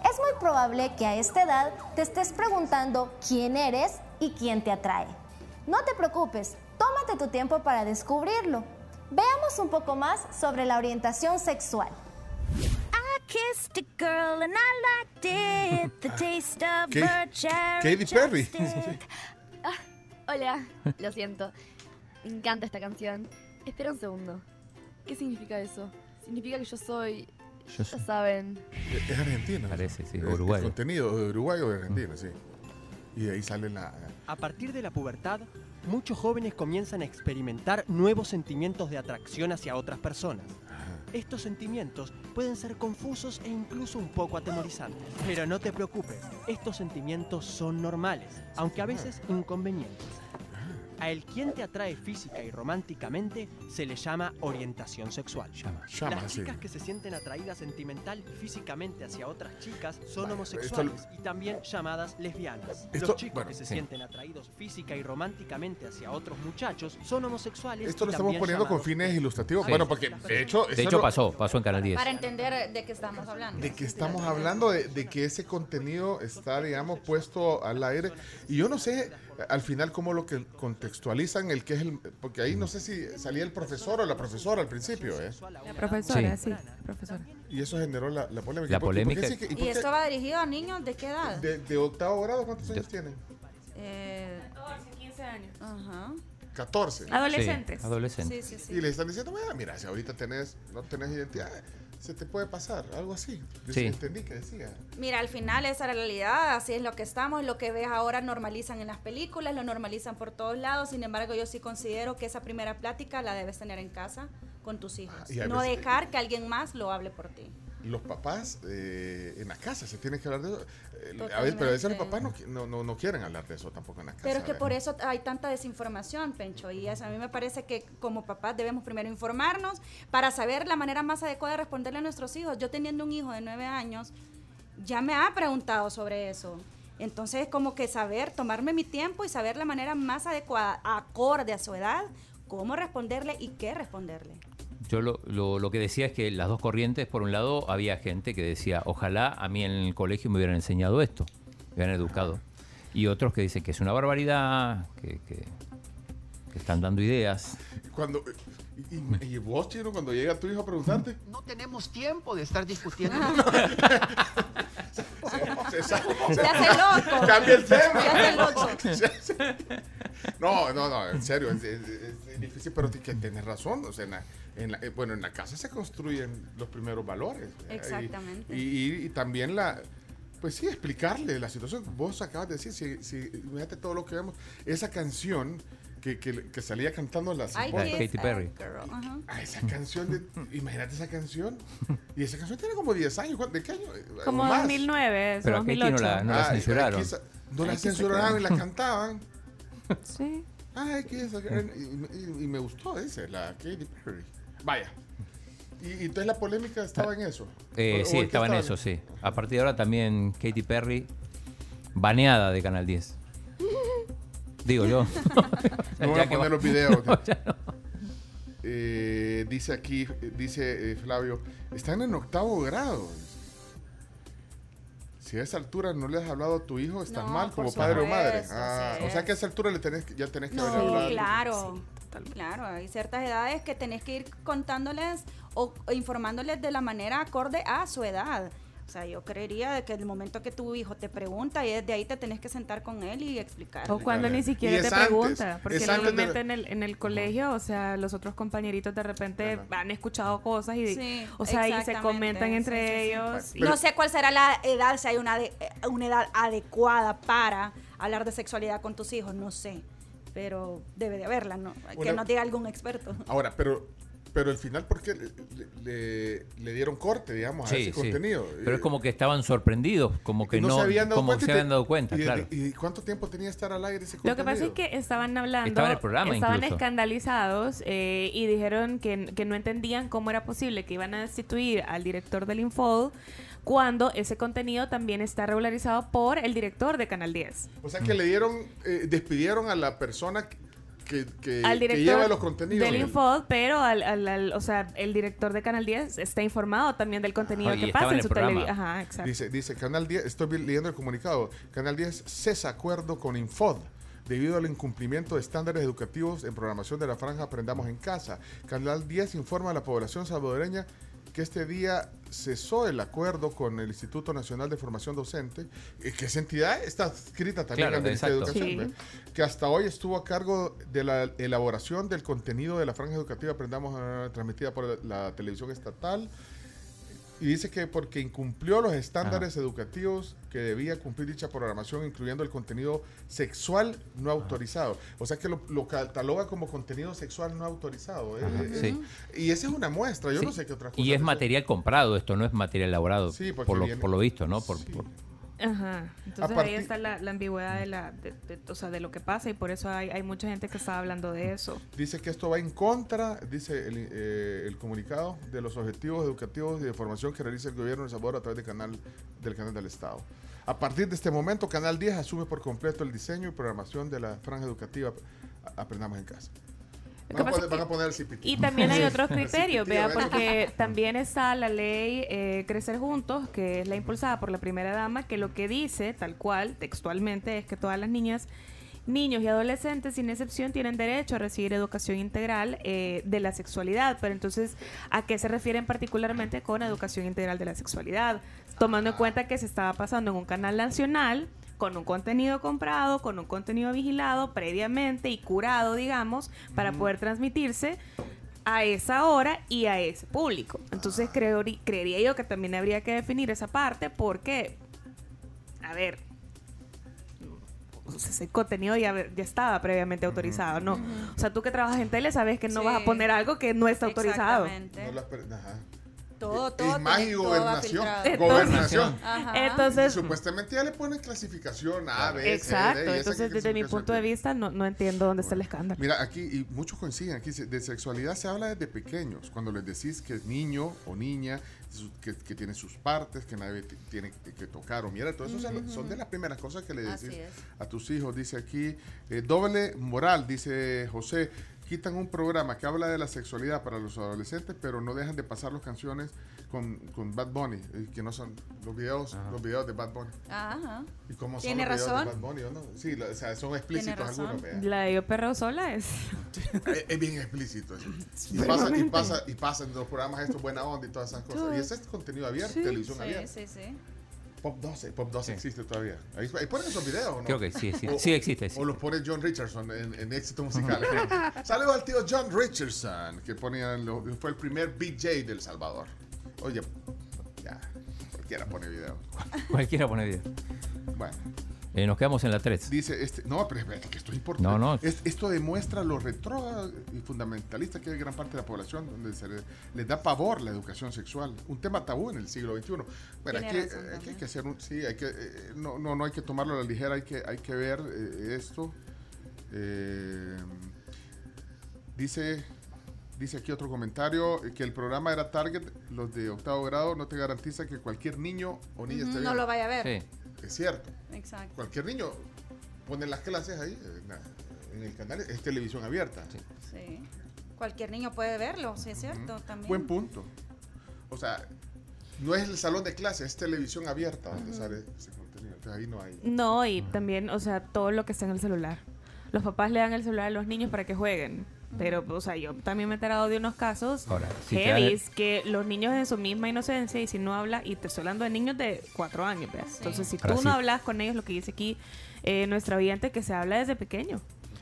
S13: Es muy probable que a esta edad te estés preguntando quién eres y quién te atrae. No te preocupes, tómate tu tiempo para descubrirlo. Veamos un poco más sobre la orientación sexual.
S18: I kissed a girl and I liked it. [laughs] The taste of
S5: Ka-
S18: her cherry
S5: Katy Perry. [laughs]
S18: chapstick. Ah, hola, lo siento. Me encanta esta canción. Espera un segundo. ¿Qué significa eso? Significa que yo soy.
S6: Yo
S18: Ya saben.
S5: Es argentino.
S6: Parece, sí,
S5: El-
S6: uruguayo.
S5: El Eh, contenido de Uruguay o de Argentina, sí. Y de ahí sale la... eh,
S19: A partir de la pubertad, muchos jóvenes comienzan a experimentar nuevos sentimientos de atracción hacia otras personas. Estos sentimientos pueden ser confusos e incluso un poco atemorizantes. Pero no te preocupes, estos sentimientos son normales, aunque a veces inconvenientes. A el quien te atrae física y románticamente se le llama orientación sexual.
S5: Llama,
S19: Las
S5: sí.
S19: chicas que se sienten atraídas sentimental y físicamente hacia otras chicas son
S5: Vale,
S19: homosexuales
S5: esto-
S19: y también llamadas lesbianas.
S5: Esto-
S19: Los chicos
S5: bueno,
S19: que se
S5: sí.
S19: sienten atraídos física y románticamente hacia otros muchachos son homosexuales.
S5: Esto
S19: y
S5: lo estamos
S19: también
S5: poniendo con
S19: llamados-
S5: fines ilustrativos.
S6: Sí.
S5: Bueno, porque de hecho...
S6: De
S5: eso
S6: hecho,
S5: no-
S6: pasó, pasó en Canal 10.
S11: Para entender de qué estamos hablando.
S5: De que estamos hablando de, de que ese contenido está, digamos, puesto al aire. Y yo no sé al final cómo lo que contextualizan el que es el. Porque ahí no sé si salía el profesor o la profesora al principio, ¿eh?
S8: La profesora,
S6: Sí.
S8: sí. profesora.
S5: Y eso generó la, la polémica.
S6: La
S5: ¿Y por qué-
S6: polémica.
S5: por qué sí que- y por
S11: ¿Y
S5: qué
S11: esto va dirigido a niños de qué edad?
S5: de, de octavo grado cuántos años tienen?
S11: Eh, 14, 15 años. Ajá.
S5: 14.
S11: Adolescentes.
S6: Sí, adolescentes.
S11: Sí, sí, sí.
S5: Y le están diciendo, "Mira, mira, si ahorita tenés, no tenés identidad, se te puede pasar, algo así. Yo sí
S6: Sí.
S5: entendí que decía.
S11: Mira, al final esa es la realidad, así es lo que estamos, lo que ves ahora normalizan en las películas, lo normalizan por todos lados, sin embargo yo sí considero que esa primera plática la debes tener en casa con tus hijos,
S5: Ah, y a
S11: no
S5: veces- eh,
S11: dejar que alguien más lo hable por ti.
S5: los papás eh, en la casa se tienen que hablar de eso. Eh, a veces,
S11: Totalmente.
S5: pero a veces los papás no, qui- no, no, no quieren hablar de eso tampoco en la casa.
S11: Pero es que
S5: ¿verdad?
S11: por eso hay tanta desinformación, Pencho, y eso a mí me parece que como papás debemos primero informarnos para saber la manera más adecuada de responderle a nuestros hijos. Yo teniendo un hijo de nueve años, ya me ha preguntado sobre eso. Entonces, como que saber, tomarme mi tiempo y saber la manera más adecuada, acorde a su edad, cómo responderle y qué responderle.
S6: Yo lo, lo- lo que decía es que las dos corrientes, por un lado, había gente que decía, ojalá a mí en el colegio me hubieran enseñado esto, me hubieran educado. Y otros que dicen que es una barbaridad, que, que- que están dando ideas.
S11: e-,
S5: Cuando, y, y- y vos, Chino, cuando llega tu hijo a preguntarte,
S20: No tenemos tiempo de estar discutiendo.
S18: Ah.
S6: [laughs]
S5: [laughs] se sabe-
S20: Se hace loco.
S5: Cambia el tema.
S20: Se hace loco.
S5: No, no, no, en serio, es, es- es difícil, pero que tenés razón. O sea, en la- en la- eh, bueno, en la casa se construyen los primeros valores. ¿verdad? Y-
S11: Exactamente.
S5: Y, y- y también la. Pues sí, explicarle la situación. Vos acabas de decir, si, si, fíjate todo lo que vemos. Esa canción que, que- que salía cantando la
S11: Ay,
S5: Simone.
S6: kiss Katy Perry. a
S11: girl. Ajá.
S5: Ah, esa canción, de, imagínate esa canción. Y esa canción tiene como 10 años. ¿cuál- ¿De qué año? Eh,
S8: Como
S5: más.
S8: 2009, eso, Pero a Katy no la- 2008. no la
S5: Ah,
S6: censuraron.
S5: quizá- no la
S6: Ay, quizá
S5: censuraron y la
S6: que-
S5: cantaban.
S8: Sí.
S5: Ay, qué es y, y- y me gustó ese, la Katy Perry. Vaya. Y, y entonces la polémica estaba en eso.
S6: Eh,
S5: ¿O- o
S6: sí,
S5: en qué
S6: estaba en eso, sí. A partir de ahora también Katy Perry, baneada de Canal 10. Digo yo.
S5: [laughs]
S6: [laughs]
S5: No voy
S6: Ya
S5: a
S6: que
S5: poner
S6: va-
S5: los
S6: [laughs]
S5: videos.
S6: No, ya no.
S5: Eh, dice aquí, eh, dice eh, Flavio, están en octavo grado. Si a esa altura no le has hablado a tu hijo, estás
S11: No,
S5: mal
S11: por
S5: como padre o madre.
S11: supuesto,
S5: Ah,
S11: sí.
S5: o sea que a esa altura le tenés, que- ya tenés que
S11: No,
S5: haber hablado.
S11: claro. Claro, hay ciertas edades que tenés que ir contándoles o, o informándoles de la manera acorde a su edad. O sea, yo creería de que el momento que tu hijo te pregunta y desde ahí te tenés que sentar con él y explicar.
S8: O cuando ni siquiera te pregunta, porque
S5: es antes de-
S8: normalmente en, el, en el colegio, o sea, los otros compañeritos de repente han escuchado cosas y,
S11: Sí,
S8: o sea, y se
S11: exactamente,
S8: comentan
S11: sí,
S8: entre
S11: sí, sí.
S8: ellos. y-
S11: no sé cuál será la edad, si hay una, de- eh, una edad adecuada para hablar de sexualidad con tus hijos, no sé. Pero debe de haberla, ¿no? Que
S5: Una-
S11: nos diga algún experto.
S5: Ahora, pero, Pero al final, ¿por qué le, le- le- le dieron corte, digamos, a
S6: Sí,
S5: ese
S6: sí.
S5: contenido?
S6: Pero es como que estaban sorprendidos, como que no,
S5: se habían dado
S6: como
S5: cuenta. y
S6: se
S5: te-
S6: habían dado cuenta,
S5: y,
S6: claro.
S5: ¿Y cuánto tiempo tenía estar al aire ese
S8: Lo que
S5: contenido?
S8: pasa es que estaban hablando,
S6: Estaba en el programa
S8: estaban
S6: incluso.
S8: escandalizados eh, y dijeron que, que no entendían cómo era posible que iban a destituir al director del Infol cuando ese contenido también está regularizado por el director de Canal 10.
S5: O sea, que le dieron, eh, despidieron a la persona que, que- que-
S8: al
S5: que
S8: director
S5: lleva los contenidos.
S8: del Infol, pero al, al- al- o sea, el director de Canal 10 está informado también del contenido
S5: Ah, y
S8: que
S5: estaba en
S8: pasa en,
S5: el
S8: su
S5: programa.
S8: televisión. Ajá, exacto.
S5: Dice, dice, Canal 10, estoy vi- leyendo el comunicado, Canal 10 cesa acuerdo con Infod debido al incumplimiento de estándares educativos en programación de la franja Aprendamos en Casa. Canal 10 informa a la población salvadoreña que este día cesó el acuerdo con el Instituto Nacional de Formación Docente, eh, que esa entidad está adscrita también
S6: Claro,
S5: al Ministerio
S6: exacto.
S5: de Educación, ¿ve? que hasta hoy estuvo a cargo de la elaboración del contenido de la franja educativa Aprendamos eh, transmitida por la televisión estatal. Y dice que porque incumplió los estándares educativos que debía cumplir dicha programación, incluyendo el contenido sexual no autorizado. O sea que lo, lo cataloga como contenido sexual no autorizado. ¿eh?
S6: Ajá,
S5: Eh,
S6: sí.
S5: Y esa es una muestra, yo
S6: Sí.
S5: no sé qué otra cosa.
S6: Y es material comprado, esto no es material elaborado,
S5: Sí, porque
S6: por, lo,
S5: viene-
S6: por lo visto, ¿no? Por- por-
S8: Ajá. Entonces
S5: partir-
S8: ahí está la, la ambigüedad de la, de- de- o sea, de lo que pasa y por eso hay, hay mucha gente que está hablando de eso.
S5: Dice que esto va en contra, dice el, eh, el comunicado, de los objetivos educativos y de formación que realiza el gobierno de El Salvador a través del canal, del canal del Estado. A partir de este momento, Canal 10 asume por completo el diseño y programación de la franja educativa A- Aprendamos en Casa.
S8: Lo
S5: Van a, poner,
S8: que pasa es
S5: van
S8: que-
S5: a poner el cipitito.
S8: Y también hay
S5: Sí.
S8: otros
S5: El
S8: criterios,
S5: cipitito,
S8: vea,
S5: ¿verdad?
S8: porque también está la ley eh, Crecer Juntos, que es la impulsada por la primera dama, que lo que dice, tal cual, textualmente, es que todas las niñas, niños y adolescentes, sin excepción, tienen derecho a recibir educación integral eh, de la sexualidad. Pero entonces, ¿a qué se refieren particularmente con educación integral de la sexualidad? Tomando en cuenta que se estaba pasando en un canal nacional con un contenido comprado, con un contenido vigilado previamente y curado, digamos, para poder transmitirse a esa hora y a ese público.
S11: Ah.
S8: Entonces creo, creería yo que también habría que definir esa parte porque, a ver, o sea, ese contenido ya, ve- ya estaba previamente autorizado, ¿no? O sea, tú que trabajas en tele sabes que no
S11: Sí.
S8: vas a poner algo que no está autorizado.
S11: Exactamente.
S5: No las per- ajá.
S11: Todo, todo.
S5: Y más
S11: tiene-
S5: y
S11: todo va
S5: gobernación.
S11: filtrado.
S5: Gobernación.
S11: Ajá.
S8: Entonces-
S5: Y supuestamente ya le ponen clasificación A, B, C, D, y
S8: Exacto,
S5: esa que-
S8: entonces
S5: que-
S8: desde mi
S5: que-
S8: punto de vista no, no entiendo dónde está el escándalo.
S5: Mira, aquí, y muchos coinciden, aquí dice, de sexualidad se habla desde pequeños, cuando les decís que es niño o niña, su- que, que tiene sus partes, que nadie ti- tiene que, que tocar o mira, todo eso se lo-
S9: Ujú.
S5: son de las primeras cosas que le
S9: Así
S5: decís
S9: es.
S5: a tus hijos, dice aquí, eh, doble moral, dice José, quitan un programa que habla de la sexualidad para los adolescentes, pero no dejan de pasar las canciones con, con Bad Bunny, eh, que no son los videos, los videos de Bad Bunny.
S11: Ajá.
S5: ¿Y cómo son
S11: Tiene
S5: los videos
S11: razón.
S5: de Bad Bunny o no? Sí, la- o sea, son explícitos algunos. vea.
S8: La de Yo Perro Sola es...
S5: Es, es bien explícito eso. Y pasa, y, pasa, y pasa en los programas estos, Buena Onda y todas esas cosas. Y ese es contenido abierto, televisión abierta.
S11: Sí, sí, sí.
S5: Pop 12, Pop 12 existe todavía. Ahí, ahí ponen esos videos, ¿o ¿no?
S6: Creo que sí, sí,
S5: O-
S6: sí existe, sí.
S5: O los pone John Richardson en, en éxito musical. [laughs] Saludos al tío John Richardson, que ponía lo- fue el primer BJ del Salvador. Oye, ya, cualquiera pone video.
S6: Cualquiera pone video.
S5: Bueno.
S6: Eh, nos quedamos en la 3.
S5: Dice, este, no, pero es que esto es importante.
S6: No, no.
S5: Es- esto demuestra lo retro y fundamentalista que hay gran parte de la población, donde se le, les da pavor la educación sexual. Un tema tabú en el siglo XXI. Bueno,
S9: Tiene
S5: aquí,
S9: razón
S5: aquí hay
S9: también.
S5: que hacer un. Sí, hay que, eh, no, no, no hay que tomarlo a la ligera, hay que, hay que ver eh, esto. Eh, dice. Dice aquí otro comentario eh, que el programa era Target, los de octavo grado, no te garantiza que cualquier niño o niña
S11: Ujú,
S5: esté
S11: no
S5: viendo.
S11: lo vaya a ver.
S5: Es cierto
S11: Exacto.
S5: cualquier niño pone las clases ahí eh, na- en el canal es televisión abierta
S11: Sí. Cualquier niño puede verlo, sí, es cierto. También.
S5: buen punto o sea no es el salón de clases es televisión abierta donde sale ese contenido entonces ahí no hay
S8: No, y también, o sea, todo lo que está en el celular. Los papás le dan el celular a los niños para que jueguen. Pero, o sea, yo también me he enterado de unos casos
S6: Ahora, si te dan el-
S8: heavies que los niños en su misma inocencia y si no habla, y te estoy hablando de niños de cuatro años, ¿verdad? Entonces, si tú
S6: Ahora sí.
S8: no hablas con ellos, lo que dice aquí eh, nuestra oyente, que se habla desde pequeño.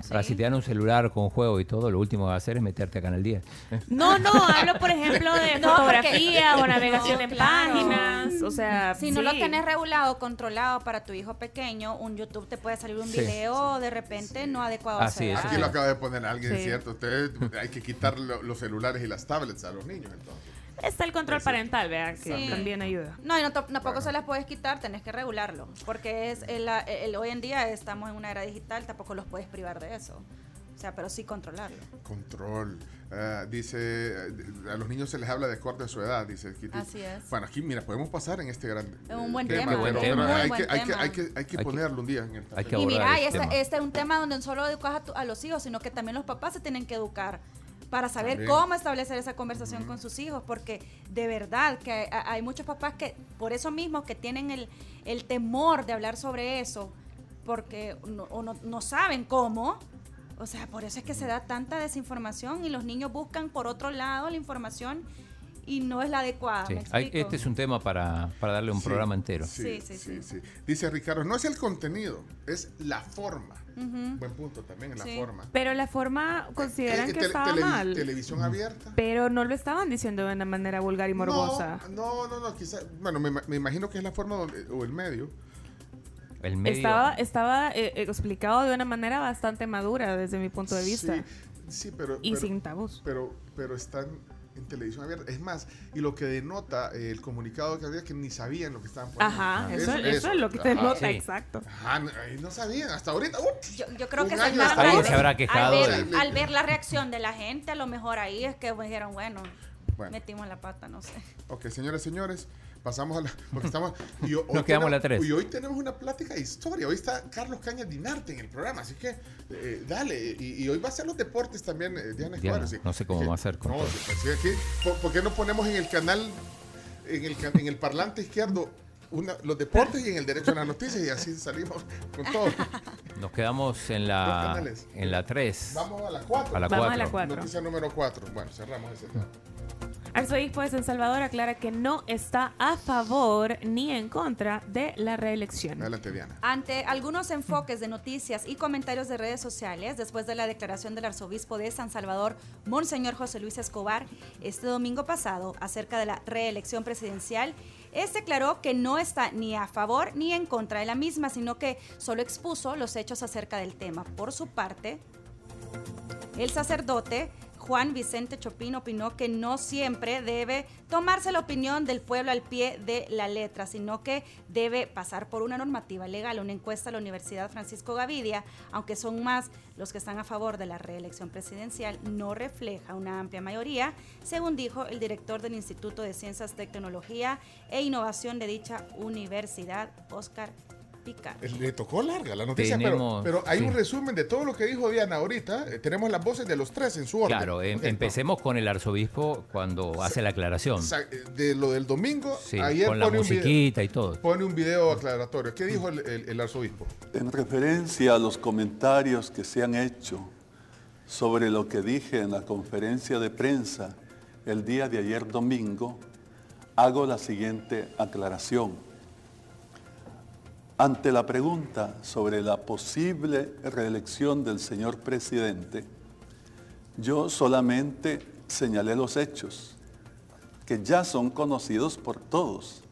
S6: Ahora, si te dan un celular con juego y todo, lo último que vas a hacer es meterte a Canal 10.
S5: Eh.
S8: No, no, hablo por ejemplo [laughs] de
S11: [laughs] No, porque-
S8: fotografía o navegación
S11: No,
S8: en
S11: claro.
S8: páginas. O sea,
S11: Si no lo
S8: sí.
S11: tenés regulado, controlado para tu hijo pequeño, un YouTube te puede salir un
S6: Sí.
S11: video de repente no adecuado a su
S6: Así es,
S11: edad.
S5: Aquí lo acaba de poner alguien,
S11: Sí.
S5: es ¿cierto? Ustedes
S6: [laughs]
S5: hay que quitar lo- los celulares y las tablets a los niños, entonces.
S8: Está el control parental, ¿verdad? Que
S11: Sí.
S8: también ayuda.
S11: No, y no to- tampoco se las puedes quitar, tenés que regularlo. Porque es el, la- el- hoy en día estamos en una era digital, tampoco los puedes privar de eso. O sea, pero sí controlarlo.
S5: Control. Ah, dice, eh, a los niños se les habla de corte a su edad, dice Kitty.
S11: Así es.
S5: Bueno, aquí, mira, podemos pasar en este gran
S11: Es un buen
S5: eh,
S11: tema.
S5: pero-
S11: Buen
S5: pero
S11: tema.
S5: hay
S11: Muy
S5: que-
S11: buen
S5: hay que-
S11: tema.
S5: hay que- Hay que ponerlo un día en el
S6: hay que
S11: Y
S6: abordar
S11: mira,
S6: el
S11: este,
S6: tema.
S11: este es un tema donde no solo educas a, tu- a los hijos, sino que también los papás se tienen que educar para saber
S9: También.
S11: cómo establecer esa conversación con sus hijos, porque de verdad que hay, hay muchos papás que por eso mismo que tienen el, el temor de hablar sobre eso, porque no, o no- no saben cómo. O sea, por eso es que se da tanta desinformación y los niños buscan por otro lado la información y no es la adecuada. Ah,
S6: Sí,
S11: ¿me
S6: hay-
S11: explico?
S6: este es un tema para, para darle un
S5: Sí,
S6: programa entero.
S5: Sí, sí, sí, Dice Ricardo, no es el contenido, es la forma.
S8: Ujú.
S5: Buen punto también, la
S8: Sí.
S5: forma.
S8: Pero la forma consideran
S5: Eh,
S8: que
S5: tele-
S8: estaba
S5: televi-
S8: mal.
S5: televisión abierta.
S8: Pero no lo estaban diciendo de una manera vulgar y morbosa.
S5: No, no, no, no quizás. Bueno, me, ima- me imagino que es la forma donde- o el medio.
S6: El medio.
S8: Estaba, estaba eh, eh, explicado de una manera bastante madura desde mi punto de vista.
S5: Sí, sí, pero.
S8: Y
S5: pero-
S8: sin tabús.
S5: Pero, pero están en televisión abierta. Es más, y lo que denota eh, el comunicado que había que ni sabían lo que estaban poniendo. Ah,
S8: Ajá, eso- eso es lo que
S5: Ajá.
S8: denota, Sí. exacto.
S5: Ajá, no, eh, no sabían, hasta ahorita.
S24: uh,
S5: ¡ups!
S11: Yo, yo creo
S5: Un
S11: que
S5: año
S11: sacaron-
S5: después.
S6: Alguien se habrá quejado
S11: Al ver,
S6: de-
S11: al ver la reacción de la gente, a lo mejor ahí es que pues dijeron, bueno,
S5: Bueno.
S11: metimos la pata, no sé.
S5: Ok, señoras y señores, pasamos a la. [laughs] Porque estamos. y ho- hoy
S6: [laughs] Nos quedamos
S5: tenemos-
S6: la tres.
S5: Y hoy tenemos una plática de historia. Hoy está Carlos Cañas Dinarte en el programa, así que eh, dale. Y, y hoy va a ser los deportes también, eh, Diana
S6: Diana,
S5: Escuadro. así
S6: no sé cómo va a ser con
S5: No,
S6: todo.
S5: así aquí, ¿por, por qué no ponemos en el canal, en el, ca- en el parlante izquierdo, una- los deportes y en el derecho a las noticias? Y así salimos con todo.
S6: Nos quedamos en
S5: Dos
S6: la
S5: canales.
S6: en la 3.
S5: Vamos a la 4.
S6: A la Vamos a la cuatro.
S5: Noticia número 4. Bueno, cerramos ese tema.
S8: Arzobispo de San pues, Salvador aclara que no está a favor ni en contra de la reelección.
S5: Adelante, Diana.
S11: Ante algunos enfoques de noticias y comentarios de redes sociales, después de la declaración del arzobispo de San Salvador, Monseñor José Luis Escobar, este domingo pasado, acerca de la reelección presidencial, este declaró que no está ni a favor ni en contra de la misma, sino que solo expuso los hechos acerca del tema. Por su parte, El sacerdote Juan Vicente Chopin opinó que no siempre debe tomarse la opinión del pueblo al pie de la letra, sino que debe pasar por una normativa legal. Una encuesta de la Universidad Francisco Gavidia, aunque son más los que están a favor de la reelección presidencial, no refleja una amplia mayoría, según dijo el director del Instituto de Ciencias, Tecnología e Innovación de dicha universidad, Oscar Picar.
S5: Le tocó larga la noticia, pero-
S6: Tenemos-
S5: pero, hay
S6: sí.
S5: un resumen de todo lo que dijo Diana ahorita. Eh, tenemos las voces de los tres en su orden.
S6: Claro, em- empecemos con el arzobispo cuando hace la aclaración.
S5: O sea, eh, de lo del domingo,
S6: Sí,
S5: ayer
S6: con la
S5: pone un, video,
S6: musiquita y todo.
S5: pone un video aclaratorio. ¿Qué dijo el, el- el arzobispo?
S15: En referencia a los comentarios que se han hecho sobre lo que dije en la conferencia de prensa el día de ayer domingo, hago la siguiente aclaración. Ante la pregunta sobre la posible reelección del señor presidente, yo solamente señalé los hechos que ya son conocidos por todos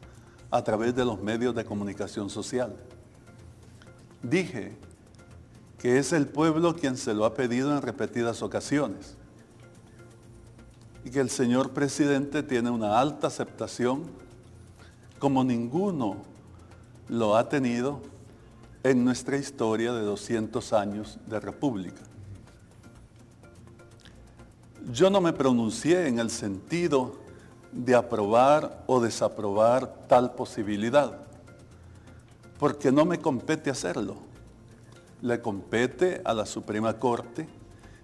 S15: a través de los medios de comunicación social. Dije que es el pueblo quien se lo ha pedido en repetidas ocasiones y que el señor presidente tiene una alta aceptación como ninguno lo ha tenido en nuestra historia de 200 años de república. Yo no me pronuncié en el sentido de aprobar o desaprobar tal posibilidad porque no me compete hacerlo. Le compete a la Suprema Corte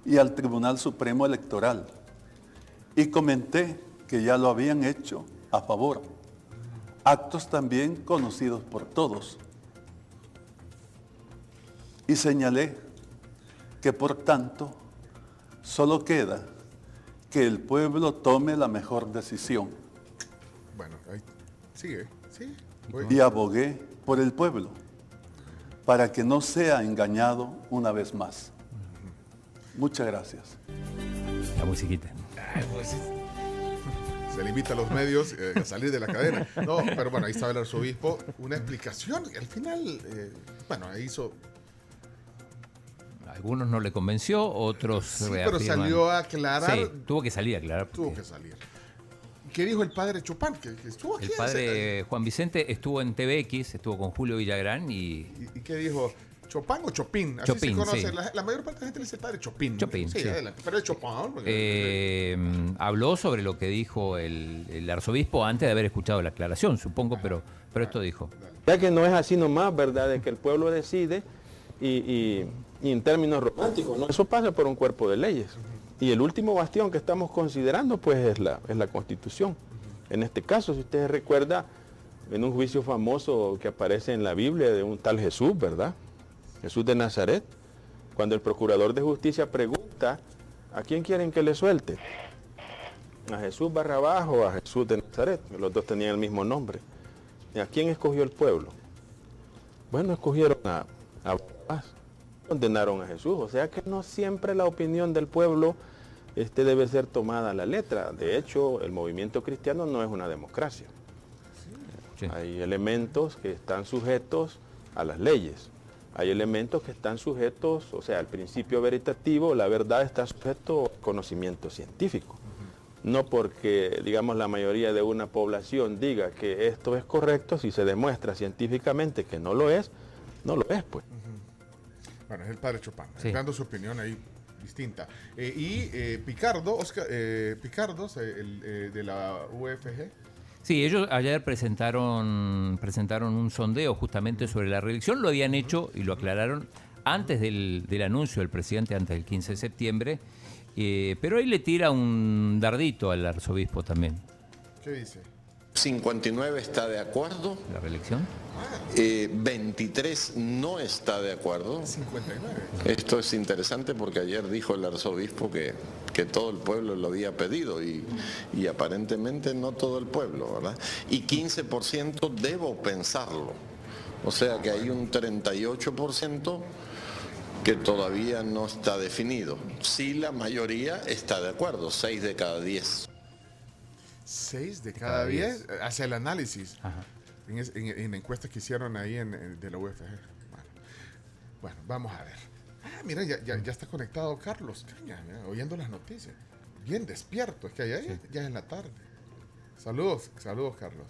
S15: y al Tribunal Supremo Electoral. Y comenté que ya lo habían hecho a favor. Actos también conocidos por todos. Y señalé que por tanto solo queda que el pueblo tome la mejor decisión.
S5: Bueno, ahí- sigue. Sí. Voy.
S15: y abogué por el pueblo, para que no sea engañado una vez más. Muchas gracias.
S6: La musiquita.
S5: Ah, pues Se le invita a los medios eh, a salir de la cadena. No, pero bueno, ahí estaba el arzobispo. Una explicación. Al final, eh, bueno, hizo.
S6: Algunos no le convenció, otros
S5: Sí, pero salió a aclarar.
S6: Sí, tuvo que salir a aclarar.
S5: Tuvo que salir. ¿Qué dijo el padre Chopin? Que, que estuvo aquí.
S6: El padre Juan Vicente estuvo en TVX, estuvo con Julio Villagrán y
S5: ¿Y qué dijo? ¿Chopin o Chopin? Así
S6: Chopin,
S5: se conoce.
S6: sí.
S5: La, la mayor parte de la gente le dice padre Chopin.
S6: Chopin, sí.
S5: adelante. Pero es Chopin. porque-
S6: Eh, habló sobre lo que dijo el, el arzobispo antes de haber escuchado la aclaración, supongo, pero, pero esto dijo.
S9: Ya que no es así nomás, ¿verdad? De que el pueblo decide y, y- y en términos románticos, ¿no? Eso pasa por un cuerpo de leyes. Y el último bastión que estamos considerando, pues, es la, es la Constitución. En este caso, si usted recuerda, en un juicio famoso que aparece en la Biblia de un tal Jesús, ¿verdad? Jesús de Nazaret, cuando el procurador de justicia pregunta, ¿a quién quieren que le suelte? ¿A Jesús Barrabás o a Jesús de Nazaret? Los dos tenían el mismo nombre. ¿Y a quién escogió el pueblo? Bueno, escogieron a, a Barrabás. Condenaron a Jesús. O sea que no siempre la opinión del pueblo este, debe ser tomada a la letra. De hecho, el movimiento cristiano no es una democracia. Hay elementos que están sujetos a las leyes. Hay elementos que están sujetos, o sea, al principio veritativo, la verdad está sujeto a conocimiento científico. No porque, digamos, la mayoría de una población diga que esto es correcto, si se demuestra científicamente que no lo es, no lo es, pues.
S5: Bueno, es el padre Chopin, dando su opinión ahí distinta. Eh, y eh, Picardo, Oscar, eh, Picardo se- el, eh, de la UFG,
S6: Sí, ellos ayer presentaron, presentaron un sondeo justamente sobre la reelección, lo habían hecho y lo aclararon antes del, del anuncio del presidente, antes del 15 de septiembre, eh, pero ahí le tira un dardito al arzobispo también.
S5: ¿qué dice?
S14: 59 está de acuerdo.
S6: ¿La reelección?
S5: Ah.
S14: Eh, 23 no está de acuerdo.
S5: 59.
S14: Esto es interesante porque ayer dijo el arzobispo que, que todo el pueblo lo había pedido y, y aparentemente no todo el pueblo, ¿verdad? Y 15% debo pensarlo. O sea que hay un 38% que todavía no está definido. Sí la mayoría está de acuerdo, 6 de cada 10.
S5: Seis de cada
S14: cada
S5: diez. eh, Hacia el análisis. En, es- en- en encuestas que hicieron ahí en, en- de la UFG. Bueno, Bueno, vamos a ver. Ah, mira, ya, ya- ya está conectado Carlos Caña, mira, oyendo las noticias. Bien despierto, es que allá ya- ya es en la tarde. Saludos, saludos Carlos.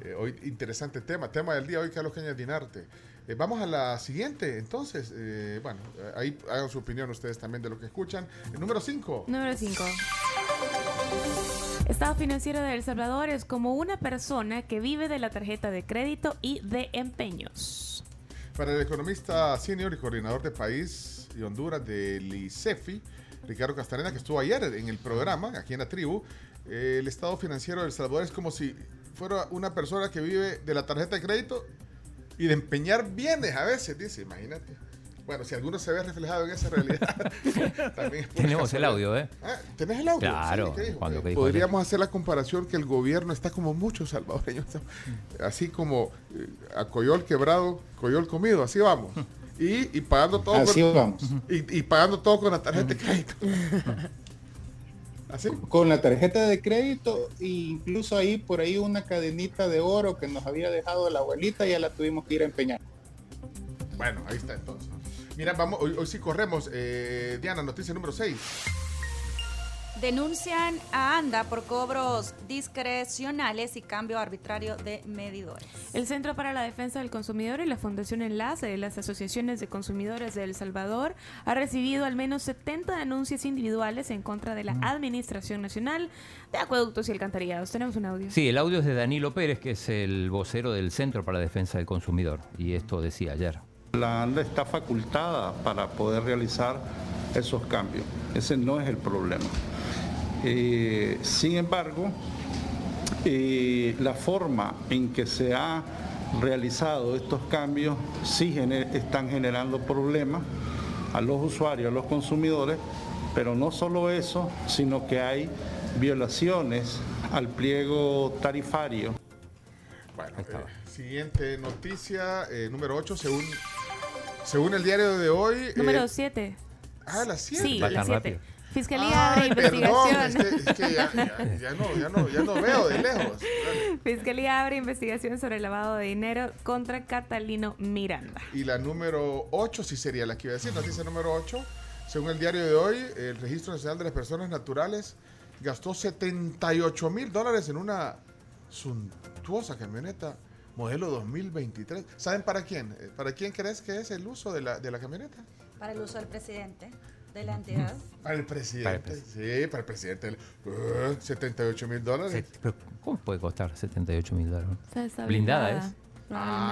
S5: Eh, hoy interesante tema, tema del día hoy Carlos Caña Dinarte. Eh, vamos a la siguiente, entonces, eh, bueno, eh, ahí hagan su opinión ustedes también de lo que escuchan. El número 5.
S8: Número 5. Estado financiero de El Salvador es como una persona que vive de la tarjeta de crédito y de empeños.
S5: Para el economista senior y coordinador de país y Honduras del ICEFI, Ricardo Castaneda, que estuvo ayer en el programa, aquí en la tribu, eh, el estado financiero de El Salvador es como si fuera una persona que vive de la tarjeta de crédito y de empeñar bienes a veces, dice, imagínate. Bueno, si alguno se ve reflejado en esa realidad, [laughs] también es pura
S6: Tenemos el
S5: casualidad.
S6: audio, ¿eh?
S5: Ah, ¿Tenés el audio?
S6: Claro,
S5: Sí, ¿qué dijo?
S6: cuando que dijo
S5: Podríamos hacer la comparación que el gobierno está como muchos salvadoreños, [laughs] ¿no? así como eh, a coyol quebrado, coyol comido, así vamos. Y, y pagando todo
S24: Así
S5: con,
S24: vamos.
S5: Y, y pagando todo con la tarjeta de crédito. [laughs] Así.
S24: Con la tarjeta de crédito e incluso ahí por ahí una cadenita de oro que nos había dejado la abuelita ya la tuvimos que ir a empeñar.
S5: Bueno, ahí está entonces. Mira, vamos, hoy, hoy sí corremos. Eh, Diana, noticia número 6.
S11: Denuncian a ANDA por cobros discrecionales y cambio arbitrario de medidores.
S8: El Centro para la Defensa del Consumidor y la Fundación Enlace de las Asociaciones de Consumidores de El Salvador ha recibido al menos 70 denuncias individuales en contra de la Administración Nacional de Acueductos y Alcantarillados. Tenemos un audio.
S6: Sí, el audio es de Danilo Pérez, que es el vocero del Centro para la Defensa del Consumidor, y esto decía ayer.
S24: La ANDA está facultada para poder realizar esos cambios. Ese no es el problema. Eh, sin embargo, eh, la forma en que se ha realizado estos cambios sí gener- están generando problemas a los usuarios, a los consumidores, pero no solo eso, sino que hay violaciones al pliego tarifario.
S5: Bueno, eh, siguiente noticia, eh, número 8, según, según el diario de hoy. eh,
S8: Número 7.
S5: Ah, a las 7.
S8: Sí, a las 7. Fiscalía
S5: Ay,
S8: de
S5: perdón,
S8: Investigación.
S5: es que, es que ya, ya- ya no, ya no, ya no veo de lejos.
S8: [laughs] Fiscalía abre investigación sobre el lavado de dinero contra Catalino Miranda.
S5: Y la número 8 sí sería la que iba a decir, noticia número 8. Según el diario de hoy, el Registro Nacional de las Personas Naturales gastó 78 mil dólares en una suntuosa camioneta modelo 2023. ¿Saben para quién? Eh, ¿Para quién crees que es el uso de la, de la camioneta?
S11: Para el uso del presidente de la
S5: Para
S11: entidad.
S5: el
S6: Para el
S5: presidente. Sí, para el presidente. Eh, 78 mil
S6: Se-
S5: dólares.
S6: pero ¿Cómo puede costar 78 mil dólares?
S5: Está
S6: blindada,
S5: blindada,
S6: es.
S5: Ah,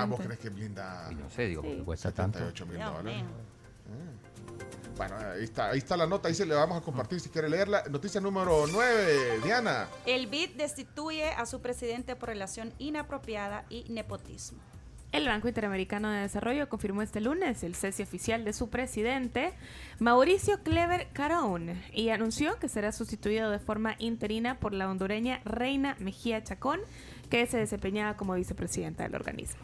S5: vos
S6: probablemente.
S5: crees que es blindada.
S6: Y no sé, digo, porque cuesta tanto.
S5: 78 mil
S6: Dios
S5: dólares.
S6: mío.
S5: Mm. Bueno, ahí está, ahí está la nota, ahí se le vamos a compartir si quiere leerla. Noticia número 9, Diana.
S11: El BID destituye a su presidente por relación inapropiada y nepotismo.
S8: El Banco Interamericano de Desarrollo confirmó este lunes el cese oficial de su presidente, Mauricio Clever Carón, y anunció que será sustituido de forma interina por la hondureña Reina Mejía Chacón, que se desempeñaba como vicepresidenta del organismo.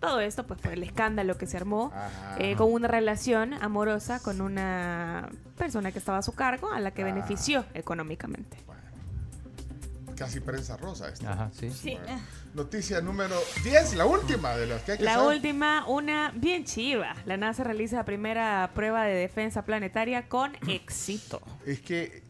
S8: Todo esto pues por el escándalo que se armó eh, con una relación amorosa con una persona que estaba a su cargo, a la que
S5: Ah.
S8: benefició económicamente.
S5: Casi prensa rosa esta.
S6: Ajá, sí.
S8: Sí.
S5: Bueno, noticia número 10, la última de las que hay que
S8: La
S5: saber.
S8: última, una bien chiva. La NASA realiza la primera prueba de defensa planetaria con éxito.
S5: Es que, eh,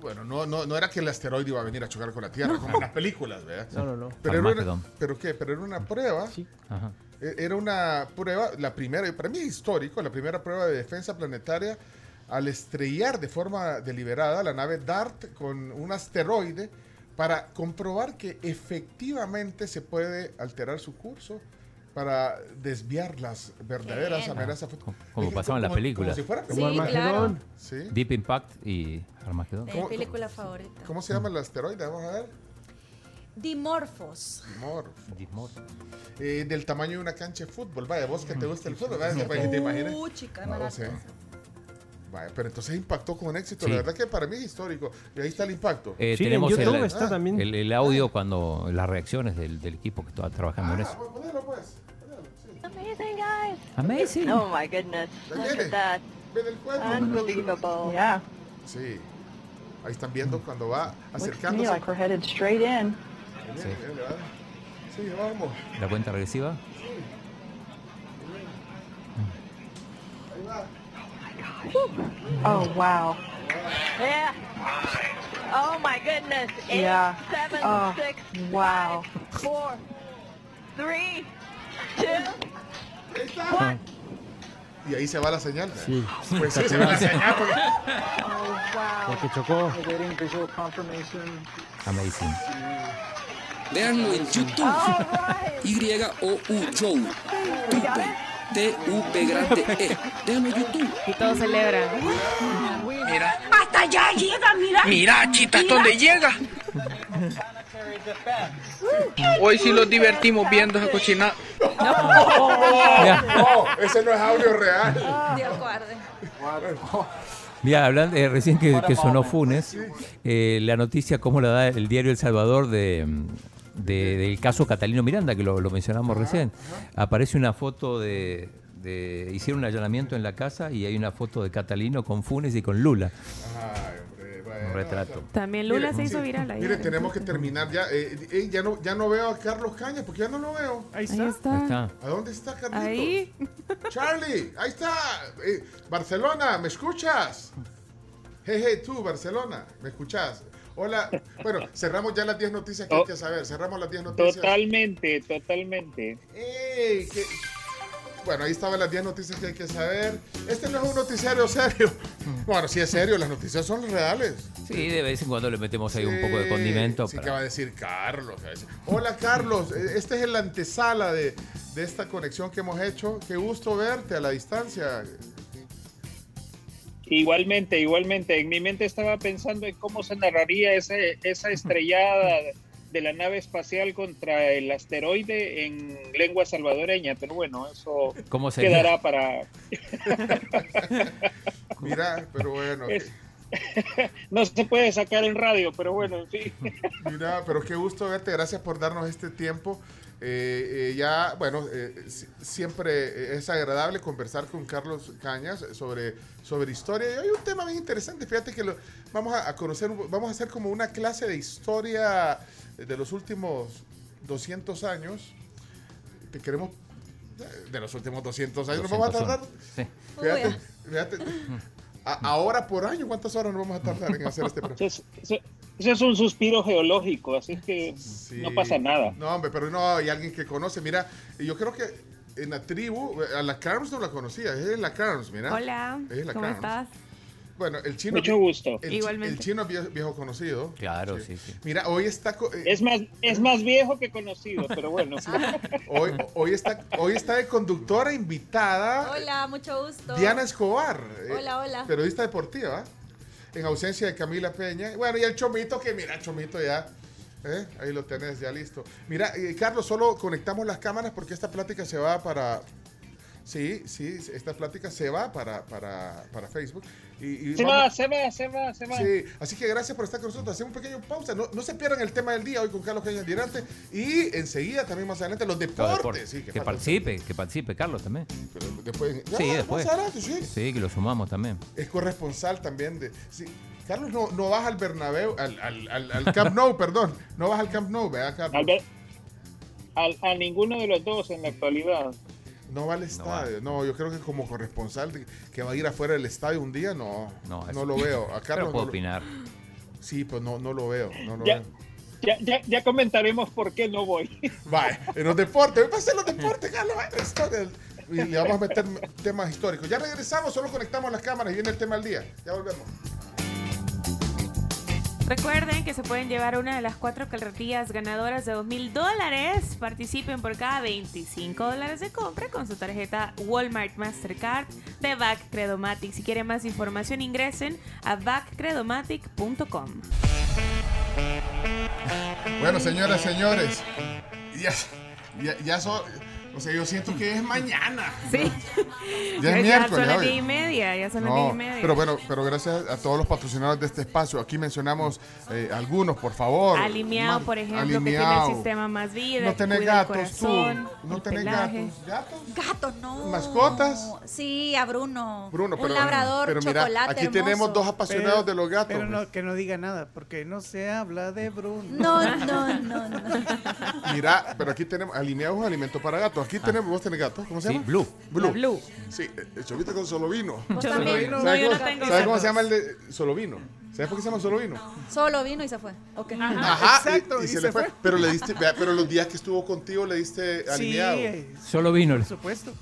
S5: bueno, no, no, no era que el asteroide iba a venir a chocar con la Tierra, como en las películas, ¿verdad?
S6: No, no, no.
S5: Pero, era una,
S6: Armagedón.
S5: ¿Pero qué? Pero era una prueba.
S6: Ajá.
S5: Eh, Era una prueba, la primera, para mí es histórico, la primera prueba de defensa planetaria al estrellar de forma deliberada la nave DART con un asteroide para comprobar que efectivamente se puede alterar su curso para desviar las verdaderas
S6: bien.
S5: amenazas fut-
S6: Como-
S5: Es
S6: como
S5: que
S6: pasaba en las
S5: como-
S6: películas.
S5: Como si fuera
S6: Sí,
S5: película.
S6: claro.
S5: Sí.
S6: Deep Impact y Armagedón.
S11: Mi película favorita.
S5: ¿Cómo se llama el asteroide? Vamos a ver.
S11: Dimorphos.
S5: Dimorfo. Eh, del tamaño de una cancha de fútbol. Vaya, vos que te gusta el fútbol, vaya,
S11: Uh,
S5: ¿te imaginas?
S11: chica,
S5: No lo
S11: mala
S5: sé.
S11: cosa.
S5: Vaya, pero entonces impactó con éxito.
S6: Sí.
S5: La verdad que para mí es histórico. Y ahí está el impacto.
S6: Eh, tenemos el, el- el audio cuando las reacciones del, del equipo que estaba trabajando en eso.
S5: Ponelo, pues. Ponelo, sí.
S3: Amazing, guys.
S6: Amazing.
S3: Oh, my Ah, goodness. Look at that. Unbelievable. Yeah.
S5: Sí. Ahí están
S6: Mm.
S5: viendo cuando va
S3: Looks to me
S5: acercándose.
S3: like we're headed straight in.
S5: Mira, mira, le va. Sí, vamos.
S6: La cuenta regresiva.
S3: Oh, wow. Yeah. Oh, my goodness. Eight, Yeah. seven, Oh, six, wow. five, four, three, two, one.
S5: Y ahí se va la señal.
S7: Sí.
S5: Pues sí, se va la señal. porque-
S3: Oh, wow.
S7: Porque chocó.
S6: Amazing.
S21: Véanlo en YouTube. Y-O-U Show. Tupe. T-U-P grande E. Véanlo en YouTube.
S8: Y todos celebran.
S21: Mira,
S3: Hasta allá llega, mira.
S21: mira, chitas,
S3: Mira.
S21: ¿dónde llega? Hoy sí los divertimos viendo esa cochinada.
S5: No, ese no es audio real.
S11: De acuerdo.
S6: Mira, hablando, eh, recién que, que sonó Funes, eh, la noticia cómo la da el diario El Salvador de, mm, de- del caso Catalino Miranda, que lo, lo mencionamos recién. Aparece una foto de, de- Hicieron un allanamiento en la casa y hay una foto de Catalino con Funes y con Lula.
S5: Ay, hombre, bueno.
S6: Un retrato.
S8: También Lula
S5: Mire,
S8: se hizo
S5: sí,
S8: viral ahí.
S5: Mire, tenemos que terminar ya. Eh, eh, ya, no, ya no veo a Carlos Cañas porque ya no lo veo. Ahí
S8: está. está.
S6: Ahí está.
S5: ¿A dónde está Carlitos?
S8: Ahí. [laughs]
S5: Charlie, ahí está. Eh, Barcelona, ¿me escuchas? Jeje, tú, Barcelona, ¿me escuchas? Hola. Bueno, cerramos ya las 10 noticias que hay que saber. Cerramos las 10 noticias.
S22: Totalmente, totalmente.
S5: Ey, que- Bueno, ahí estaban las 10 noticias que hay que saber. Este no es un noticiario serio. [laughs] Bueno, sí es serio, las noticias son reales.
S6: Sí, de vez en cuando le metemos ahí un poco de
S5: Sí,
S6: condimento.
S5: Sí,
S6: para-
S5: que va a decir Carlos. va a decir, Hola Carlos, Eh, esta es la antesala de, de esta conexión que hemos hecho. Qué gusto verte a la distancia.
S22: Igualmente, igualmente. En mi mente estaba pensando en cómo se narraría ese, esa estrellada de la nave espacial contra el asteroide en lengua salvadoreña, pero bueno, eso
S6: ¿Cómo sería?
S22: quedará para...
S5: Mira, [laughs] pero bueno.
S22: Es- [laughs] no se puede
S5: [laughs]
S22: sacar en radio, pero bueno, sí.
S5: Mira, pero qué gusto verte. Gracias por darnos este tiempo. Eh, eh, ya, bueno, eh, si- siempre es agradable conversar con Carlos Cañas sobre, sobre historia. Y hay un tema bien interesante, fíjate que lo, vamos a, a conocer, un- vamos a hacer como una clase de historia de los últimos 200 años. Te queremos, de los últimos 200 años, nos vamos a
S6: 201.
S5: tardar.
S6: Sí.
S5: Fíjate, fíjate. A- ahora por año, ¿cuántas horas nos vamos a tardar en hacer este programa?
S22: Ese ese es un suspiro geológico, así es que no pasa nada.
S5: No, hombre, pero no, hay alguien que conoce. Mira, yo creo que en la tribu, a la Carms no la conocía, es la Carms, mira.
S8: Hola,
S5: Es la
S8: ¿cómo
S5: Carms.
S8: estás?
S5: Bueno, el chino.
S22: Mucho gusto.
S5: El, chi-
S22: Igualmente.
S5: El chino es vie- viejo, conocido.
S6: Claro, sí, sí.
S5: Mira, hoy está. co- eh,
S22: Es más, es más viejo que conocido,
S5: [laughs]
S22: pero bueno.
S5: Hoy, hoy, está, hoy está de conductora invitada
S11: Hola, mucho gusto.
S5: Diana Escobar. eh,
S11: Hola, hola.
S5: Periodista deportiva. En ausencia de Camila Peña. Bueno, y el Chomito, que mira, Chomito ya. eh, Ahí lo tenés, ya listo. Mira, eh, Carlos, solo conectamos las cámaras porque esta plática se va para. Sí, sí, esta plática se va para, para, para Facebook. Y, y
S22: Se
S5: vamos-
S22: va, se va, se va, se va.
S5: Sí, así que gracias por estar con nosotros. Hacemos un pequeño pausa. No, no se pierdan el tema del día hoy con Carlos Cañas Dirante. Y enseguida, también más adelante, los deportes.
S6: Los deportes.
S5: Sí, que
S6: que
S5: falta-
S6: participe, que participe Carlos también.
S5: después,
S6: sí,
S5: Ah,
S6: después.
S5: más adelante, sí.
S6: que lo sumamos también.
S5: Es corresponsal también de. sí. Carlos no, no vas al Bernabéu, al, al- al- al Camp Nou, [laughs] perdón. No vas al Camp Nou, ¿verdad, Carlos?
S22: Al ver- al- a ninguno de los dos en la actualidad.
S5: No va al estadio. No, yo creo que como corresponsal de- que va a ir afuera del estadio un día, no. No,
S6: eso-
S5: lo veo. A
S6: Pero
S5: Carlos no
S6: puedo
S5: lo-
S6: opinar.
S5: Sí, pues no, no lo veo. No lo
S22: Ya,
S5: veo.
S22: ya, ya, ya comentaremos por qué no voy.
S5: Vale, [laughs] en los deportes, hoy pasé los deportes, Carlos, va, la historia. Y le vamos a meter temas históricos. Ya regresamos, solo conectamos las cámaras y viene el tema del día. Ya volvemos.
S8: Recuerden que se pueden llevar una de las cuatro carretillas ganadoras de 2 mil dólares. Participen por cada 25 dólares de compra con su tarjeta Walmart Mastercard de Back Credomatic. Si quieren más información, ingresen a backcredomatic.com.
S5: Bueno, señoras, señores, ya, ya, ya so- o sea, yo siento que es mañana.
S8: Sí. [laughs]
S5: Ya es
S8: son
S5: miércoles.
S8: las
S5: oye.
S8: 10 y media, ya son las 10
S5: No,
S8: y media.
S5: pero bueno, pero gracias a todos los patrocinadores de este espacio. Aquí mencionamos eh, algunos, por favor.
S8: Alineado, por ejemplo, que tiene
S5: Alineado.
S8: el sistema más vida.
S5: No
S8: que
S5: tenés
S8: cuida el
S5: gatos, tú.
S8: corazón,
S5: No
S8: el
S5: tenés
S8: pelaje.
S5: gatos. ¿Gatos?
S11: Gatos, no.
S5: ¿Mascotas?
S11: Sí, a Bruno.
S5: Bruno,
S11: Un
S5: pero-
S11: labrador
S5: pero mira,
S11: chocolate
S5: aquí tenemos dos apasionados de los gatos,
S1: Pero
S5: pues.
S1: no, que no diga nada, porque no se habla de Bruno.
S11: No, no, no, no.
S5: Mira, pero aquí tenemos alineados alimento para gatos. Aquí tenemos, vos tenés gatos, ¿cómo se llama? Blue. Blue. Sí, eh, el chovito con solo vino.
S11: Vos Solo también. vino.
S5: ¿Sabes,
S11: No,
S5: cómo,
S11: yo no tengo
S5: sabes cómo
S11: gatos.
S5: se llama el de solo vino? ¿Sabes por qué se llama solo vino?
S11: Solo vino y se fue. Okay.
S5: y, y se, le fue. Pero le diste, vea, pero los días que estuvo contigo le diste alineado.
S1: eh,
S6: Solo vino.
S1: Por supuesto.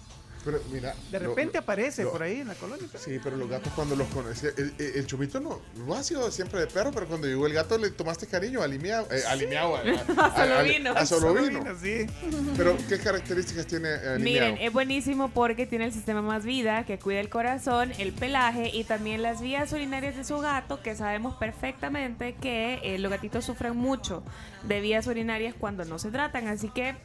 S5: Pero mira,
S1: De
S5: lo-
S1: repente aparece
S5: lo-
S1: por ahí en la colonia.
S5: Sí, pero los gatos cuando los conocí, el, el- el chubito no, no ha sido siempre de perro, pero cuando llegó el gato le tomaste cariño, alineado, eh,
S1: [laughs]
S5: alineado,
S3: [laughs]
S5: a, a- a- a- a Ah, solo vino.
S1: sí.
S5: Pero qué características tiene eh, alineado.
S8: Miren, eh. es buenísimo porque tiene el sistema más vida, que cuida el corazón, el pelaje y también las vías urinarias de su gato, que sabemos perfectamente que eh, los gatitos sufren mucho de vías urinarias cuando no se tratan. Así que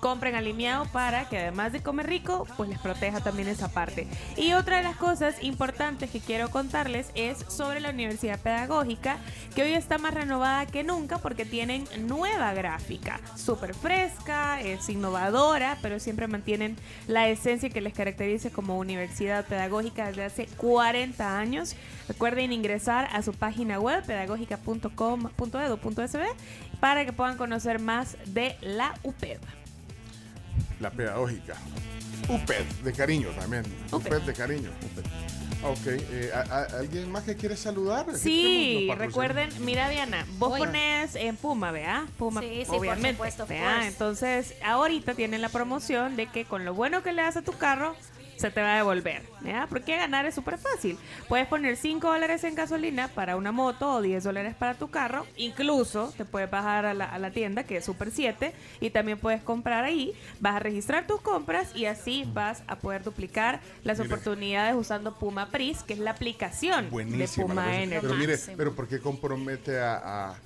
S8: compren alineado para que además de comer rico, pues les proteja también esa parte. Y otra de las cosas importantes que quiero contarles es sobre la Universidad Pedagógica, que hoy está más renovada que nunca porque tienen nueva gráfica, súper fresca, es innovadora, pero siempre mantienen la esencia que les caracteriza como universidad pedagógica desde hace 40 años. Recuerden ingresar a su página web pedagógica.com.edu.sb para que puedan conocer más de la E UPED.
S5: La pedagógica. UPED, de cariño también. UPED, de cariño. Ok, eh, ¿a- a- ¿alguien más que quiere saludar? Aquí
S8: Sí,
S5: tenemos los
S8: recuerden, mira Diana, vos
S11: Voy.
S8: pones en Puma, ¿vea? Puma,
S11: Sí, sí, por
S8: obviamente.
S11: supuesto, of
S8: ¿vea?
S11: course.
S8: Entonces, ahorita tienen la promoción de que con lo bueno que le das a tu carro, se te va a devolver, ¿vea? Porque ganar es súper fácil. Puedes poner 5 dólares en gasolina para una moto o 10 dólares para tu carro. Incluso te puedes bajar a la, a la tienda, que es Super 7, y también puedes comprar ahí. Vas a registrar tus compras y así vas a poder duplicar las
S5: Mire.
S8: oportunidades usando Puma Pris, que es la aplicación
S5: Buenísima
S8: de
S5: la
S8: Puma
S5: cosa.
S8: Energy.
S5: Pero mire, pero ¿por qué compromete a, a-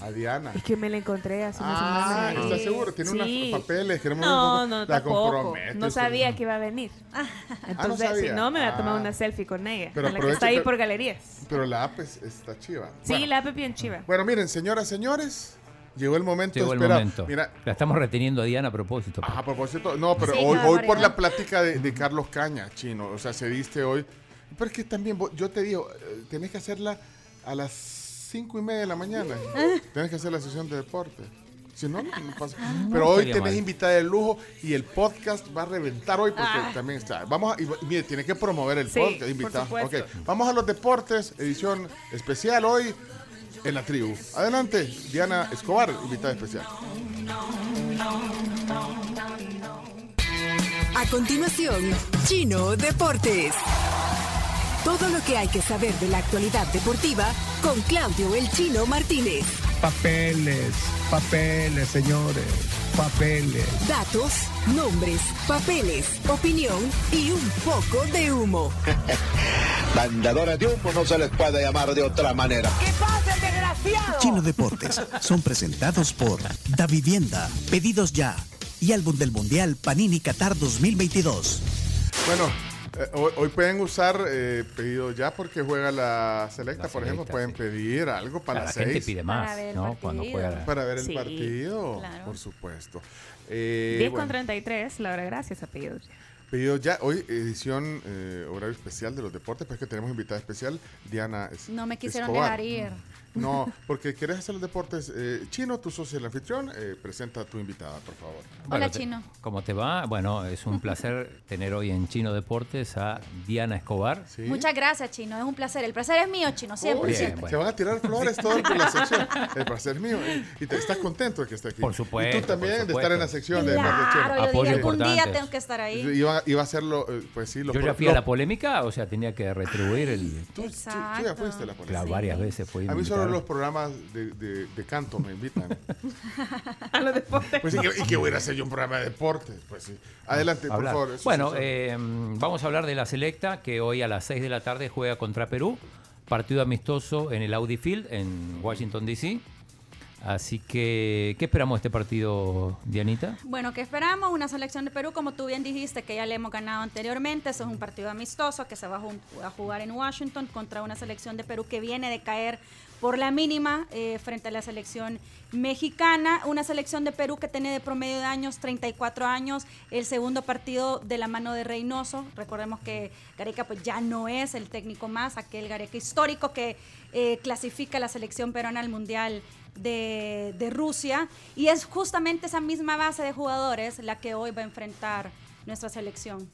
S5: a Diana?
S8: Es que me la encontré hace una
S5: Ah,
S8: semana.
S5: ¿estás seguro? Tiene
S8: Sí.
S5: unos papeles. Queremos
S8: No, no,
S5: la
S8: tampoco.
S5: compromete.
S8: No sabía que iba a [laughs] venir. Ah, Entonces, si
S5: Ah, sabía.
S8: no, me voy a tomar
S5: Ah.
S8: una selfie con ella.
S5: Pero
S8: con la que está
S5: aproveche,
S8: ahí
S5: pero-
S8: por galerías.
S5: Pero la app es- está chiva.
S8: Sí, la app es bien chiva.
S5: Bueno, miren, señoras, señores, Llegó el momento
S6: Llegó el
S5: esperado.
S6: momento.
S5: Mira,
S6: La estamos reteniendo a Diana a propósito. pues.
S5: a propósito, no, pero
S6: Sí,
S5: hoy,
S6: no,
S5: hoy
S6: Mariana.
S5: por la plática de, de Carlos Caña, chino, o sea, se diste hoy. Pero es que también, vos- yo te digo, eh, tenés que hacerla a las cinco y media de la mañana.
S6: Ah.
S5: Tenés que hacer la sesión de deporte. Si no, no pasa. Pero
S6: No
S5: hoy
S6: estaría
S5: tenés
S6: mal.
S5: invitada de lujo y el podcast va a reventar hoy porque
S6: Ah.
S5: también está. Vamos a, y, mire, tiene que promover el
S6: Sí, por
S5: podcast, invitada.
S6: supuesto.
S5: Ok, vamos a los deportes, edición especial hoy en la tribu. Adelante, Diana Escobar, invitada especial.
S23: A continuación, Chino Deportes. Todo lo que hay que saber de la actualidad deportiva con Claudio El Chino Martínez.
S1: Papeles, papeles, señores, papeles.
S23: Datos, nombres, papeles, opinión y un poco de humo.
S17: Mandadores de humo no se les puede llamar de otra manera.
S23: pasa, desgraciado?
S1: Chino Deportes son presentados por Da Vivienda, Pedidos Ya y Álbum del Mundial Panini Qatar 2022.
S5: Bueno, eh, hoy, hoy pueden usar eh, pedido ya porque juega la selecta,
S6: La
S5: por ejemplo.
S6: Selecta,
S5: Pueden
S6: sí. Ah,
S5: pedir algo para
S6: La
S5: las
S6: gente
S5: seis.
S6: pide más, Para ver el ¿no? partido. Cuando juega.
S5: Para ver el
S8: Sí,
S5: partido,
S8: claro.
S5: por supuesto. Eh,
S8: 10 con
S5: bueno,
S8: 33, Laura, gracias a pedidos.
S5: pedido ya. Hoy edición eh, horario especial de los deportes, porque tenemos invitada especial, Diana Es-
S11: No me quisieron
S5: Escobar.
S11: dejar ir.
S5: No, porque querés hacer los deportes. eh, Chino, tu socio y el anfitrión, eh, presenta a tu invitada, por favor.
S6: Bueno, te-
S11: Chino.
S6: ¿Cómo te va? Bueno, es un
S5: [laughs]
S6: placer tener hoy en Chino Deportes a Diana Escobar.
S11: Muchas gracias, Chino. Es un placer. El placer es mío, Chino, siempre.
S6: Bien,
S11: siempre.
S5: Se
S6: bueno.
S5: van a tirar flores todo por
S6: [laughs]
S5: la sección. El placer mío. Y te estás contento de que esté aquí. Por
S6: supuesto,
S5: Y tú también
S6: por
S5: de estar en la
S6: supuesto.
S5: sección de
S6: Claro,
S5: Deportes Chino.
S6: yo dije, Apoyo algún día importante.
S11: tengo que estar ahí.
S5: Iba, iba a hacerlo, eh, pues sí, lo
S6: Yo ya
S5: pro-
S6: fui a
S5: lo-
S6: la polémica, o sea, tenía que retribuir el...
S5: Tú ya fuiste a la polémica.
S6: Claro, varias veces fui
S5: A mí solo
S6: invitado.
S5: los programas de, de- de canto me invitan. a los deportes. Pues, ¿y, qué, y qué voy a ir a hacer yo un programa de deportes? Pues sí. Adelante, por
S6: Hablar.
S5: favor. eso
S6: Bueno,
S5: sí, sí.
S6: eh, vamos a hablar de la selecta que hoy a las 6 de la tarde juega contra Perú. Partido amistoso en el Audi Field en Washington, D.C. Así que, ¿qué esperamos de este partido, Dianita?
S11: Bueno, ¿qué esperamos? Una selección de Perú, como tú bien dijiste, que ya le hemos ganado anteriormente. Eso es un partido amistoso que se va a jun- a jugar en Washington contra una selección de Perú que viene de caer por la mínima eh, frente a la selección mexicana. Una selección de Perú que tiene de promedio de años 34 años. El segundo partido de la mano de Reynoso. Recordemos que Gareca pues, ya no es el técnico más, aquel Gareca histórico que eh, clasifica a la selección peruana al Mundial de, de Rusia. Y es justamente esa misma base de jugadores la que hoy va a enfrentar nuestra selección.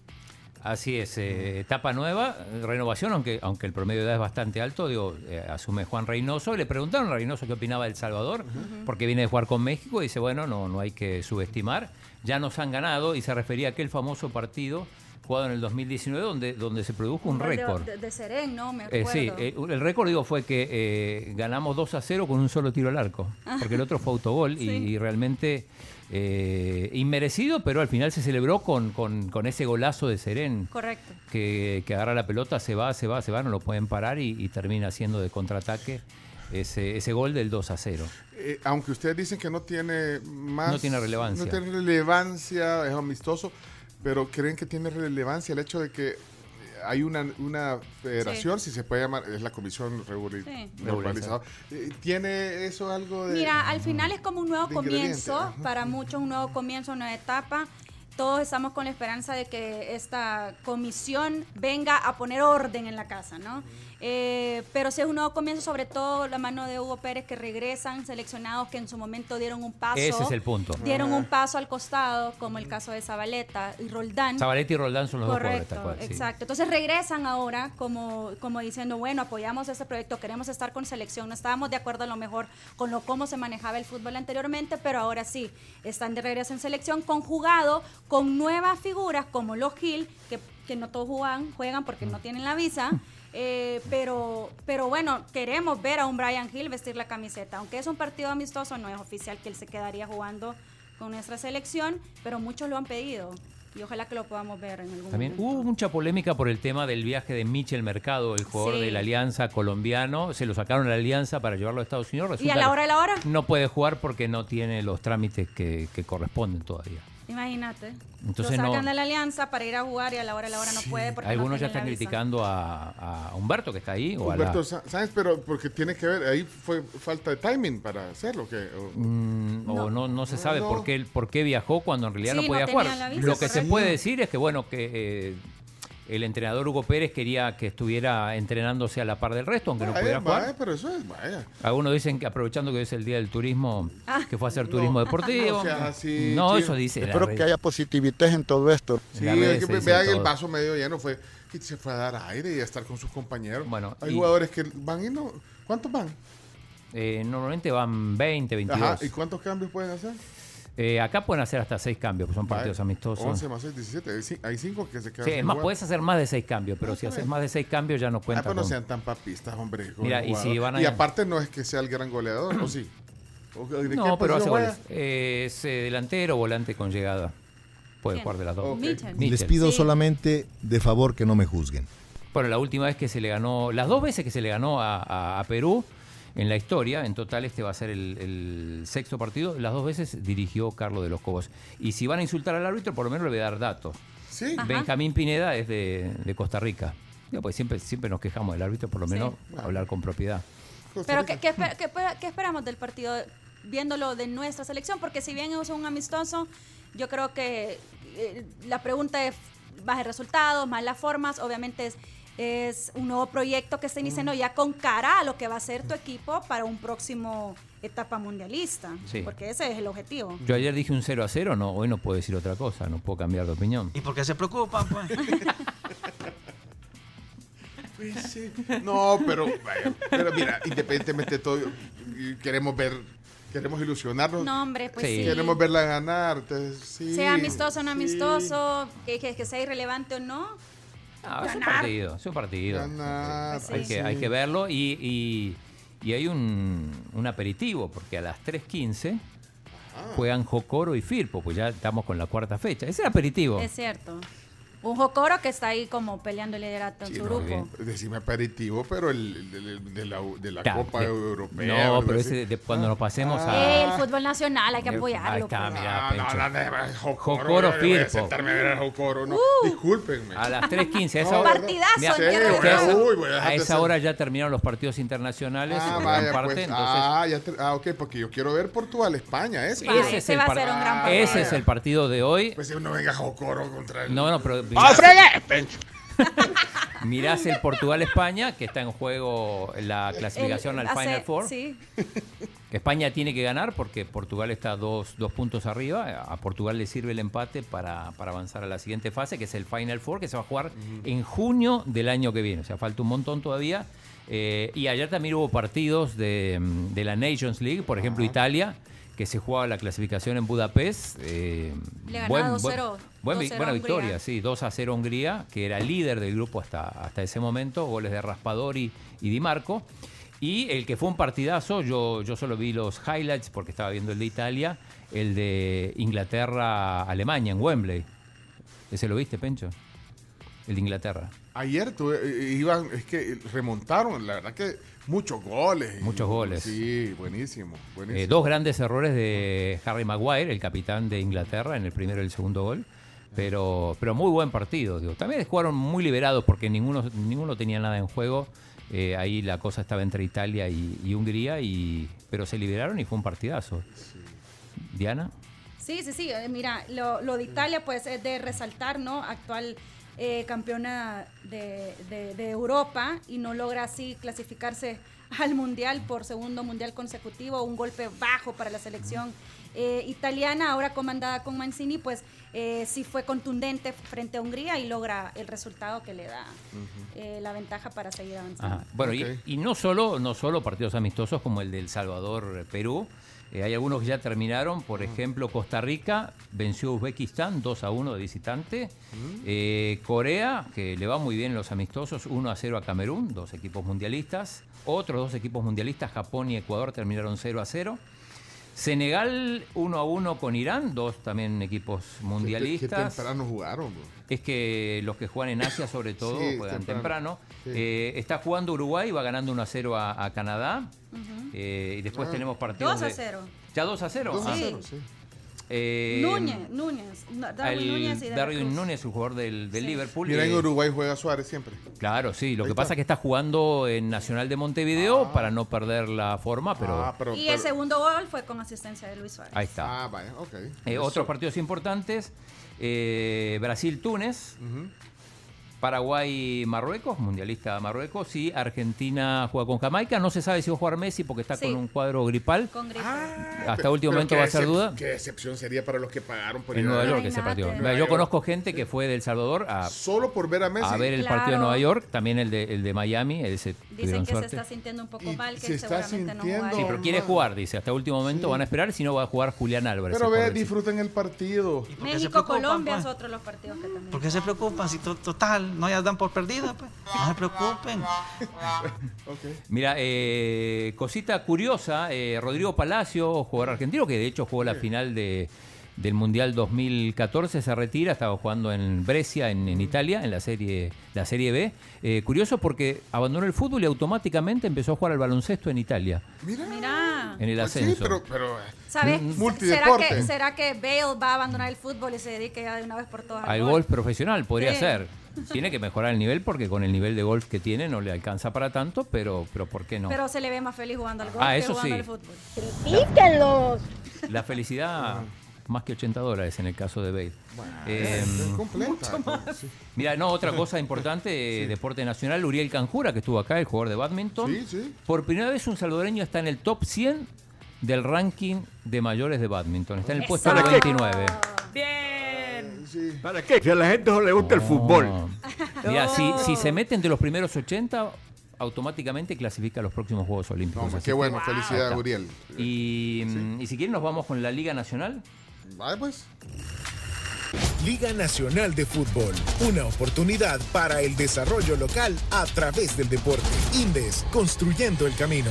S6: Así es, eh, etapa nueva, eh, renovación, aunque, aunque el promedio de edad es bastante alto, digo, eh, asume Juan Reynoso. Y le preguntaron a Reynoso qué opinaba del Salvador, porque viene de jugar con México y dice, bueno, no, no hay que subestimar. Ya nos han ganado y se refería a aquel famoso partido jugado en el 2019 donde, donde se produjo un
S11: gol de-
S6: récord.
S11: De, de Serén, ¿no? Me
S6: Eh,
S11: acuerdo.
S6: sí, eh, el récord digo fue que eh, ganamos 2 a 0 con un solo tiro al arco, porque el otro fue autogol y-
S11: Ah. Sí.
S6: y, realmente eh, inmerecido, pero al final se celebró con, con, con ese golazo de Serén,
S11: Correcto.
S6: que, que agarra la pelota, se va, se va, se va, no lo pueden parar y, y termina haciendo de contraataque ese, ese gol del 2 a 0.
S5: Eh, aunque ustedes dicen que no tiene más.
S6: No tiene relevancia.
S5: No tiene relevancia, es amistoso, pero creen que tiene relevancia el hecho de que hay una, una federación, si se puede llamar, es la comisión reguli-
S11: Sí.
S5: regularizada. Eh, ¿Tiene eso algo de.?
S11: Mira, al final es como un nuevo
S5: de ingrediente,
S11: comienzo,
S5: ajá.
S11: para muchos un nuevo comienzo, una nueva etapa. Todos estamos con la esperanza de que esta comisión venga a poner orden en la casa, ¿no? Eh, pero sí es un nuevo comienzo, sobre todo la mano de Hugo Pérez, que regresan seleccionados que en su momento dieron un paso.
S6: Ese es el punto.
S11: Dieron
S5: Ah.
S11: un paso al costado, como el caso de Zabaleta y Roldán.
S6: Ah. Zabaleta y Roldán son los
S11: Correcto,
S6: dos jugadores, tal cual, sí.
S11: exacto. Entonces regresan ahora como, como diciendo, bueno, apoyamos este proyecto, queremos estar con selección, no estábamos de acuerdo a lo mejor con lo cómo se manejaba el fútbol anteriormente, pero ahora sí, están de regreso en selección conjugado con nuevas figuras como los Gil, que, que no todos juegan, juegan porque no tienen la visa.
S6: Mm.
S11: eh, pero, pero bueno, queremos ver a un Brian Hill vestir la camiseta. Aunque es un partido amistoso, no es oficial que él se quedaría jugando con nuestra selección, pero muchos lo han pedido y ojalá que lo podamos ver en algún
S6: También
S11: momento.
S6: hubo mucha polémica por el tema del viaje de Michel Mercado, el jugador
S11: Sí.
S6: de la Alianza colombiano. Se lo sacaron a la Alianza para llevarlo a Estados Unidos.
S11: ¿Y a la
S6: que
S11: hora de la hora?
S6: No puede jugar porque no tiene los trámites que, que corresponden todavía.
S11: Imagínate.
S6: Entonces
S11: lo
S6: no-
S11: sacan de la alianza para ir a jugar y a la hora a la hora no puede porque no
S6: Algunos
S11: tiene
S6: ya están
S11: la visa.
S6: criticando a, a Humberto que está ahí o a la-
S5: Humberto Sa- Sáenz, pero porque tiene que ver, ahí fue falta de timing para hacerlo. que o-
S6: Mm, o no, no se sabe
S5: No.
S6: por qué por qué viajó cuando en realidad
S5: Sí,
S6: no podía
S5: no tenía la
S6: jugar.
S5: visa,
S6: Lo que se
S5: correcto.
S6: puede decir es que bueno que eh, el entrenador Hugo Pérez quería que estuviera entrenándose a la par del resto, aunque no
S5: Vaya,
S6: pudiera
S5: vaya,
S6: jugar.
S5: pero eso es, vaya.
S6: Algunos dicen que aprovechando que es el día del turismo,
S5: Ah.
S6: que fue a hacer turismo deportivo.
S5: no seas así,
S6: No,
S5: Chino.
S6: eso dice. la
S2: Espero
S6: red.
S2: que haya positividad en todo esto.
S5: Sí,
S6: La
S5: hay
S6: vez
S5: que
S6: se
S5: ve-
S6: dice
S5: vean
S6: todo.
S5: el vaso medio lleno, fue que se fue a dar aire y a estar con sus compañeros.
S6: Bueno,
S5: hay
S6: y-
S5: jugadores que van y no. ¿Cuántos van?
S6: Eh, normalmente van 20, 22.
S5: Ajá, ¿y cuántos cambios pueden hacer?
S6: Eh, acá pueden hacer hasta 6 cambios, pues son partidos
S5: Vaya,
S6: amistosos.
S5: 11 más 6, 17. Hay cin- Hay 5 que se quedan.
S6: Sí,
S5: sin
S6: es más,
S5: jugar. Ah,
S6: puedes hacer más de 6 cambios, pero si
S5: está
S6: haces
S5: bien.
S6: más de 6 cambios ya no
S5: Ah,
S6: cuenta.
S5: pero no
S6: con-
S5: sean tan papistas, hombre. con
S6: Mira,
S5: el
S6: y si
S5: jugador.
S6: van a-
S5: Ah, Y aparte no es que sea el gran goleador, ¿o sí? ¿O de qué
S6: No, pero
S5: posición
S6: hace
S5: juega?
S6: goles. Eh, es eh, delantero o volante con llegada. Puede
S5: ¿Quién?
S6: jugar de las dos.
S5: Ok. Mitchell.
S13: Les pido solamente de favor que no me juzguen.
S6: Bueno, la última vez que se le ganó, las dos veces que se le ganó a, a- a Perú en la historia, en total este va a ser el, el sexto partido, las dos veces dirigió Carlos de los Cobos. Y si van a insultar al árbitro, por lo menos le voy a dar datos.
S5: Sí.
S2: Ajá.
S6: Benjamín Pineda es de, de Costa Rica. Digo, pues siempre, siempre nos quejamos del árbitro, por lo menos hablar con propiedad.
S11: Pero ¿qué, qué esper- qué esper- qué esperamos del partido viéndolo de nuestra selección? Porque si bien es un amistoso, yo creo que eh, la pregunta es más de resultados, más las formas, obviamente es, es un nuevo proyecto que está
S6: Mm.
S11: iniciando ya con cara a lo que va a ser tu equipo para un próximo etapa mundialista,
S6: Sí.
S11: porque ese es el objetivo.
S6: Yo ayer dije un 0 a 0, no, hoy no puedo decir otra cosa, no puedo cambiar de opinión.
S19: ¿Y por qué se preocupan,
S11: [laughs]
S19: pues?
S5: Pues sí. No, pero, vaya, pero mira, independientemente de todo, y queremos ver, queremos ilusionarnos.
S11: No, hombre, pues sí.
S5: Queremos verla ganar. entonces, sí.
S11: sea amistoso o no
S5: Sí.
S11: amistoso, que, que- que sea irrelevante o no.
S6: Ah, es un partido, es un partido.
S5: Ganar,
S6: hay,
S5: sí.
S6: que, hay que verlo y, y- y hay un, un aperitivo, porque a las 3.15 juegan Jocoro y Firpo, pues ya estamos con la cuarta fecha. Es el aperitivo.
S11: Es cierto. Un Jocoro que está ahí como peleando el liderato en
S5: Sí,
S11: su
S5: no,
S11: grupo.
S5: Decime aperitivo, pero el, el- el- de la, de la
S6: Ta-
S5: Copa
S6: de-
S5: Europea.
S6: No,
S5: algo
S6: pero
S5: así.
S6: ese de- de cuando nos pasemos
S11: Eh,
S6: a. Eh,
S11: el fútbol nacional, hay que
S6: Ah. Ahí
S11: apoyarlo.
S6: está,
S11: pues.
S6: mirá,
S5: Ah, no,
S6: Pencho.
S5: no, no, no, Jocoro,
S6: Jocoro
S5: yo voy a
S6: Firpo.
S5: sentarme a ver al Jocoro, no.
S11: Uh.
S5: Discúlpenme.
S6: A las 3.15. a esa
S5: No,
S6: hora-
S5: Partidazo,
S6: Mirá,
S5: en tierra de
S6: que a esa-
S5: juego. Uy, voy a dejar
S6: a
S5: de
S6: esa
S5: hacer-
S6: hora ya terminaron los partidos internacionales.
S5: Ah,
S6: en gran
S5: vaya,
S6: parte,
S5: pues,
S6: entonces-
S5: ah, ya te- ah, ok, porque yo quiero ver Portugal, España, ese.
S6: Ese, es el par- ese es el partido de hoy.
S5: Pues si uno venga Jocoro contra el.
S6: No, no, pero.
S5: ¡Ah, fregué! [laughs]
S6: Mirás el Portugal-España, que está en juego la clasificación
S11: El-
S6: al
S11: hace-
S6: Final Four.
S11: Sí.
S6: España tiene que ganar porque Portugal está dos, dos puntos arriba. A Portugal le sirve el empate para, para avanzar a la siguiente fase, que es el Final Four, que se va a jugar en junio del año que viene. O sea, falta un montón todavía. Eh, y ayer también hubo partidos de, mm, de la Nations League, por ejemplo, Italia, que se jugaba la clasificación en Budapest. Eh,
S11: Le ganaba
S6: buen- buen-
S11: 2-0,
S6: buen vi-
S11: 2-0
S6: buena
S11: a Hungría.
S6: victoria, sí, 2 a 0 Hungría, que era líder del grupo hasta, hasta ese momento, goles de Raspadori y Di Marco. Y el que fue un partidazo, yo, yo solo vi los highlights porque estaba viendo el de Italia, el de Inglaterra-Alemania en Wembley. ¿Ese lo viste, Pencho? El de Inglaterra.
S5: Ayer tuve, eh, iban, es que remontaron, la verdad que muchos goles.
S6: Muchos goles.
S5: Sí, buenísimo. buenísimo.
S6: Eh, dos grandes errores de Harry Maguire, el capitán de Inglaterra, en el primero y el segundo gol. Pero, pero muy buen partido. digo. También jugaron muy liberados porque ninguno, ninguno tenía nada en juego. Eh, ahí la cosa estaba entre Italia y, y Hungría, y, pero se liberaron y fue un partidazo. Diana.
S11: Sí, sí, sí. eh, Mira, lo, lo de Italia, pues, es de resaltar, ¿no? Actual eh, campeona de, de- de Europa y no logra así clasificarse [laughs] al Mundial por segundo Mundial consecutivo. Un golpe bajo para la selección eh, italiana, ahora comandada con Mancini, pues, eh, sí fue contundente frente a Hungría y logra el resultado que le da eh, la ventaja para seguir avanzando.
S6: Ajá. Bueno, y- y, no, solo, no solo partidos amistosos como el del Salvador-Perú. Eh, hay algunos que ya terminaron. Por ejemplo, Costa Rica venció a Uzbekistán 2 a 1 de visitante. Eh, Corea, que le va muy bien en los amistosos, 1 a 0 a Camerún, dos equipos mundialistas. Otros dos equipos mundialistas, Japón y Ecuador, terminaron 0 a 0. Senegal 1 a 1 con Irán, dos también equipos mundialistas.
S5: temprano jugaron, bro.
S6: Es que los que juegan en Asia, sobre todo,
S5: Sí,
S6: juegan
S5: temprano.
S6: temprano.
S5: Sí.
S6: Eh, está jugando Uruguay, va ganando 1 a 0 a, a Canadá. Eh, y después
S11: Ah.
S6: tenemos partidos.
S11: 2 a
S6: de-
S11: 0.
S6: ¿Ya 2 a 0?
S11: Dos a
S6: Ah.
S11: cero,
S5: sí.
S6: eh,
S11: Núñez, Núñez. no, Darwin
S6: el
S11: Núñez y de la
S6: Darwin
S11: Cruz.
S6: Núñez, un jugador del, del Liverpool.
S5: Mira, en
S6: eh,
S5: Uruguay juega Suárez siempre.
S6: Claro, sí. Lo
S5: Ahí
S6: que
S5: está. Ah.
S6: pasa es que está jugando en Nacional de Montevideo para no perder la forma, pero.
S11: y el segundo gol fue con asistencia de Luis Suárez.
S6: Ahí está.
S5: Ah, vaya, ok.
S6: Eh,
S5: Eso.
S6: otros partidos importantes: eh, Brasil-Túnez, Paraguay-Marruecos, mundialista Marruecos, y Argentina juega con Jamaica. No se sabe si va a jugar Messi porque está
S11: Sí.
S6: con un cuadro gripal.
S11: Con grito.
S6: Ah, Hasta último
S5: Pero
S6: momento
S5: qué
S6: va a ser
S5: decep-
S6: duda.
S5: Qué decepción sería para los que pagaron por
S6: En
S5: ir a
S6: Nueva
S5: ver.
S6: York ese partido.
S5: Nueva
S6: Yo
S5: York.
S6: conozco gente que fue de El Salvador a,
S5: Solo por ver a Messi.
S6: a ver el partido de Nueva York, también el de, el de Miami. Ese
S11: Dicen
S6: tuvieron
S11: que
S6: suerte.
S11: se está sintiendo un poco mal, que
S5: se está
S11: seguramente no
S5: sintiendo-
S11: jugará.
S6: Sí, pero quiere jugar, dice. Hasta último momento van a esperar, si no va a jugar Julián Álvarez.
S5: Pero
S6: el
S5: ve,
S6: pobrecito.
S5: disfruten el partido.
S11: México, Colombia es otro de los partidos que también.
S16: ¿Por qué se preocupan si to- total no ya dan por perdida? Pues. No se preocupen.
S6: Mira, eh, cosita curiosa, eh, Rodrigo Palacio, jugador argentino, que de hecho jugó la final de- del Mundial 2014, se retira, estaba jugando en Brescia, en, en Italia, en la Serie, la serie B. Eh, curioso porque abandonó el fútbol y automáticamente empezó a jugar al baloncesto en Italia,
S11: Mira.
S6: en el
S5: Pues sí,
S6: ascenso.
S5: pero- pero, eh,
S6: Mm,
S11: ¿Sabes? ¿Será
S5: multideporte.
S11: que, ¿Será que Bale va a abandonar el fútbol y se dedique ya de una vez por todas
S6: Al golf profesional podría
S11: Sí.
S6: ser. Tiene que mejorar el nivel porque con el nivel de golf que tiene no le alcanza para tanto, pero, pero ¿por qué no?
S11: Pero se le ve más feliz jugando al golf
S6: Ah,
S11: que
S6: eso
S11: jugando
S6: sí.
S11: al fútbol.
S18: ¡Critíquenlos!
S6: La felicidad, más que 80 dólares en el caso de Bale. Eh,
S5: Es completa.
S6: Mira, no, otra cosa
S5: [laughs]
S6: importante, eh, deporte nacional, Uriel Canjura, que estuvo acá, el jugador de badminton. Por primera vez un salvadoreño está en el top 100 del ranking de mayores de badminton. Está en el puesto
S20: ¡Eso!
S6: 29.
S5: Eh,
S20: ¿Para qué? Si a la gente no le gusta el fútbol.
S6: Mira, si, si se mete entre los primeros 80, automáticamente clasifica a los próximos Juegos Olímpicos.
S5: No,
S6: Así
S5: qué
S6: que-
S5: bueno,
S6: Ahí
S5: felicidades,
S6: está.
S5: Uriel.
S6: Y, mm, y si quieren nos vamos con la Liga Nacional.
S20: Ah,
S5: Vale, pues.
S23: Liga Nacional de Fútbol, una oportunidad para el desarrollo local a través del deporte. Indes, construyendo el camino.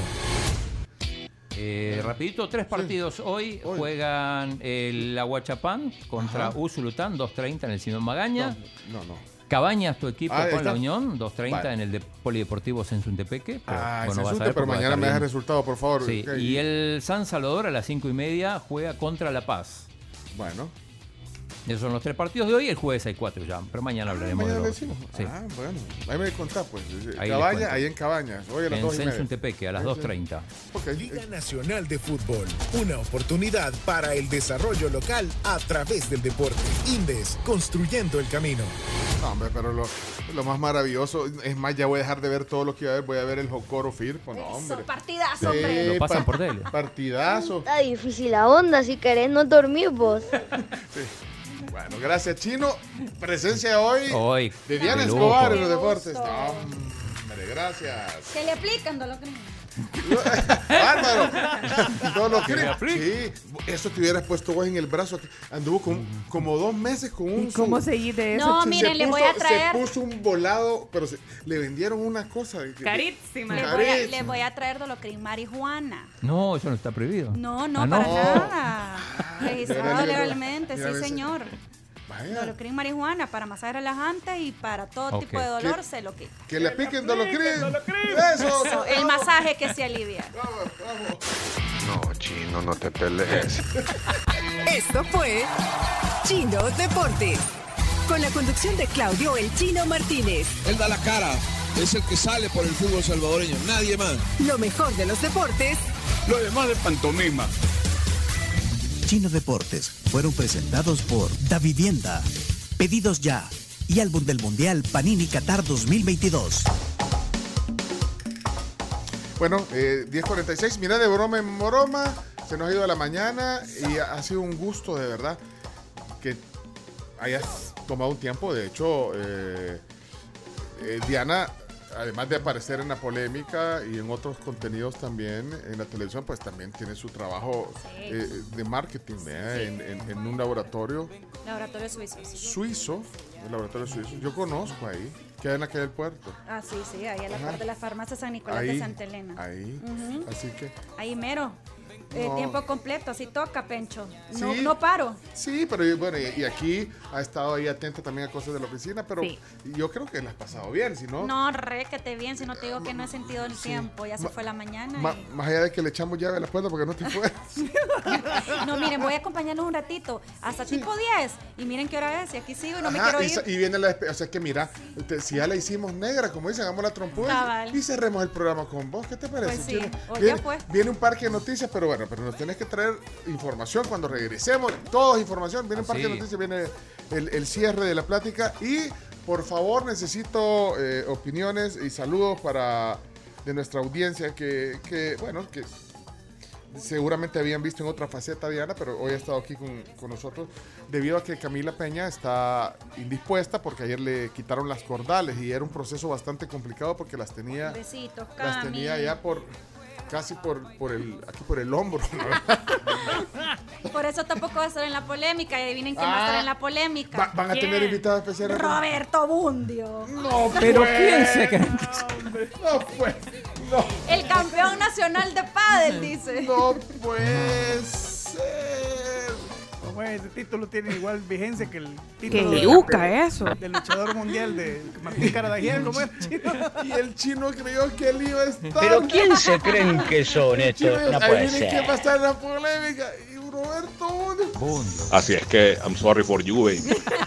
S6: Eh, rapidito, tres partidos hoy. Juegan el Aguachapán contra
S5: Ajá.
S6: Usulután, 2.30 en el Simón Magaña.
S5: No, no.
S6: Cabañas, tu equipo
S5: Ah, ahí
S6: con
S5: está.
S6: la Unión, 2.30
S5: Vale.
S6: en el de Polideportivo Sensuntepeque. Pero,
S5: Ah,
S6: bueno, vas a
S5: Sensunte,
S6: ver
S5: pero
S6: porque va a
S5: mañana
S6: estar
S5: me das el
S6: bien.
S5: resultado, por favor.
S6: Sí,
S5: Ok.
S6: Y el San Salvador a las 5 y media juega contra La Paz.
S5: Bueno.
S6: Esos son los tres partidos de hoy. El jueves hay cuatro ya, pero mañana hablaremos
S5: Ah, Mañana
S6: de
S5: le
S6: los
S5: decimos.
S6: Sí.
S5: Ah, bueno. Ahí me contás, pues.
S6: Ahí les
S5: Cabaña,
S6: cuento.
S5: ahí en Cabañas. Hoy a las
S6: En
S5: 2 y media.
S6: Sensuntepeque, a las
S5: Sí, sí.
S6: 2.30.
S23: Liga Nacional de Fútbol, una oportunidad para el desarrollo local a través del deporte. Indes, construyendo el camino.
S5: No, hombre, pero lo, lo más maravilloso, es más, ya voy a dejar de ver todo lo que iba a ver, voy a ver el Jocoro Firpo, no, hombre.
S11: partidazo,
S5: Sí,
S11: hombre.
S5: Lo pasan
S6: por tele.
S5: Partidazo.
S18: Está difícil la onda, pues si querés no dormir vos.
S5: Bueno, gracias, Chino. Presencia hoy,
S6: Hoy.
S5: de Diana
S6: de lujo.
S5: Escobar en los deportes. No, hombre, gracias.
S11: Que le aplican, Dolo Cruz.
S5: Bárbaro. Todo lo
S6: Que
S5: que-
S6: me aplique.
S5: Sí, eso te hubieras puesto vos en el brazo. Anduvo con, como dos meses con un.
S8: ¿Y cómo
S5: su-
S8: seguí de eso?
S11: No,
S5: Se
S11: miren, le voy
S5: puso-
S11: a traer.
S5: Se puso un volado, pero se- le vendieron una cosa. de- de-
S8: Carísima.
S11: Le voy a,
S5: Carísima.
S11: le voy a traer Dolocrin marihuana.
S6: No, eso no está prohibido.
S11: No, no,
S6: Ah,
S5: Oh.
S11: para
S5: [laughs]
S11: nada.
S6: Mira,
S11: Registrado
S6: mira, mira.
S11: legalmente,
S6: Mira,
S11: sí,
S6: mira.
S11: señor. Dolocrin marihuana para masajes relajantes y para todo
S5: Ok.
S11: tipo de dolor
S5: ¿Qué-
S11: se lo quita.
S5: Que le apliquen Dolocrin. [laughs] Eso.
S11: Eso, el masaje que
S5: [laughs]
S11: se alivia.
S25: No, chino, no te pelees.
S4: Esto fue Chino Deportes. Con la conducción de Claudio El Chino Martínez.
S20: Él da la cara, es el que sale por el fútbol salvadoreño, nadie más.
S4: Lo mejor de los deportes.
S20: Lo demás de pantomima.
S10: Chino Deportes fueron presentados por Da Vivienda, Pedidos Ya y Álbum del Mundial Panini Qatar 2022.
S5: [laughs] Bueno, eh, 10.46, mira de broma en broma, se nos ha ido a la mañana y ha ha sido un gusto de verdad que hayas tomado un tiempo. De hecho, eh, eh, Diana, además de aparecer en la polémica y en otros contenidos también en la televisión, pues también tiene su trabajo eh, de marketing ¿verdad? En, en- en un laboratorio
S11: Laboratorio suizo. sí.
S5: suizo, el laboratorio suizo. Yo conozco ahí, que hay en aquel puerto.
S11: Ah, sí, sí, ahí a la
S5: Ajá.
S11: parte de la farmacia San Nicolás
S5: Ahí,
S11: de Santa Elena.
S5: ahí.
S11: Ujú.
S5: Así que
S11: Ahí mero. Eh,
S5: No.
S11: tiempo completo, así toca, Pencho. No,
S5: Sí.
S11: no paro.
S5: Sí, pero y bueno, y, y aquí ha estado ahí atenta también a cosas de la oficina, pero
S11: Sí.
S5: yo creo que la has pasado bien, si no.
S11: No, réquete bien, si no te digo que no he sentido el
S5: Sí.
S11: tiempo. Ya se
S5: Ma-
S11: fue la mañana.
S5: Ma-
S11: y-
S5: más allá de que le echamos llave a la puerta porque no te fue.
S11: [laughs] No, miren, voy a acompañarlos un ratito, hasta tipo 10. Y miren qué hora es, y aquí sigo y no me
S5: Ajá,
S11: quiero
S5: y, sa-
S11: ir.
S5: y viene la despe- O sea, que mira, te- si ya la hicimos negra, como dicen, hagamos la trompuda.
S11: Cabal.
S5: Y cerremos el programa con vos. ¿Qué te parece?
S11: Pues sí,
S5: Chino?
S11: o ya
S5: viene,
S11: fue.
S5: viene un parque de noticias, pero bueno, pero nos tenés que traer información cuando regresemos. Todos información. Viene un parque de
S6: sí.
S5: noticias, viene el, el cierre de la plática. Y por favor, necesito eh, opiniones y saludos para de nuestra audiencia que, que bueno, que seguramente habían visto en otra faceta a Diana, pero hoy ha estado aquí con, con nosotros debido a que Camila Peña está indispuesta porque ayer le quitaron las cordales y era un proceso bastante complicado porque las tenía
S11: Besitos,
S5: las
S11: Cami.
S5: tenía ya por casi por, por el aquí por el hombro.
S11: Por eso tampoco va a estar en la polémica. Y adivinen quién va a
S5: Ah.
S11: estar en la polémica.
S5: Va- [laughs] van a tener invitados especiales.
S11: Roberto Bundio.
S5: No,
S6: Pero
S5: pues.
S6: piense que.
S5: No pues. No.
S11: El campeón nacional de pádel, dice.
S5: No puede Pues, ser.
S1: No, güey, ese Pues este título tiene igual vigencia que el
S8: Qué
S1: título de-
S8: yuca eso.
S1: del luchador mundial de Martín Caradagian, ¿cómo era? Chino?
S5: [laughs] Y el chino creyó que él iba a estar.
S7: Pero ¿quién se creen que son
S5: Chino,
S7: estos? No puede
S5: adivinen
S7: ser.
S5: quién va a estar en la polémica. Y Roberto Bundio.
S9: Así es que, I'm sorry for you, baby.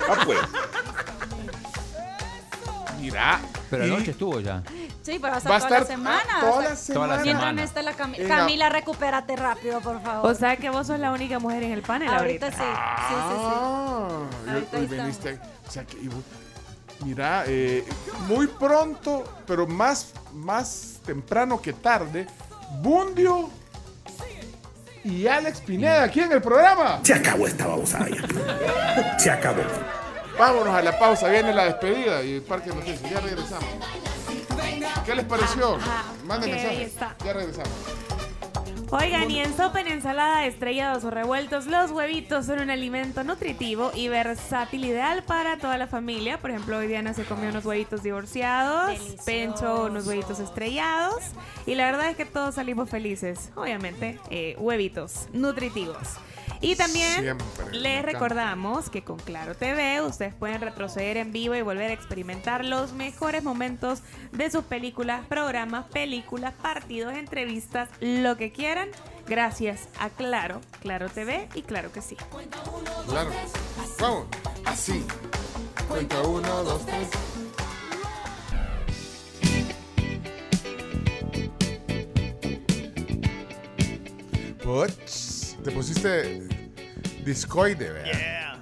S9: Ah, pues.
S6: Mira. Pero anoche estuvo ya.
S11: Sí, pero va a estar
S6: Va a
S11: toda la
S6: estar
S11: semana.
S5: toda
S11: o sea,
S5: la
S6: semana. Toda la
S11: Mientras
S6: semana.
S11: no esté la Cami-
S6: En la-
S11: Camila, recupérate rápido, por favor.
S8: O sea que vos sos la única mujer en el panel ahorita.
S11: ahorita, sí. Sí, sí, sí.
S5: Ah, y hoy-
S11: Ahorita
S5: hoy
S11: estamos.
S5: viniste ahí. O sea que, y vos- mira, eh, muy pronto, pero más, más temprano que tarde, Bundio y Alex Pineda aquí en el programa.
S14: Se acabó esta babosada ya. Se acabó.
S5: Vámonos a la pausa, viene la despedida y el parque de noticias. Ya regresamos. ¿Qué les pareció? Manden
S8: ok, ahí
S5: mensajes.
S8: está.
S5: Ya regresamos.
S8: Oigan, y en sopa, en ensalada, estrellados o revueltos, los huevitos son un alimento nutritivo y versátil ideal para toda la familia. Por ejemplo, hoy Diana se comió unos huevitos divorciados, Pencho unos huevitos estrellados. Y la verdad es que todos salimos felices, obviamente. eh, huevitos nutritivos. Y también
S15: Siempre, me
S8: les
S15: encanta.
S8: recordamos que con Claro TV ustedes pueden retroceder en vivo y volver a experimentar los mejores momentos de sus películas, programas, películas, partidos, entrevistas, lo que quieran, gracias a Claro, Claro TV y Claro que sí.
S5: Claro. Vamos. Así. Cuenta uno, dos, tres. Puts, te pusiste discoide, ¿verdad?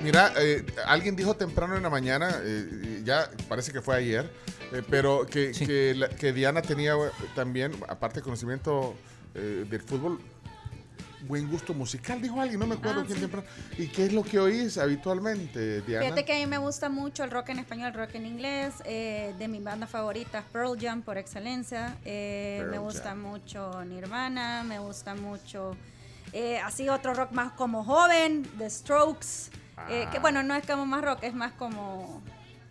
S5: Mira, eh, alguien dijo temprano en la mañana, eh, y ya parece que fue ayer, eh, pero que, que la- que Diana tenía eh, también, aparte de conocimiento eh, del fútbol, buen gusto musical, dijo alguien, no me acuerdo
S11: Ah,
S5: quién
S11: sí.
S5: temprano. ¿Y qué es lo que oís habitualmente, Diana?
S11: Fíjate que a mí me gusta mucho el rock en español, el rock en inglés, eh, de mis bandas favoritas, Pearl Jam por excelencia, eh,
S25: Pearl
S11: me gusta mucho Nirvana, me gusta mucho eh, así otro rock más como joven, The Strokes, eh, que
S8: Ah.
S11: bueno, no es como más rock, es más como...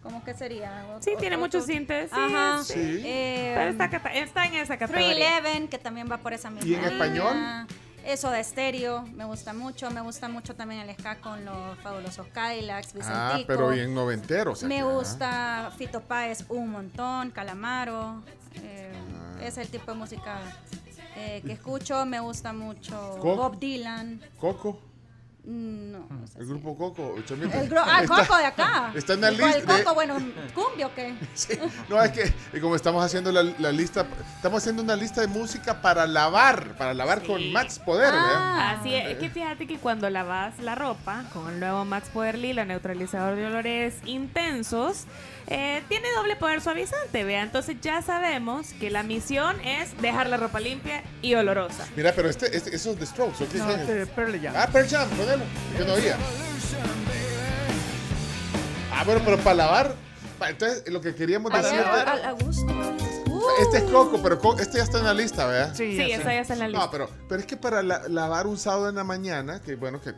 S11: ¿Cómo que sería? Ot-
S8: Sí, tiene
S11: otro-
S8: muchos sintes. sí,
S11: Ajá.
S8: sí.
S11: Eh,
S8: Pero está, cata- está en esa categoría.
S11: 311, que también va por esa misma
S8: ¿Y en español?
S11: línea. Eso de estéreo, me gusta mucho. Me gusta mucho también el ska con los fabulosos Cadillacs, Vicentico.
S5: ah, pero bien noventero. o sea
S11: me
S5: que, ah.
S11: gusta Fito Páez un montón, Calamaro. eh,
S5: Ah.
S11: Es el tipo de música eh, que escucho. Me gusta mucho
S5: Co-
S11: Bob Dylan.
S5: Coco.
S11: mm, No.
S5: El grupo Coco. el chamito.
S11: El
S5: [laughs]
S11: gro- ah, el
S5: Está-
S11: Coco de acá.
S5: Está en la
S11: El co-
S5: lista.
S11: El Coco, bueno, ¿cumbio
S5: [laughs]
S11: o qué?
S5: No, es que eh, como estamos haciendo la, la lista, estamos haciendo una lista de música para lavar, para lavar con Max Poder, ¿eh?
S11: Ah,
S5: ¿verdad?
S8: Ah, Así es, es que fíjate que cuando lavas la ropa con el nuevo Max Poder Lila neutralizador de olores intensos, eh, tiene doble poder suavizante, vea. Entonces ya sabemos que la misión es dejar la ropa limpia y olorosa.
S5: Mira, pero este, este esos de Strokes, ¿o qué
S8: No,
S5: son?
S8: este
S5: Ah, Pearl Jam, ponelo. Yo no oía. Ah, bueno, pero para lavar, pa- entonces lo que queríamos
S11: Así,
S5: decir.
S11: a, a- a gusto.
S8: Uh.
S5: Este es Coco, pero Co- este ya está en la lista, ¿verdad?
S11: Sí, Sí, ya esa sé. ya está en la
S5: No,
S11: lista.
S5: pero, pero es que para la- lavar un sábado en la mañana, que bueno, que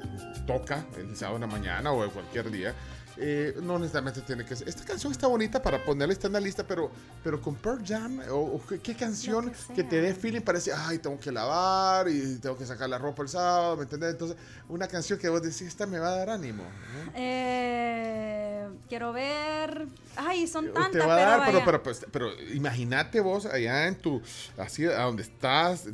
S5: toca el sábado en la mañana o en cualquier día, eh, no necesariamente tiene que ser. Esta canción está bonita para ponerla, está en la lista, pero, pero con Pearl Jam, o, o qué, qué canción que, te dé feeling parece, ay, tengo que lavar y tengo que sacar la ropa el sábado, ¿me entiendes? Entonces, una canción que vos decís, esta me va a dar ánimo. ¿no?
S11: Eh, quiero ver. Ay, son tantas.
S5: Te va a dar, pero,
S11: vaya.
S5: pero, pues, pero imagínate vos allá en tu, así, a donde estás,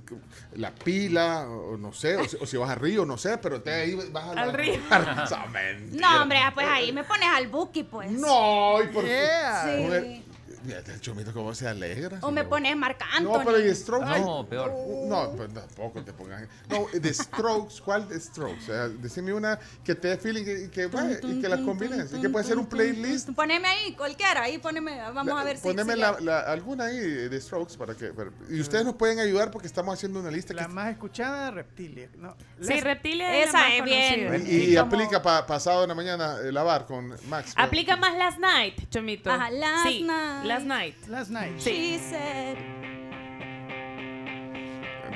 S5: la pila, o no sé, o si, o si vas a Río, no sé, pero te ahí vas a la-
S11: Al río.
S5: [laughs] Esa mentira.
S11: No, hombre, ah, pues ahí me pones al buki, pues.
S5: No, ¿y por qué?
S11: Sí.
S5: Mujer, Mira, el chomito cómo se alegra.
S11: O me pones Marc Anthony.
S5: No, pero y
S8: Ah,
S5: Strokes.
S6: No, peor.
S5: No, pues tampoco te pongas. No, de Strokes, ¿cuál de Strokes? O sea, decime una que te dé feeling y que, vaya, y que la combines. que puede ser un playlist.
S11: Poneme ahí, cualquiera, ahí poneme, vamos a ver si.
S5: Poneme
S11: si-
S5: la- la- alguna ahí de Strokes para que. para- y ustedes nos pueden ayudar porque estamos haciendo una lista.
S1: La
S5: que,
S1: más escuchada, Reptilia. No,
S8: Sí,
S1: Les-
S8: Reptilia es
S11: Esa
S8: la más
S11: es bien.
S8: conocida.
S5: y aplica pa- pasado en la mañana eh, lavar con Max. pero-
S8: Aplica más Last Night, Chomito.
S11: Ajá, Last
S8: Sí,
S11: Night.
S8: Last Night.
S1: Last Night.
S8: Sí.
S11: She said-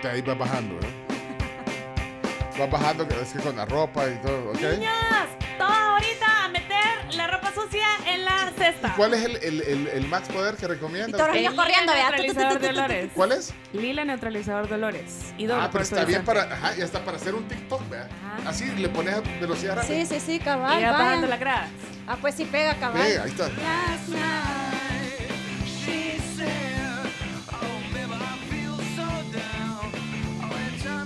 S5: De ahí va bajando, ¿no? Va bajando es que con la ropa y todo, ¿ok?
S8: Niñas, todas ahorita a meter la ropa sucia en la cesta.
S5: ¿Cuál es el, el, el, el max poder que recomiendas?
S8: El
S11: niños corriendo,
S8: Lila
S11: vea.
S8: Neutralizador de olores.
S5: ¿Cuál es?
S8: Lila neutralizador de olores. Y doble
S5: Ah, pero
S8: por
S5: está bien
S8: suerte.
S5: para, ajá, ya está para hacer un TikTok, ¿verdad?
S8: Ah.
S5: Así le pones a velocidad rápida.
S11: Sí, sí, sí, cabal.
S8: Y ya
S11: vaya.
S8: bajando la grada.
S11: Ah, pues sí, pega, cabal.
S5: Ve, ahí está.
S11: Last night, she said-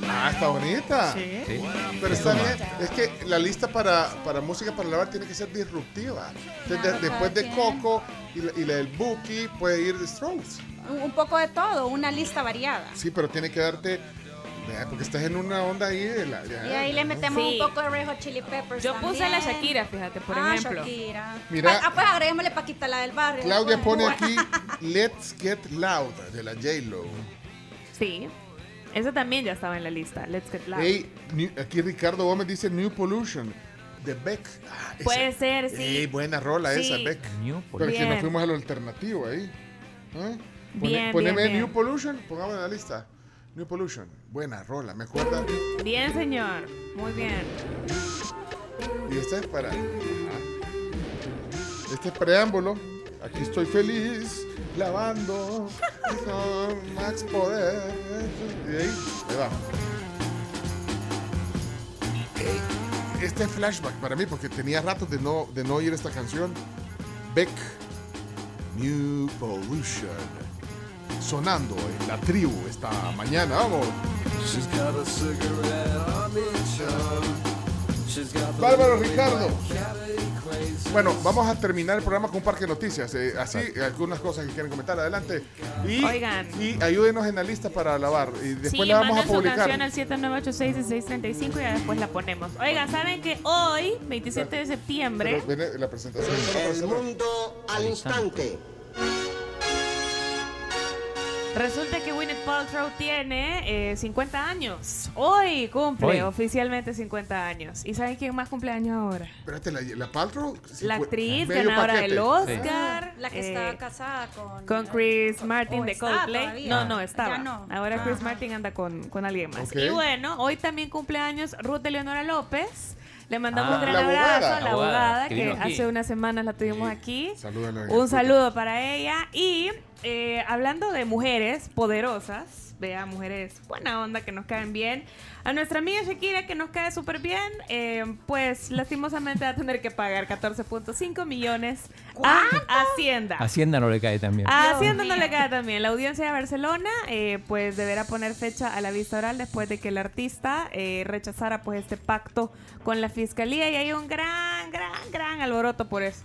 S5: Ah, está bonita.
S1: Sí.
S6: Sí.
S5: Pero está bien. Es que la lista para, para música para lavar tiene que ser disruptiva. Entonces, de-
S11: Claro,
S5: después de
S11: cada quien.
S5: Coco y la, y la del Buki puede ir de Strokes.
S11: Un, un poco de todo, una lista variada.
S5: Sí, pero tiene que darte... ¿verdad? Porque estás en una onda ahí de la...
S11: Y ahí le metemos
S8: Sí.
S11: un poco de Red Hot Chili Peppers
S8: Yo puse la
S11: también.
S8: Shakira, fíjate, por
S11: ah,
S8: ejemplo.
S11: Shakira.
S5: Mira.
S11: Ah, ah, pues agreguémosle Paquita, la del barrio.
S5: Claudia
S11: Pues.
S5: pone aquí Let's Get Loud de la J-Lo.
S8: Sí. Esa también ya estaba en la lista. Let's get loud.
S5: Ey, New- aquí Ricardo Gómez dice New Pollution de Beck. Ah, esa-
S8: Puede ser, sí.
S5: Ey, buena rola
S8: Sí.
S5: esa, Beck.
S6: New
S5: Pero que nos
S8: Bien.
S5: fuimos a lo alternativo ahí. ¿Eh? Pone-
S8: Bien,
S5: poneme
S8: bien, bien.
S5: New Pollution, pongamos en la lista. New Pollution, buena rola, me acuerda.
S8: Bien, señor. Muy bien.
S5: Y esta es para. ajá. Este es preámbulo. Aquí estoy feliz, lavando, con Max Poder. Y ahí, ahí va. Este es flashback para mí porque tenía rato de no, de no oír esta canción. Beck, New Pollution. Sonando en la tribu esta mañana, vamos. Bárbaro Ricardo. Bueno, vamos a terminar el programa con un par de noticias. eh, así, algunas cosas que quieren comentar. Adelante. Y,
S8: Oigan.
S5: y ayúdenos en la lista para lavar. Y después
S8: sí,
S5: la vamos a
S8: manden su
S5: publicar.
S8: canción al 7986-1635 y ya después la ponemos. Oigan, ¿saben que hoy, 27 de septiembre,
S5: Pero viene la presentación. solo para saber.
S6: Al instante.
S8: resulta que Gwyneth Paltrow tiene eh, 50 años? Hoy cumple
S6: Hoy.
S8: oficialmente 50 años. ¿Y saben quién más cumple años ahora?
S5: Espérate, la, la Paltrow.
S8: La
S5: cincu-
S8: actriz
S5: medio
S8: ganadora
S5: paquete.
S8: del Oscar.
S11: La que
S8: eh,
S11: estaba casada con.
S8: Con Chris Martin
S11: o
S8: de
S11: está
S8: Coldplay.
S11: todavía.
S8: No, no, estaba.
S11: Ya no.
S8: Ahora
S11: Ah.
S8: Chris Martin anda con, con alguien más.
S5: Ok.
S8: Y bueno, hoy también cumpleaños Ruth Eleonora López. Le mandamos
S6: Ah,
S8: un gran
S5: la abogada.
S8: abrazo a la
S6: Abogada,
S8: abogada
S6: que
S8: que,
S6: vino aquí.
S8: hace unas semanas la tuvimos aquí.
S5: Salúdala en el
S8: Un
S5: público.
S8: saludo para ella. Y eh, hablando de mujeres poderosas, vea, mujeres buena onda que nos caen bien. A nuestra amiga Shakira, que nos cae súper bien, eh, pues lastimosamente va a tener que pagar 14.5 millones a Hacienda.
S6: Hacienda no le cae también.
S8: A
S11: Dios
S8: Hacienda no
S11: mío.
S8: le cae también. La audiencia de Barcelona eh, pues deberá poner fecha a la vista oral después de que el artista eh, rechazara pues este pacto con la fiscalía y hay un gran, gran, gran alboroto por eso.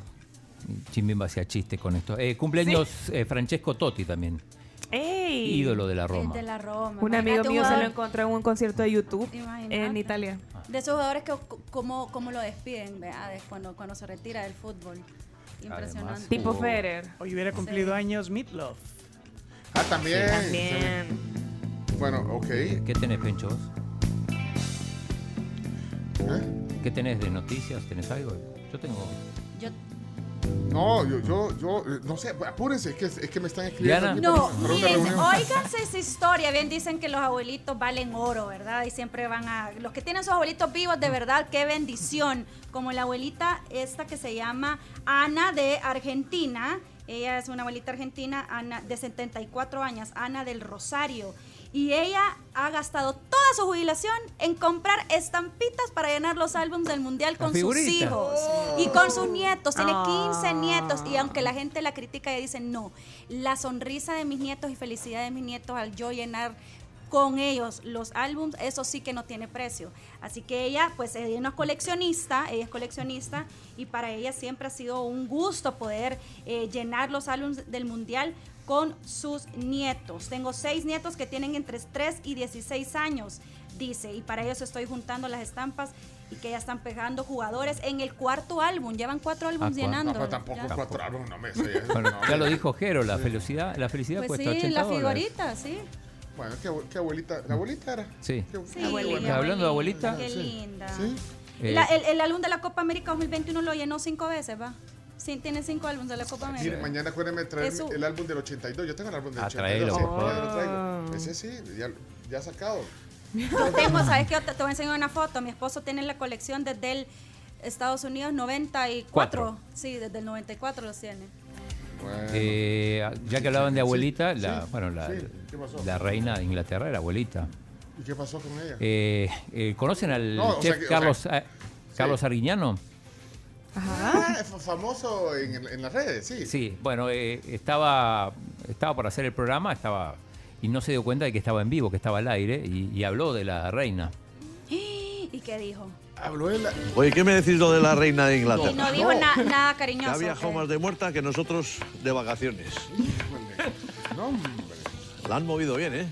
S6: Chimbimba hacía chiste con esto. Eh, cumpleaños eh, Francesco Totti también,
S8: ¡Ey!
S6: ídolo de la
S11: Sí,
S6: Roma.
S11: De la Roma.
S8: Un amigo
S11: Imagínate,
S8: mío se lo
S11: jugador-
S8: encontró en un concierto de YouTube
S11: Imagínate.
S8: en Italia.
S5: Ah,
S11: De esos jugadores que co- como, como lo despiden, ¿verdad? De cuando, cuando se retira del fútbol. Impresionante.
S6: Además,
S8: Tipo
S6: Oh.
S8: Federer.
S1: Hoy hubiera cumplido años Meatloaf.
S5: Ah, también.
S8: También.
S5: Bueno, ok.
S6: Eh,
S5: ¿Eh?
S6: ¿Qué tenés, Pencho? vos?
S5: ¿Eh?
S6: ¿Qué tenés de noticias? ¿Tenés algo? Yo tengo.
S11: Yo,
S5: No, yo, yo, yo, eh, no sé, apúrense, es que, es que me están escribiendo.
S6: Diana.
S5: aquí
S11: No,
S5: para- para una
S11: miren,
S5: reunión.
S11: óiganse esa historia. Bien dicen que los abuelitos valen oro, ¿verdad? Y siempre van a. Los que tienen sus abuelitos vivos, de verdad, qué bendición. Como la abuelita esta que se llama Ana de Argentina. Ella es una abuelita argentina Ana, de 74 años, Ana del Rosario. Y ella ha gastado toda su jubilación en comprar estampitas para llenar los álbumes del mundial
S6: Las
S11: con sus
S6: figuritas.
S11: hijos y con sus nietos. Tiene
S8: Ah.
S11: 15 nietos y aunque la gente la critica, ella dice, no, la sonrisa de mis nietos y felicidad de mis nietos al yo llenar con ellos los álbums, eso sí que no tiene precio. Así que ella, pues ella es una coleccionista, ella es coleccionista y para ella siempre ha sido un gusto poder eh, llenar los álbums del mundial con sus nietos. Tengo seis nietos que tienen entre 3 y 16 años, dice, y para ellos estoy juntando las estampas y que ya están pegando jugadores en el cuarto álbum. Llevan cuatro álbumes
S6: cuatro.
S11: llenando.
S5: No, pues tampoco
S11: Ya.
S5: cuatro álbumes, no me sé. ¿eh?
S6: Bueno,
S5: no,
S6: ya lo
S5: me-
S6: dijo Jero, la felicidad, la felicidad
S11: Pues
S6: cuesta
S11: sí,
S6: 80
S11: la
S6: dólares.
S11: figurita, sí.
S5: Bueno, ¿qué, abue- qué abuelita? ¿La abuelita era?
S6: Sí.
S5: ¿Qué-
S11: Sí,
S5: qué abuela?
S11: la
S6: Hablando de abuelita,
S11: Qué
S6: sí.
S11: linda.
S6: Eh,
S11: La- el, el álbum de la Copa América 2021 lo llenó cinco veces, ¿va? Sí, tiene cinco álbumes de la Copa América.
S5: Mire, mañana acuérdenme de traerme
S11: Eso.
S5: el álbum del 82. Yo tengo el álbum del
S6: Ah,
S5: 82.
S6: tráelo,
S5: sí,
S6: por favor.
S5: ya lo traigo. Ese sí, ya, ya sacado.
S11: Yo tengo, ¿sabes qué? Te, te voy a enseñar una foto. Mi esposo tiene la colección desde el Estados Unidos 94.
S6: Cuatro.
S11: Sí, desde el 94 los tiene.
S6: eh, ya que hablaban de abuelita, la, bueno, la,
S5: sí. ¿Qué pasó?
S6: la reina de Inglaterra era abuelita.
S5: ¿Y qué pasó con ella?
S6: Eh, eh, ¿Conocen al
S5: No, o
S6: chef
S5: sea que- o
S6: Carlos,
S5: sea-
S6: eh, Carlos Arguiñano?
S5: Ah, es famoso en, en las redes, sí.
S6: Sí, bueno, eh, estaba, estaba por hacer el programa, estaba y no se dio cuenta de que estaba en vivo, que estaba al aire, y, y habló de la reina.
S11: [gasps] ¿Y qué dijo?
S5: Habló de la...
S3: Oye, ¿qué me decís lo de la reina de Inglaterra?
S11: Y no dijo na- nada
S3: Que
S11: cariñoso.
S3: ha viajado
S11: ¿ok?
S3: más de muerta que nosotros de vacaciones.
S5: No, hombre.
S3: La han movido bien, ¿eh?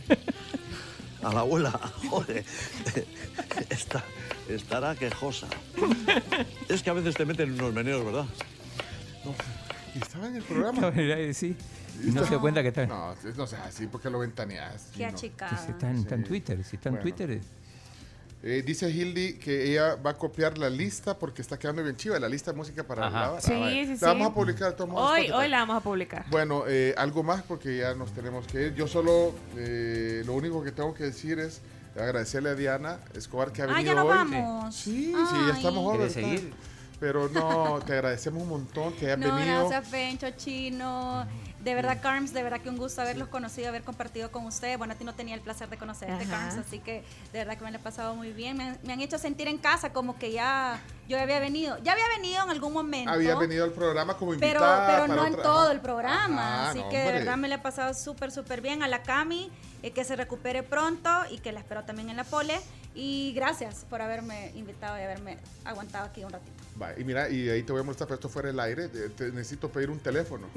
S3: A la abuela, [laughs] joder. Está- estará quejosa. Es que a veces te meten unos meneos, ¿verdad?
S5: Estaba en el [laughs]
S6: Estaba
S5: programa.
S6: en el aire, sí. Y no se dio cuenta que está,
S5: No, no seas así porque lo ventaneas.
S11: Qué
S5: no.
S6: que
S11: achicada.
S6: se está en, está en
S5: Sí.
S6: Twitter. Si está en
S5: Bueno.
S6: Twitter, eh,
S5: Eh, dice Hildy que ella va a copiar la lista porque está quedando bien chiva, la lista de música para
S6: Ajá.
S5: la
S8: Sí,
S5: ah, vale.
S8: sí, sí.
S5: La vamos a publicar de todos modos,
S8: Hoy,
S5: Spotify.
S8: hoy la vamos a publicar.
S5: Bueno, eh, algo más porque ya nos tenemos que ir. Yo solo, eh, lo único que tengo que decir es agradecerle a Diana Escobar que ha
S11: Ah,
S5: venido
S11: ya nos
S5: hoy.
S11: vamos.
S5: Sí, sí, ya estamos
S11: Ay.
S5: over
S6: ¿Quieres
S5: time.
S6: seguir?
S5: Pero no, te agradecemos un montón que hayas
S11: No,
S5: venido.
S11: gracias, Pencho, Chino. De verdad, Carms, de verdad que un gusto haberlos conocido, haber compartido con ustedes. Bueno, a ti no tenía el placer de conocerte,
S8: Ajá.
S11: Carms, así que de verdad que me la he pasado muy bien. Me han, me han hecho sentir en casa como que ya yo había venido. Ya había venido en algún momento.
S5: Había venido al programa como
S11: Pero,
S5: invitada.
S11: pero
S5: para
S11: no en
S5: otra-
S11: todo el programa.
S5: Ah,
S11: así
S5: no,
S11: que de
S5: hombre.
S11: verdad me la he pasado súper, súper bien. A la Cami, eh, que se recupere pronto y que la espero también en la pole. Y gracias por haberme invitado y haberme aguantado aquí un ratito.
S5: Va, y mira, y ahí te voy a mostrar, pero esto fuera el aire. Te, te necesito pedir un
S11: [laughs]
S5: teléfono.